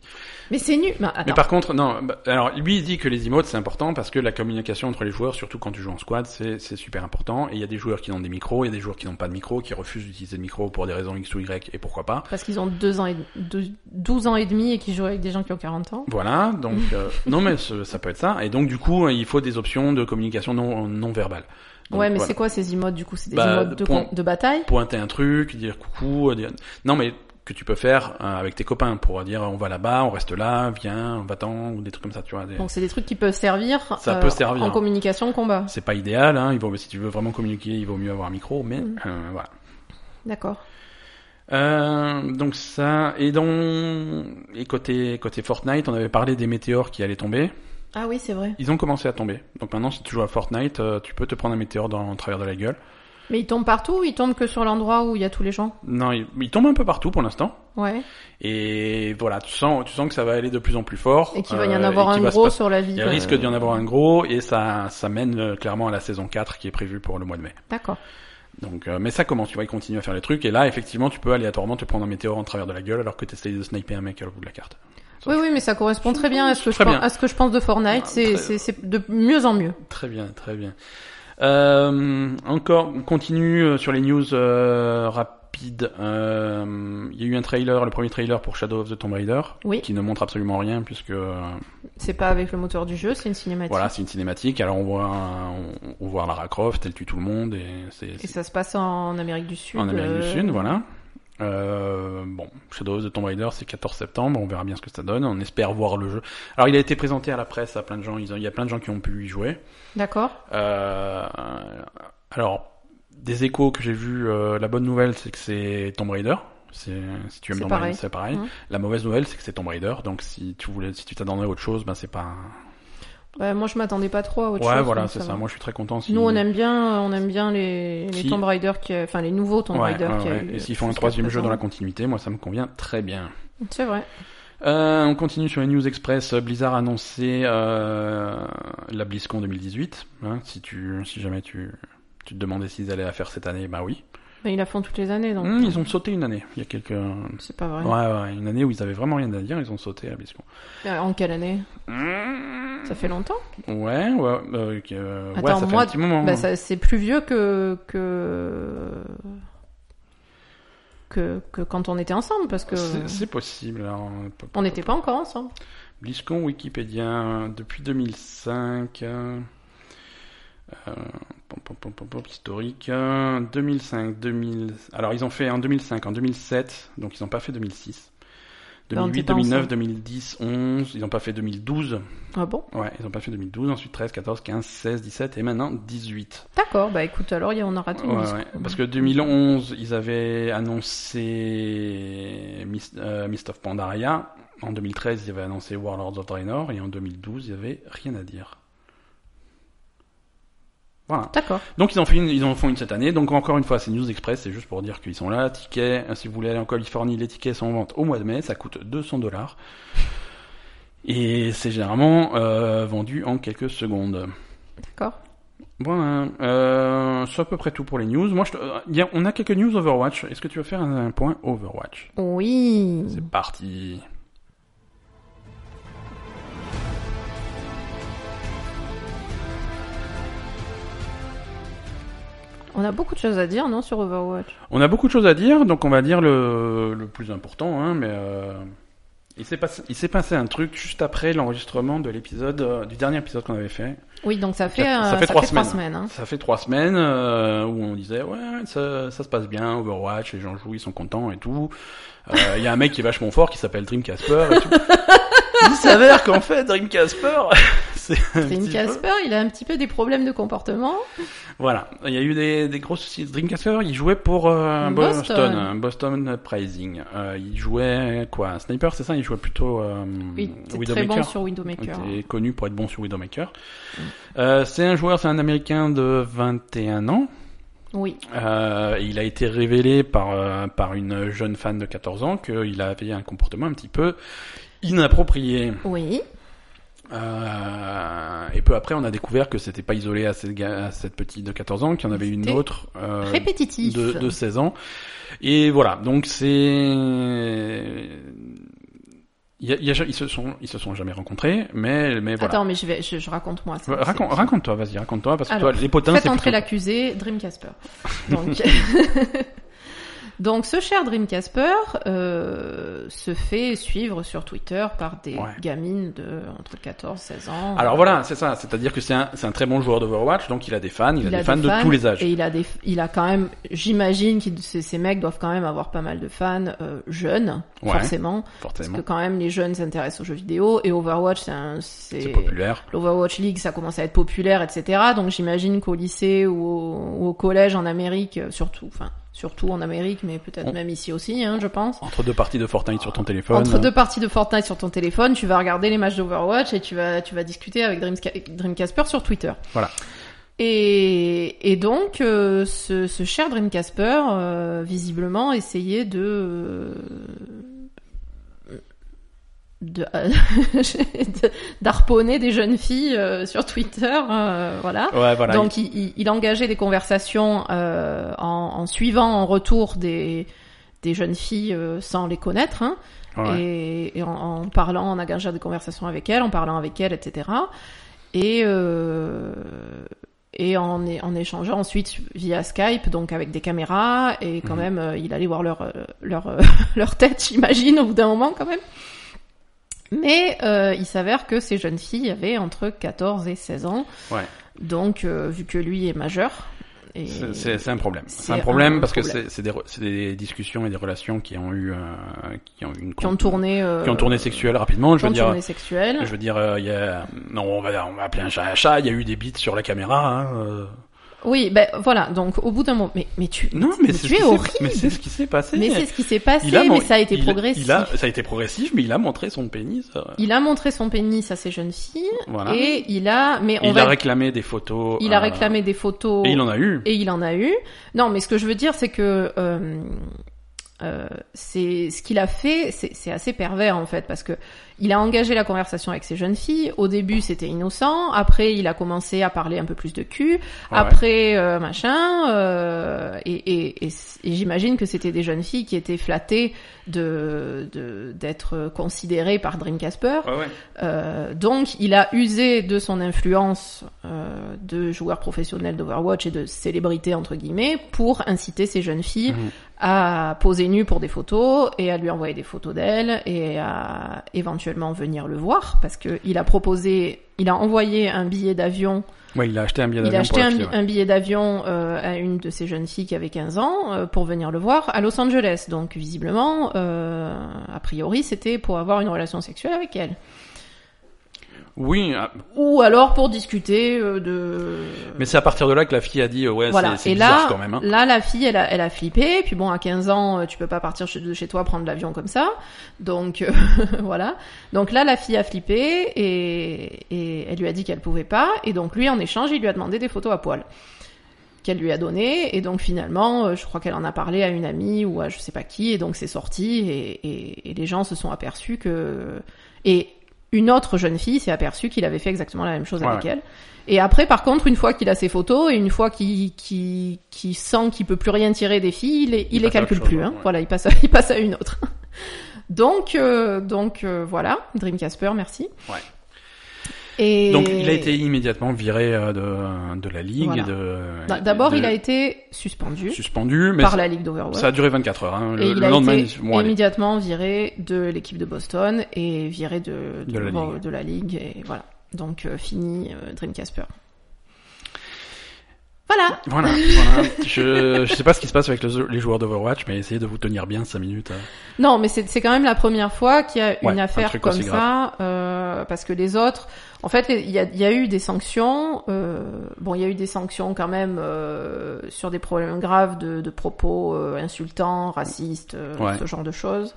mais c'est nul. Bah, attends. [LAUGHS] Mais par contre, non. bah, Alors, lui, il dit que les emotes, c'est important parce que la communication entre les joueurs, surtout quand tu joues en squad, c'est c'est super important. Et il y a des joueurs qui ont des micros, il y a des joueurs qui n'ont pas de micro, qui refusent d'utiliser de micro pour des raisons X ou Y et pourquoi pas. Parce qu'ils ont deux ans et... deux- 12 ans et demi et qu'ils jouent avec des gens qui ont 40 ans. [LAUGHS] Voilà. Donc, euh, non, mais ce- ça peut être ça. Et donc, du coup, il faut des options de de communication non, non verbale. Donc, ouais, mais voilà. c'est quoi ces emotes du coup C'est des Bah, emotes de, point. con- de bataille Pointer un truc, dire coucou, euh, dire... non mais que tu peux faire euh, avec tes copains pour dire on va là-bas, on reste là, viens, on va-t'en ou des trucs comme ça, tu vois. des- Donc c'est des trucs qui peuvent servir, euh, Ça peut servir. hein. en communication combat. C'est pas idéal, hein. Il vaut, si tu veux vraiment communiquer, il vaut mieux avoir un micro, mais Mm. euh, voilà. D'accord. Euh, donc ça et donc et côté côté Fortnite, on avait parlé des météores qui allaient tomber. Ah oui, c'est vrai. Ils ont commencé à tomber. Donc maintenant, si tu joues à Fortnite, euh, tu peux te prendre un météore dans en travers de la gueule. Mais ils tombent partout ou ils tombent que sur l'endroit où il y a tous les gens Non, il, il tombe un peu partout pour l'instant. Ouais. Et voilà, tu sens tu sens que ça va aller de plus en plus fort. Et qu'il va y en euh, avoir et qu'il un va se gros passer- sur la ville. Il y a risque d'y en avoir un gros et ça ça mène euh, clairement à la saison 4 qui est prévue pour le mois de mai. D'accord. Donc, euh, mais ça commence, tu vois, il continue à faire les trucs, et là, effectivement, tu peux aléatoirement te prendre un météore en travers de la gueule alors que t'essayes de sniper un mec à l'autre bout de la carte. Oui, oui, mais ça correspond très bien à ce que je, Très pense, bien. à ce que je pense de Fortnite. Ah, C'est- très- C'est c'est de mieux en mieux. Très bien, très bien. Euh, encore, on continue euh, sur les news euh, rapides. Euh, Il y a eu un trailer, le premier trailer pour Shadow of the Tomb Raider, Oui. qui ne montre absolument rien puisque euh, C'est pas avec le moteur du jeu, c'est une cinématique. voilà, c'est une cinématique. Alors on voit, un- on, on voit Lara Croft, elle tue tout le monde et c'est Et ça se passe en Amérique du Sud. En Amérique du euh, Sud, voilà. Euh, bon, Shadow of the Tomb Raider, c'est 14 septembre, on verra bien ce que ça donne, on espère voir le jeu. Alors il a été présenté à la presse à plein de gens, Ils ont- il y a plein de gens qui ont pu y jouer. D'accord. Euh, alors, des échos que j'ai vus, euh, la bonne nouvelle c'est que c'est Tomb Raider, c'est, si tu aimes C'est Tomb pareil. Raider c'est pareil. Mhm. La mauvaise nouvelle c'est que c'est Tomb Raider, donc si tu voulais, si tu t'attendais à autre chose, ben c'est pas... Ouais, Bah, moi, je m'attendais pas trop à autre ouais chose. voilà, donc c'est va. ça, moi je suis très content. Si... Nous, on aime bien, euh, on aime bien les, les Si- Tomb Raider, qui... enfin les nouveaux Tomb Ouais, Raider. ouais, qui a ouais. eu Et s'ils font un jusqu'à troisième jeu présent. dans la continuité, moi ça me convient très bien. C'est vrai. Euh, on continue sur les news express. Blizzard a annoncé euh, la BlizzCon 2018. hein, si tu, si jamais tu, tu te demandais s'ils allaient la faire cette année, bah oui. Mais ils la font toutes les années, donc euh, Hmm, ils ont sauté une année. Il y a quelques, ouais, c'est pas vrai. Hmm. ouais, une année où ils avaient vraiment rien à dire, ils ont sauté à BlizzCon. Euh, En quelle année Hmm, Ça fait longtemps. Ouais, ouais, euh, que- euh, ouais, Mmh. Attends, ça fait moi, un petit moment. hein. Bah, ça- c'est plus vieux que que que, que quand on était ensemble, parce que C'est c'est possible. hein. alors, pop, on pop, n'était pop. pas encore ensemble. BlizzCon Wikipédia euh, depuis 2005. euh, euh, pom, pom, pom, pom, pom, historique. euh, 2005, 2000. Alors ils ont fait en 2005, en 2007, donc ils n'ont pas fait 2006. Bah, on 2008, était pas 2009, ensemble. 2010, 11. Ils n'ont pas fait 2012. Ah bon Ouais, ils n'ont pas fait 2012. Ensuite 13, 14, 15, 16, 17 et maintenant 18. D'accord. Bah écoute, alors il y a- on a raté. Ouais, une disco. ouais, Parce que 2011, ils avaient annoncé Mist, euh, Mist of Pandaria. En 2013, ils avaient annoncé Warlords of Draenor. Et en 2012, ils avaient rien à dire. Voilà. D'accord. Donc ils en, font une, ils en font une cette année. Donc encore une fois, c'est News Express. C'est juste pour dire qu'ils sont là. Tickets. euh, Si vous voulez aller en Californie, les tickets sont en vente au mois de mai. Ça coûte 200 dollars. Et c'est généralement euh, vendu en quelques secondes. D'accord. Bon, hein, euh, c'est à peu près tout pour les news. Moi, je te- euh, y a- on a quelques news Overwatch. Est-ce que tu veux faire un, un point Overwatch Oui. C'est parti. On a beaucoup de choses à dire, non, sur Overwatch. On a beaucoup de choses à dire, donc on va dire le, le plus important. Hein, mais euh, il s'est passé, il s'est passé un truc juste après l'enregistrement de l'épisode, euh, du dernier épisode qu'on avait fait. Oui, donc ça fait Ça- euh, ça fait trois trois semaines. semaines. hein. Ça fait trois semaines euh, où on disait ouais, ça, ça se passe bien, Overwatch, les gens jouent, ils sont contents et tout. Euh, Il y a un mec qui est vachement fort qui s'appelle Dream Casper. [LAUGHS] Et tout. Il s'avère qu'en fait, Dream Casper, [LAUGHS] c'est un C'est une petit peu- Casper, il a un petit peu des problèmes de comportement. Voilà, il y a eu des, des gros soucis. Dreamcatcher, il jouait pour euh, Boston. Boston, hein, Boston Uprising. Euh, il jouait quoi Sniper, c'est ça Il jouait plutôt euh, Oui, c'est très bon Widowmaker. sur Widowmaker. Mm. Il était connu pour être bon sur Widowmaker. Euh, c'est un joueur, c'est un Américain de 21 ans. Oui, Euh, il a été révélé par, euh, par une jeune fan de 14 ans qu'il avait un comportement un petit peu inapproprié. oui. Euh, et peu après, on a découvert que c'était pas isolé à cette, ga- à cette petite de 14 ans, qu'il y en avait une C'était autre euh, Répétitif. de, de 16 ans. Et voilà, donc c'est... Il y a- il y a ja- ils se sont ils se sont jamais rencontrés, mais mais voilà. Attends, mais je vais, je, je raconte moi. ça, Va- racon- c'est- Raconte-toi, vas-y, raconte-toi parce que Alors, toi, les potins, [LAUGHS] Faites c'est entrer plutôt... l'accusé, Dream Casper. Donc, [LAUGHS] Donc ce cher Dreamcasper euh, se fait suivre sur Twitter par des Ouais. gamines de entre 14 16 ans. Alors voilà, c'est ça. C'est-à-dire que c'est un, c'est un très bon joueur d'Overwatch, donc il a des fans, il, a, des fans de tous les âges. Et il a des, il a quand même, j'imagine que ces, ces mecs doivent quand même avoir pas mal de fans euh, jeunes, Ouais, forcément, parce Forcément, que quand même les jeunes s'intéressent aux jeux vidéo et Overwatch c'est un, c'est populaire. l'Overwatch League, ça commence à être populaire, etc. Donc j'imagine qu'au lycée ou au, ou au collège en Amérique, euh, surtout, enfin surtout en Amérique, mais peut-être On- même ici aussi, hein, je pense. Entre deux parties de Fortnite sur ton téléphone. Entre deux parties de Fortnite sur ton téléphone, tu vas regarder les matchs d'Overwatch et tu vas, tu vas discuter avec Dreamca- Dreamcasper sur Twitter. Voilà. Et, et donc, euh, ce, ce cher Dreamcasper, euh, visiblement, essayait de... euh, de- [LAUGHS] de- d'arponner des jeunes filles euh, sur Twitter, euh, voilà. Ouais, voilà. Donc il, il, il engageait des conversations euh, en, en suivant en retour des, des jeunes filles euh, sans les connaître, hein, Ouais. et, et en, en parlant, en engageant des conversations avec elles, en parlant avec elles, etc. Et, euh, et en, é- en échangeant ensuite via Skype, donc avec des caméras, et quand Mhm. même, euh, il allait voir leur, euh, leur, euh, [LAUGHS] leur tête, j'imagine, au bout d'un moment quand même. Mais euh, il s'avère que ces jeunes filles avaient entre 14 et 16 ans. Ouais. Donc, euh, vu que lui est majeur. Et... C'est- C'est c'est un problème. C'est C'est un problème un parce que problème. c'est c'est des, re- c'est des discussions et des relations qui ont eu, euh, qui ont eu une Qui ont tourné, euh, qui ont tourné sexuelles rapidement. qui Je ont veux dire, tourné sexuel. je veux dire, euh, il y a, non, on va, on va appeler un chat un chat. Il y a eu des bits sur la caméra. hein, euh. Oui, ben voilà, donc au bout d'un moment... Mais, mais tu, Non, mais, c'est ce tu qui es s'est- horrible Mais c'est ce qui s'est passé. Mais c'est ce qui s'est passé, Il a mon- mais ça a été il- progressif. Il a, ça a été progressif, mais il a montré son pénis. euh, montré son pénis à ces jeunes filles Voilà. et il a, mais on il va, a réclamé des photos. il a euh, réclamé des photos Et il en a eu. et il en a eu. Non, mais ce que je veux dire, c'est que euh, euh, c'est ce qu'il a fait, c'est c'est assez pervers en fait, parce que il a engagé la conversation avec ces jeunes filles. Au début, c'était innocent. Après, il a commencé à parler un peu plus de cul. Ouais. Après, euh, machin. euh, et et, et, c- et j'imagine que c'était des jeunes filles qui étaient flattées de de- d'être considérées par Dreamcasper. Ouais, ouais. Euh, donc, il a usé de son influence euh, de joueur professionnel d'Overwatch et de célébrité entre guillemets pour inciter ces jeunes filles Mhm. à poser nues pour des photos et à lui envoyer des photos d'elle et à éventuellement venir le voir parce que il a proposé, il a envoyé un billet d'avion, Ouais, il a acheté un billet il a d'avion pour acheté la un, fille. bi- ouais. un billet d'avion euh, à une de ces jeunes filles qui avait 15 ans euh, pour venir le voir à Los Angeles. Donc visiblement, euh, a priori, c'était pour avoir une relation sexuelle avec elle. Oui, ah, Ou alors pour discuter euh, de. mais c'est à partir de là que la fille a dit euh, ouais, voilà. c'est c'est Et bizarre là, quand même. hein. là, la fille, elle a, elle a flippé. Puis bon, à 15 ans, euh, tu peux pas partir chez- de chez toi prendre l'avion comme ça. Donc euh, [LAUGHS] voilà. Donc là, la fille a flippé et, et elle lui a dit qu'elle pouvait pas. Et donc lui, en échange, il lui a demandé des photos à poil qu'elle lui a donné et donc finalement euh, je crois qu'elle en a parlé à une amie ou à je sais pas qui et donc c'est sorti et, et- et les gens se sont aperçus que et une autre jeune fille s'est aperçue qu'il avait fait exactement la même chose Ouais, avec elle et après par contre une fois qu'il a ses photos et une fois qu'il qu'il qu'il sent qu'il peut plus rien tirer des filles il, les- il les passe à autre calcule chose, plus hein. ouais. voilà il passe à, [LAUGHS] il passe à une autre donc euh, donc euh, voilà Dreamcasper merci Ouais. et Donc il a été immédiatement viré euh, de, de la ligue. Voilà. et de- D- D'abord, de- il a été suspendu suspendu, mais par la Ligue d'Overwatch. ça a duré 24 heures. hein. et Le, il le a lendemain, été il- bon, allez. immédiatement viré de l'équipe de Boston et viré de, De la bon, Ligue. de la Ligue. Et voilà. Donc, euh, fini euh, Dreamcasper. Voilà. [LAUGHS] Voilà, voilà. Je, je sais pas ce qui se passe avec le- les joueurs d'Overwatch, mais essayez de vous tenir bien 5 minutes. hein. Non, mais c'est c'est quand même la première fois qu'il y a Ouais, une un affaire truc comme aussi ça, euh, parce que les autres, en fait, les- il y a, il y a eu des sanctions. euh, bon, il y a eu des sanctions quand même euh, sur des problèmes graves de, de propos euh, insultants, racistes, euh, Ouais. ce genre de choses.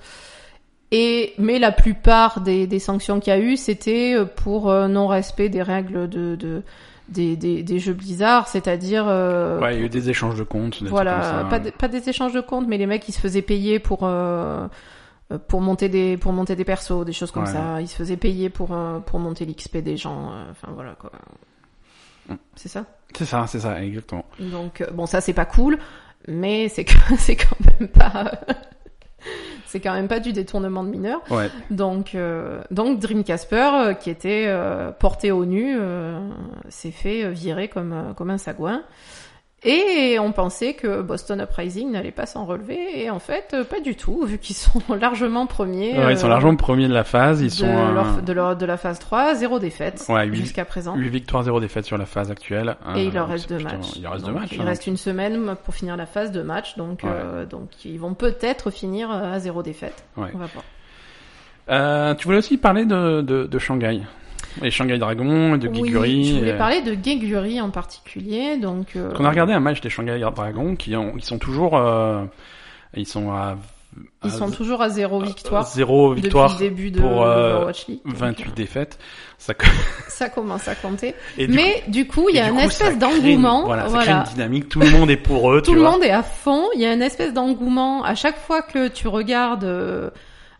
Et mais la plupart des, des sanctions qu'il y a eu, c'était euh, pour euh, non-respect des règles de, de des, des, des jeux Blizzard, c'est-à-dire euh, Ouais, il y a eu des échanges de comptes. Des voilà, trucs comme ça. hein. pas, des- pas des échanges de comptes, mais les mecs ils se faisaient payer pour euh, euh, pour monter des pour monter des persos, des choses comme Ouais. ça. Ils se faisaient payer pour euh, pour monter l'XP des gens. euh, Enfin voilà quoi. Mm. C'est ça. C'est ça, c'est ça, exactement. Donc euh, bon ça c'est pas cool, mais c'est que [LAUGHS] c'est quand même pas [LAUGHS] c'est quand même pas du détournement de mineurs. Ouais. Donc euh, donc Dream Casper euh, qui était euh, porté au nu euh, s'est fait euh, virer comme euh, comme un sagouin. Et on pensait que Boston Uprising n'allait pas s'en relever, et en fait, euh, pas du tout, vu qu'ils sont [LAUGHS] largement premiers. Ouais, ils sont euh, largement premiers de la phase. Ils de, sont euh, leur- de, leur- de la phase 3, zéro défaite Ouais, huit- jusqu'à présent. 8 victoires, 0 défaites sur la phase actuelle. Et Euh, il leur reste c'est deux plutôt- matchs. Il leur reste deux Donc, matchs. Il hein. reste une semaine pour finir la phase de match, donc, Ouais. euh, donc ils vont peut-être finir euh, à zéro défaite. Ouais. On va voir. Euh, tu voulais aussi parler de, de, de Shanghai. Et Shanghai Dragon, et de oui, Giguri. je voulais et- parler de Guéguri en particulier, donc. euh, On a regardé un match des Shanghai Dragon qui, ont, qui sont toujours. euh, ils sont à. Ils sont toujours à zéro victoire, 0 Ah, euh, victoire, depuis le début de pour, euh, l'Overwatch League. donc, 28 défaites. Ça... euh, ça commence à compter. [LAUGHS] Et du coup- Mais du coup, il y et a du une coup, ça crée espèce une- d'engouement. Voilà, ça voilà. crée une dynamique. Tout le monde est pour eux. [LAUGHS] Tout tu le vois. monde est à fond. Il y a une espèce d'engouement. À chaque fois que tu regardes euh,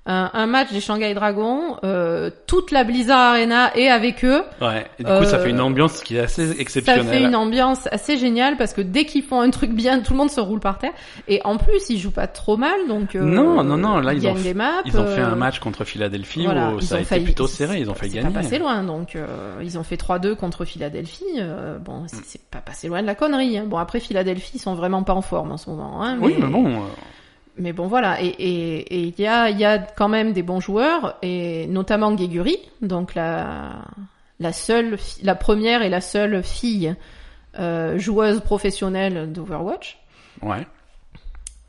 un, un match des Shanghai Dragons, euh, toute la Blizzard Arena est avec eux. Ouais. Et du coup, ça Euh, fait une ambiance qui est assez exceptionnelle. Ça fait une ambiance assez géniale parce que dès qu'ils font un truc bien, tout le monde se roule par terre. Et en plus, ils jouent pas trop mal, donc euh, Non, non, non, là, ils gagnent ont- des maps. Ils ont fait euh, un match contre Philadelphie voilà, où ils ça a ont été failli- plutôt serré, ils ont fait c'est gagner. pas passé loin, donc euh, ils ont fait 3-2 contre Philadelphie. euh, bon, c'est c'est pas passé loin de la connerie. hein. Bon, après Philadelphie, ils sont vraiment pas en forme en ce moment. Hein, Oui, mais bon, euh, Mais bon, voilà. Et et- et il y a, il y a quand même des bons joueurs, et notamment Guéguri, donc la, la seule, fi- la première et la seule fille euh, joueuse professionnelle d'Overwatch. ouais.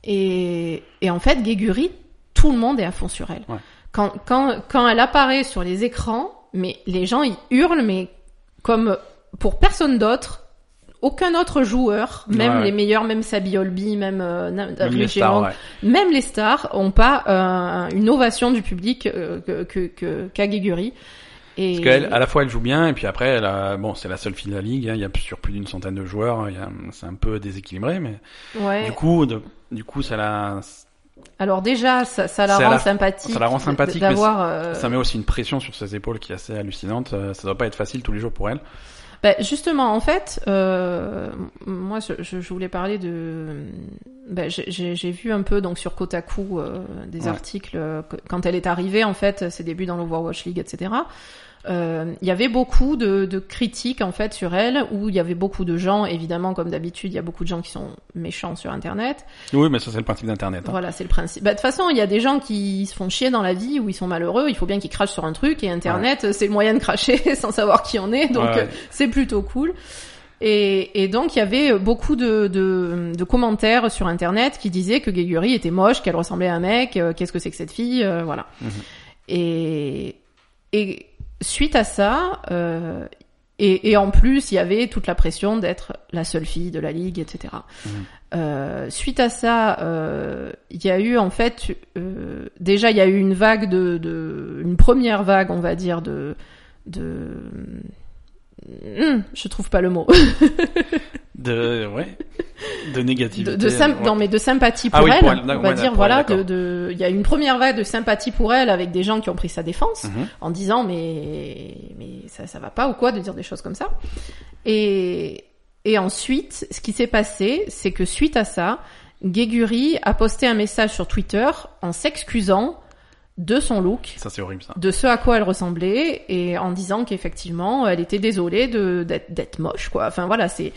Et, et en fait, Guéguri, tout le monde est à fond sur elle. Ouais. Quand, quand, quand elle apparaît sur les écrans, mais les gens ils hurlent, mais comme pour personne d'autre, aucun autre joueur, même Ouais. les meilleurs, même Sabi Olbi, même euh, na- Même les Rich stars, Hammond, ouais. même les stars ont pas euh, une ovation du public euh, que que que qu'a Guéguerri. Et Parce qu'elle, à la fois, elle joue bien, et puis après, elle a, bon, c'est la seule fille de la ligue, hein, il y a sur plus d'une centaine de joueurs, hein, il y a- c'est un peu déséquilibré, mais ouais. du coup, de- du coup, ça la, Alors déjà, ça, ça la Ça rend la- sympathique. ça la rend sympathique, mais D'avoir. euh, ça met aussi une pression sur ses épaules qui est assez hallucinante, euh, ça doit pas être facile tous les jours pour elle. Ben, justement, en fait, euh, m- moi, je, je- je voulais parler de. Ben, j'ai- j'ai j'ai vu un peu donc sur Kotaku euh, des Ouais. articles euh, que- quand elle est arrivée, en fait, ses débuts dans l'Overwatch League, etc. Euh, Il y avait beaucoup de, de critiques en fait sur elle, où il y avait beaucoup de gens, évidemment, comme d'habitude, il y a beaucoup de gens qui sont méchants sur Internet. Oui, mais ça, c'est le principe d'Internet. hein. Voilà, c'est le principe. Bah, De toute façon, il y a des gens qui se font chier dans la vie ou ils sont malheureux, il faut bien qu'ils crachent sur un truc et Internet, euh, c'est le moyen de cracher [LAUGHS] sans savoir qui on est, donc Ouais. euh, c'est plutôt cool. Et, et donc, il y avait euh, beaucoup de, de, de commentaires sur Internet qui disaient que Guéguerri était moche, qu'elle ressemblait à un mec, euh, qu'est-ce que c'est que cette fille, euh, voilà. Mhm. Et, et suite à ça, euh, et, et en plus, il y avait toute la pression d'être la seule fille de la ligue, etc. Mhm. Euh, suite à ça, euh, il y a eu en fait euh, déjà il y a eu une vague de, de une première vague, on va dire de de Hum, je trouve pas le mot De, ouais. De négativité. de, de sym- ouais. non mais de sympathie Ah pour oui, elle, pour elle, on d'accord, va ouais, dire pour voilà elle, de d'accord. de- il y a eu une première vague de sympathie pour elle avec des gens qui ont pris sa défense Mhm. en disant mais mais ça ça va pas ou quoi de dire des choses comme ça et et ensuite ce qui s'est passé c'est que suite à ça Guéguri a posté un message sur Twitter en s'excusant de son look Ça, c'est horrible, ça. de ce à quoi elle ressemblait et en disant qu'effectivement elle était désolée de d'être d'être moche quoi enfin voilà c'est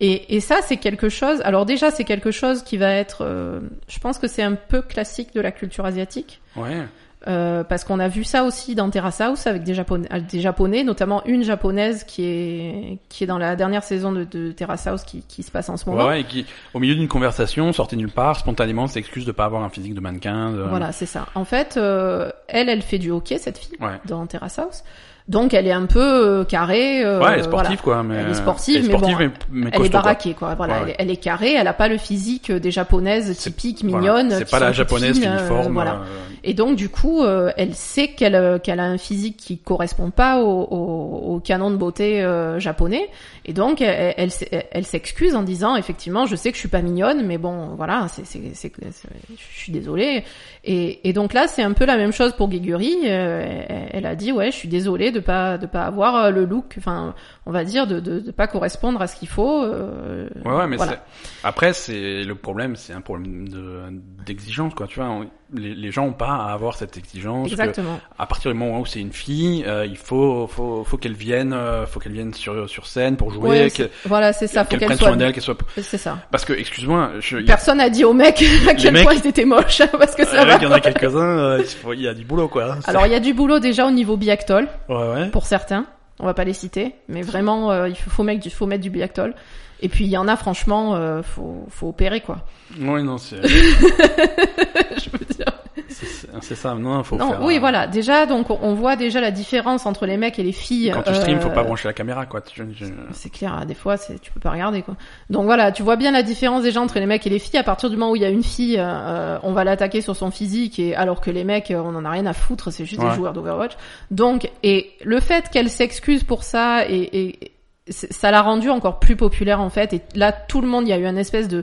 et, et ça c'est quelque chose alors déjà c'est quelque chose qui va être euh, je pense que c'est un peu classique de la culture asiatique Ouais. euh, parce qu'on a vu ça aussi dans Terrace House avec des japonais, des japonais, notamment une japonaise qui est qui est dans la dernière saison de, de Terrace House qui, qui se passe en ce Ouais, moment. ouais, et qui, au milieu d'une conversation, sortie nulle part, spontanément, s'excuse de pas avoir un physique de mannequin. de- Voilà, c'est ça. En fait, euh, elle, elle fait du hockey cette fille Ouais. dans Terrace House, donc elle est un peu euh, carrée. euh, Ouais, elle est sportive, quoi. voilà. Mais... Elle est sportive, elle est mais bon, sportive, mais, mais Elle est costaud, quoi. baraquée, quoi. Voilà, Ouais, elle, ouais. est, elle est carrée. Elle a pas le physique des japonaises C'est- typiques, Voilà. mignonnes. C'est qui pas la sont toutes japonaise fines, euh, uniforme. voilà. euh, Et donc du coup, euh, elle sait qu'elle euh, qu'elle a un physique qui correspond pas au, au, au canon de beauté euh, japonais, et donc elle, elle, s- elle s'excuse en disant effectivement, je sais que je suis pas mignonne, mais bon, voilà, c'est c'est c'est c'est- je suis désolée. Et, et donc là, c'est un peu la même chose pour Guiguri. elle, elle Euh, a dit ouais, je suis désolée de pas de pas avoir euh, le look, enfin, on va dire de de, de pas correspondre à ce qu'il faut. euh, Ouais, ouais, mais voilà. c'est... après, c'est le problème, c'est un problème de... d'exigence, quoi. Tu vois, on- les, les gens ont pas à avoir cette exigence. que Exactement. à partir du moment où c'est une fille, euh, il faut, faut, faut qu'elle vienne, euh, faut qu'elle vienne sur, sur scène pour jouer, Ouais, qu'elle, c'est- voilà, c'est ça. Faut qu'elle qu'elle prenne soit. soin d'elle, qu'elle soit. C'est ça. Parce que, excuse-moi, je... il y a- Personne a dit au mec à quel mecs- point il était moche [LAUGHS] parce que [LAUGHS] ça ouais, va. il y en a quelques-uns, euh, il faut- il y a du boulot, quoi. hein, C'est- Alors il y a du boulot déjà au niveau Biactol ouais, ouais. pour certains. On va pas les citer, mais vraiment euh, il faut, faut mettre du faut mettre du Biactol. Et puis il y en a franchement euh, faut faut opérer quoi. Ouais, non, [LAUGHS] c'est, Je veux dire. c'est, c'est- c'est ça. Non, faut Non, faire. oui, euh, voilà. Déjà, donc, on- on voit déjà la différence entre les mecs et les filles. Quand tu stream, euh, faut pas brancher la caméra, quoi. Tu- tu- C'est clair, hein, des fois, c'est, tu peux pas regarder, quoi. Donc voilà, tu vois bien la différence déjà entre les mecs et les filles. À partir du moment où il y a une fille, euh, on va l'attaquer sur son physique, et alors que les mecs, euh, on en a rien à foutre, c'est juste Ouais. des joueurs d'Overwatch. Donc, et le fait qu'elle s'excuse pour ça, et, et- et c'est- ça l'a rendu encore plus populaire, en fait. Et là, tout le monde, il y a eu un espèce de,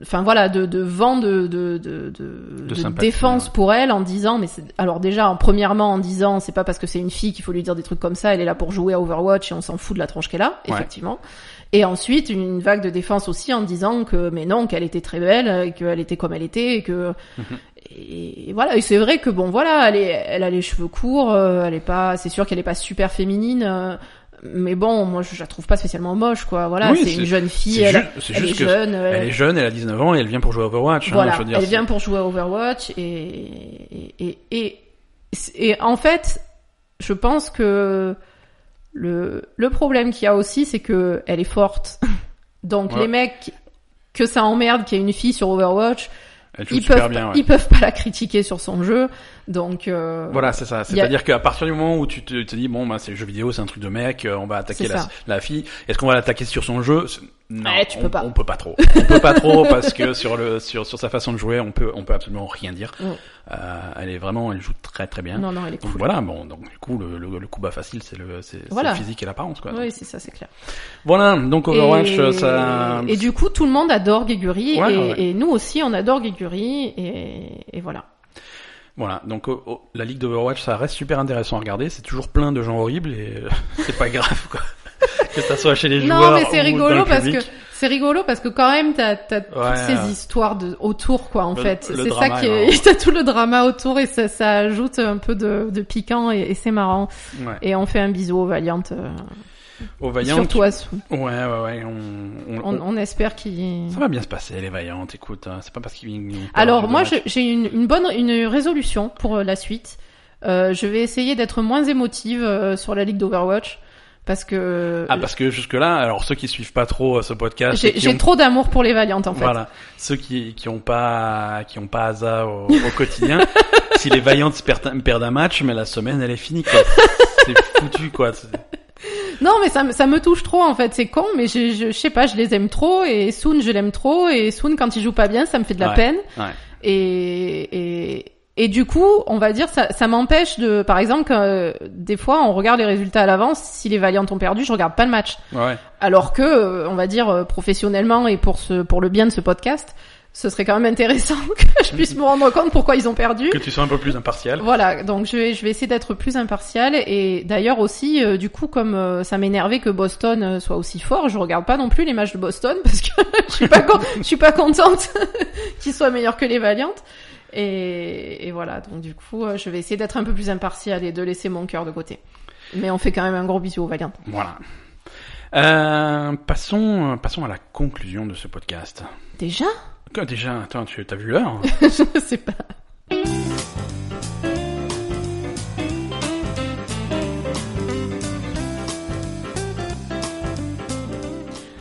enfin voilà, de, de vent de, de, de, de, de sympathie, défense ouais. pour elle en disant, mais c'est- alors déjà, en, premièrement, en disant, c'est pas parce que c'est une fille qu'il faut lui dire des trucs comme ça, elle est là pour jouer à Overwatch et on s'en fout de la tronche qu'elle a, Ouais. effectivement. Et ensuite, une vague de défense aussi en disant que, mais non, qu'elle était très belle, euh, qu'elle était comme elle était, et que, et voilà. Et c'est vrai que bon, voilà, elle, est, elle a les cheveux courts, euh, elle est pas, c'est sûr qu'elle est pas super féminine, euh, mais bon, moi, je, je la trouve pas spécialement moche, quoi. Voilà, Oui, c'est c'est- une jeune fille, c'est, elle, ju- c'est elle est juste que jeune, elle- elle est jeune, elle a 19 ans et elle vient pour jouer à Overwatch. hein, voilà, je veux dire, elle c'est- vient pour jouer à Overwatch et et, et, et, et en fait, je pense que le, le problème qu'il y a aussi, c'est que elle est forte. [LAUGHS] Donc Ouais. les mecs que ça emmerde qu'il y ait une fille sur Overwatch, elle joue ils super peuvent, bien. ouais. ils peuvent pas la critiquer sur son jeu. Donc euh, Voilà, c'est ça. Il y a- C'est-à-dire qu'à partir du moment où tu te, te dis bon bah c'est jeu vidéo, c'est un truc de mec, euh, on va attaquer C'est la, ça. la fille. Est-ce qu'on va l'attaquer sur son jeu C'est- Non, Ouais, tu on, peux pas. on peut pas trop. On peut pas trop [LAUGHS] parce que sur le sur sur sa façon de jouer, on peut on peut absolument rien dire. Ouais. Euh, elle est vraiment, elle joue très très bien. Mm. non non, elle est Donc cool. voilà, bon donc du coup le, le, le coup bas facile c'est le c'est c'est Voilà. le physique et l'apparence quoi. Oui, c'est ça, c'est clair. Voilà, donc Overwatch euh, et... ça et du coup, tout le monde adore Guégury Ouais, et, ouais. et nous aussi, on adore Guégury et, et voilà. Voilà, donc oh, oh, la ligue d'Overwatch, ça reste super intéressant à regarder. C'est toujours plein de gens horribles et euh, [LAUGHS] c'est pas grave quoi. que ça soit chez les joueurs. Non, mais c'est ou dans rigolo le parce que public. c'est rigolo parce que quand même t'as t'as Ouais, toutes ces euh, histoires de autour quoi en le- fait. le C'est ça drama qui [LAUGHS] est est- t'as tout le drama autour et ça, ça ajoute un peu de, de piquant et, et c'est marrant. Ouais. Et on fait un bisou aux Valiant, euh, Aux vaillantes. surtout à Sou. Ouais, ouais, ouais. On, on- On, on- on espère qu'il. Ça va bien se passer, les vaillantes. Écoute, hein, c'est pas parce qu'ils. nous perdent Alors le moi match. je- j'ai une, une bonne une résolution pour euh, la suite. Euh, je vais essayer d'être moins émotive euh, sur la ligue d'Overwatch parce que Ah, parce que jusque-là, alors ceux qui suivent pas trop euh, ce podcast. et j'ai qui j'ai ont- trop d'amour pour les Valiant en fait. Voilà. Ceux qui, qui ont pas, qui ont pas hasard au, au quotidien. [LAUGHS] si les vaillantes perdent, un- perdent un match, mais la semaine, elle est finie, quoi. c'est foutu, quoi. C'est- Non, mais ça, me- ça me touche trop en fait, c'est con, mais je, je, je sais pas, je les aime trop et Soon, je l'aime trop et Soon, quand il joue pas bien, ça me fait de la Ouais, peine. ouais. Et, et, et du coup, on va dire, ça, ça m'empêche de, par exemple, que, euh, des fois, on regarde les résultats à l'avance, si les Valiants ont perdu, je regarde pas le match. Ouais. Alors que, euh, on va dire, euh, professionnellement et pour, ce, pour le bien de ce podcast, ce serait quand même intéressant [LAUGHS] que je puisse me rendre compte pourquoi ils ont perdu. Que tu sois un peu plus impartial. Voilà, donc je vais, je vais essayer d'être plus impartial et d'ailleurs aussi, euh, du coup, comme euh, ça m'énervait que Boston euh, soit aussi fort, je regarde pas non plus les matchs de Boston [LAUGHS] parce que je suis pas, con- je suis pas contente [LAUGHS] qu'ils soient meilleurs que les Valiantes. Et, et voilà, donc du coup, euh, je vais essayer d'être un peu plus impartial et de laisser mon cœur de côté. Mais on fait quand même un gros bisou aux Valiantes. Voilà. Euh, passons, passons à la conclusion de ce podcast. Déjà Quoi, Déjà, attends, tu as vu l'heure hein. [LAUGHS] Je sais pas.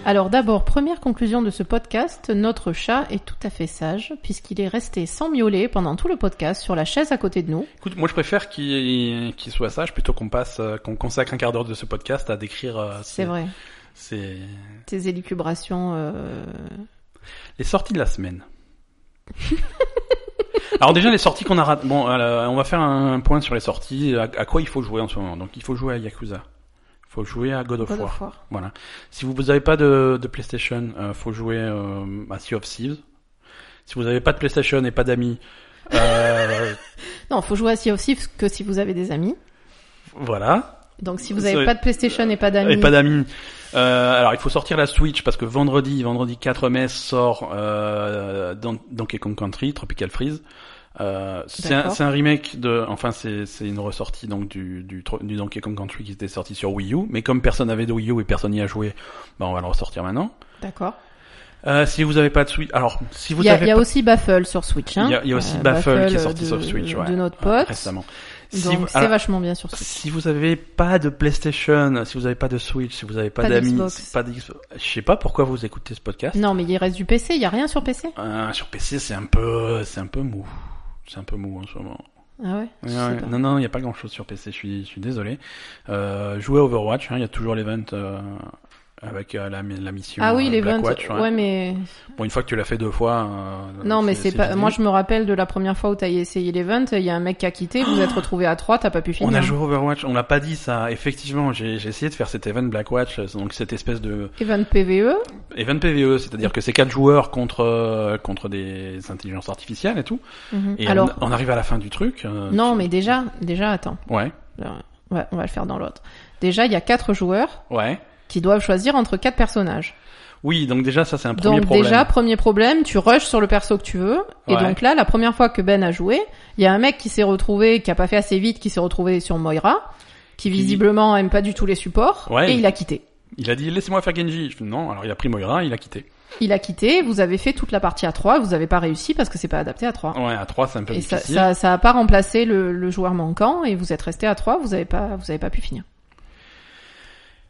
Alors d'abord, première conclusion de ce podcast, notre chat est tout à fait sage puisqu'il est resté sans miauler pendant tout le podcast sur la chaise à côté de nous. Écoute, moi je préfère qu'il qu'il soit sage plutôt qu'on passe, euh, qu'on consacre un quart d'heure de ce podcast à décrire. euh, C'est ses- vrai. ses- Tes élucubrations... euh, les sorties de la semaine. [LAUGHS] Alors déjà les sorties qu'on a ratées. Bon, euh, on va faire un point sur les sorties. À, à quoi il faut jouer en ce moment Donc il faut jouer à Yakuza. Il faut jouer à God of God War. of War. Voilà. Si vous n'avez pas de, de PlayStation, euh, faut jouer euh, à Sea of Thieves. Si vous n'avez pas de PlayStation et pas d'amis, euh, [LAUGHS] Non, faut jouer à Sea of Thieves que si vous avez des amis. Voilà. Donc si vous C'est- n'avez pas de PlayStation et pas d'amis, Et pas d'amis. Euh, alors il faut sortir la Switch parce que vendredi, vendredi 4 mai sort euh, Don- Donkey Kong Country Tropical Freeze. Euh, c'est un, D'accord. c'est un remake de, enfin c'est c'est une ressortie donc du, du tro- du Donkey Kong Country qui était sorti sur Wii U, mais comme personne n'avait de Wii U et personne n'y a joué, ben on va le ressortir maintenant. d'accord. Euh, si vous avez pas de Switch, alors si vous Il y a, avez il y a pas- aussi Baffle sur Switch. hein. il y a- il y a aussi Euh, Baffle, qui est sorti de- sur Switch, ouais, de notre euh, pote. récemment. Si vous- Donc c'est alors, vachement bien sur Switch. Si vous avez pas de PlayStation, si vous avez pas de Switch, si vous avez pas, Pas d'amis, d'Xbox. pas d'Xbox, je sais pas pourquoi vous écoutez ce podcast. Non, mais il reste du PC. Il y a rien sur PC. Euh, sur PC, c'est un peu, c'est un peu mou. C'est un peu mou en ce moment. Ah ouais. je Ouais, sais ouais. pas. Non, non, il n'y a pas grand chose sur PC, je suis, je suis désolé. Euh, jouez à Overwatch, il y a toujours l'event euh, avec euh, la, la mission. Ah oui, euh, les 20 Blackwatch, ouais. Ouais, mais Bon, une fois que tu l'as fait deux fois. euh, non, mais c'est pas. fini. Moi, je me rappelle de la première fois où t'as essayé l'event. Il y a un mec qui a quitté. Vous êtes [GASPS] retrouvé à trois. T'as pas pu finir. On a joué à Overwatch, on l'a pas dit ça. Effectivement, j'ai j'ai essayé de faire cet event Blackwatch, euh, donc cette espèce de Event E. PVE. event PVE, c'est-à-dire que c'est quatre joueurs contre euh, contre des intelligences artificielles et tout. Mhm. Et Alors on, on arrive à la fin du truc. euh, non, tu- mais déjà, déjà, attends. Ouais, Alors, ouais, on va le faire dans l'autre. Déjà, il y a quatre joueurs ouais. qui doivent choisir entre quatre personnages. Oui, donc déjà ça c'est un premier Donc problème. déjà, premier problème, tu rushes sur le perso que tu veux. Et Ouais. donc là, la première fois que Ben a joué, il y a un mec qui s'est retrouvé, qui a pas fait assez vite, qui s'est retrouvé sur Moira, Qui- qui visiblement aime pas du tout les supports, Ouais. et il a quitté. Il a dit laissez-moi faire Genji. Je fais, non, alors il a pris Moira, il a quitté. Il a quitté, vous avez fait toute la partie à 3, vous avez pas réussi parce que c'est pas adapté à 3. Ouais, à 3 c'est un peu Et ça, difficile. ça, ça a pas remplacé le, le joueur manquant et vous êtes resté à 3, vous avez pas, vous avez pas pu finir.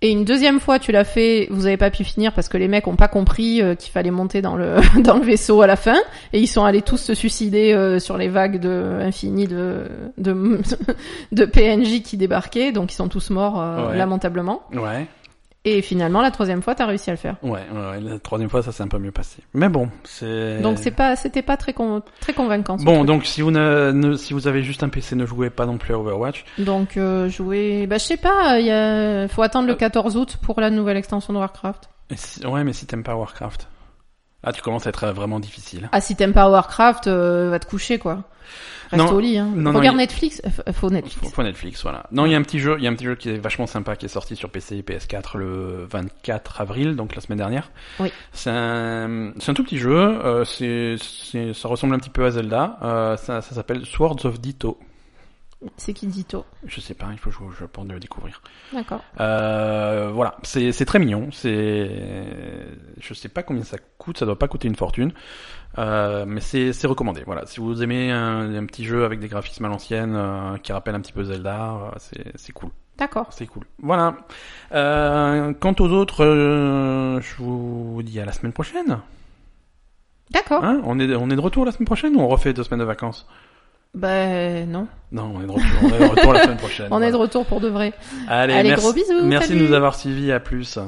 Et une deuxième fois, tu l'as fait, vous avez pas pu finir parce que les mecs ont pas compris euh, qu'il fallait monter dans le [LAUGHS] dans le vaisseau à la fin et ils sont allés tous se suicider euh, sur les vagues de infinies de de [LAUGHS] de PNJ qui débarquaient, donc ils sont tous morts euh, Ouais. lamentablement. Ouais, Et finalement, la troisième fois, t'as réussi à le faire. ouais, ouais, ouais. La troisième fois ça s'est un peu mieux passé. Mais bon, c'est. Donc c'est pas, c'était pas très con- très convaincant. ce Bon, truc. donc si vous ne, ne- si vous avez juste un PC, ne jouez pas non plus à Overwatch. Donc euh, jouer, bah je sais pas, il y a... faut attendre le 14 août pour la nouvelle extension de Warcraft. Et si- Ouais, mais si t'aimes pas Warcraft, là tu commences à être euh, vraiment difficile. Ah si t'aimes pas Warcraft, euh, va te coucher quoi. Reste Non. au lit. Hein. Non, non, Regarde il- Netflix, euh, faut Faut, Netflix. faut Netflix, voilà. Non, il y a un petit jeu, il y a un petit jeu qui est vachement sympa qui est sorti sur PC et PS4 le 24 avril, donc la semaine dernière. Oui. C'est un, c'est un tout petit jeu. euh, c'est, c'est, ça ressemble un petit peu à Zelda. euh, ça, ça s'appelle Swords of Ditto. C'est qui Dito Je sais pas, il faut jouer au jeu pour le découvrir. D'accord. Euh, voilà, c'est, c'est très mignon. C'est, je sais pas combien ça coûte, ça doit pas coûter une fortune, euh, mais c'est, c'est recommandé. Voilà, si vous aimez un, un petit jeu avec des graphismes à l'ancienne euh, qui rappelle un petit peu Zelda, euh, c'est, c'est cool. D'accord. C'est cool. Voilà. Euh, quant aux autres, euh, je vous dis à la semaine prochaine. D'accord. Hein on, est, on est de retour la semaine prochaine ou on refait deux semaines de vacances bah non, Non, on est de retour, on est de retour la semaine prochaine. [LAUGHS] on est de Bah, voilà. retour pour de vrai. Allez, Allez, merci, gros bisous, Merci salut. de nous avoir suivis. À plus.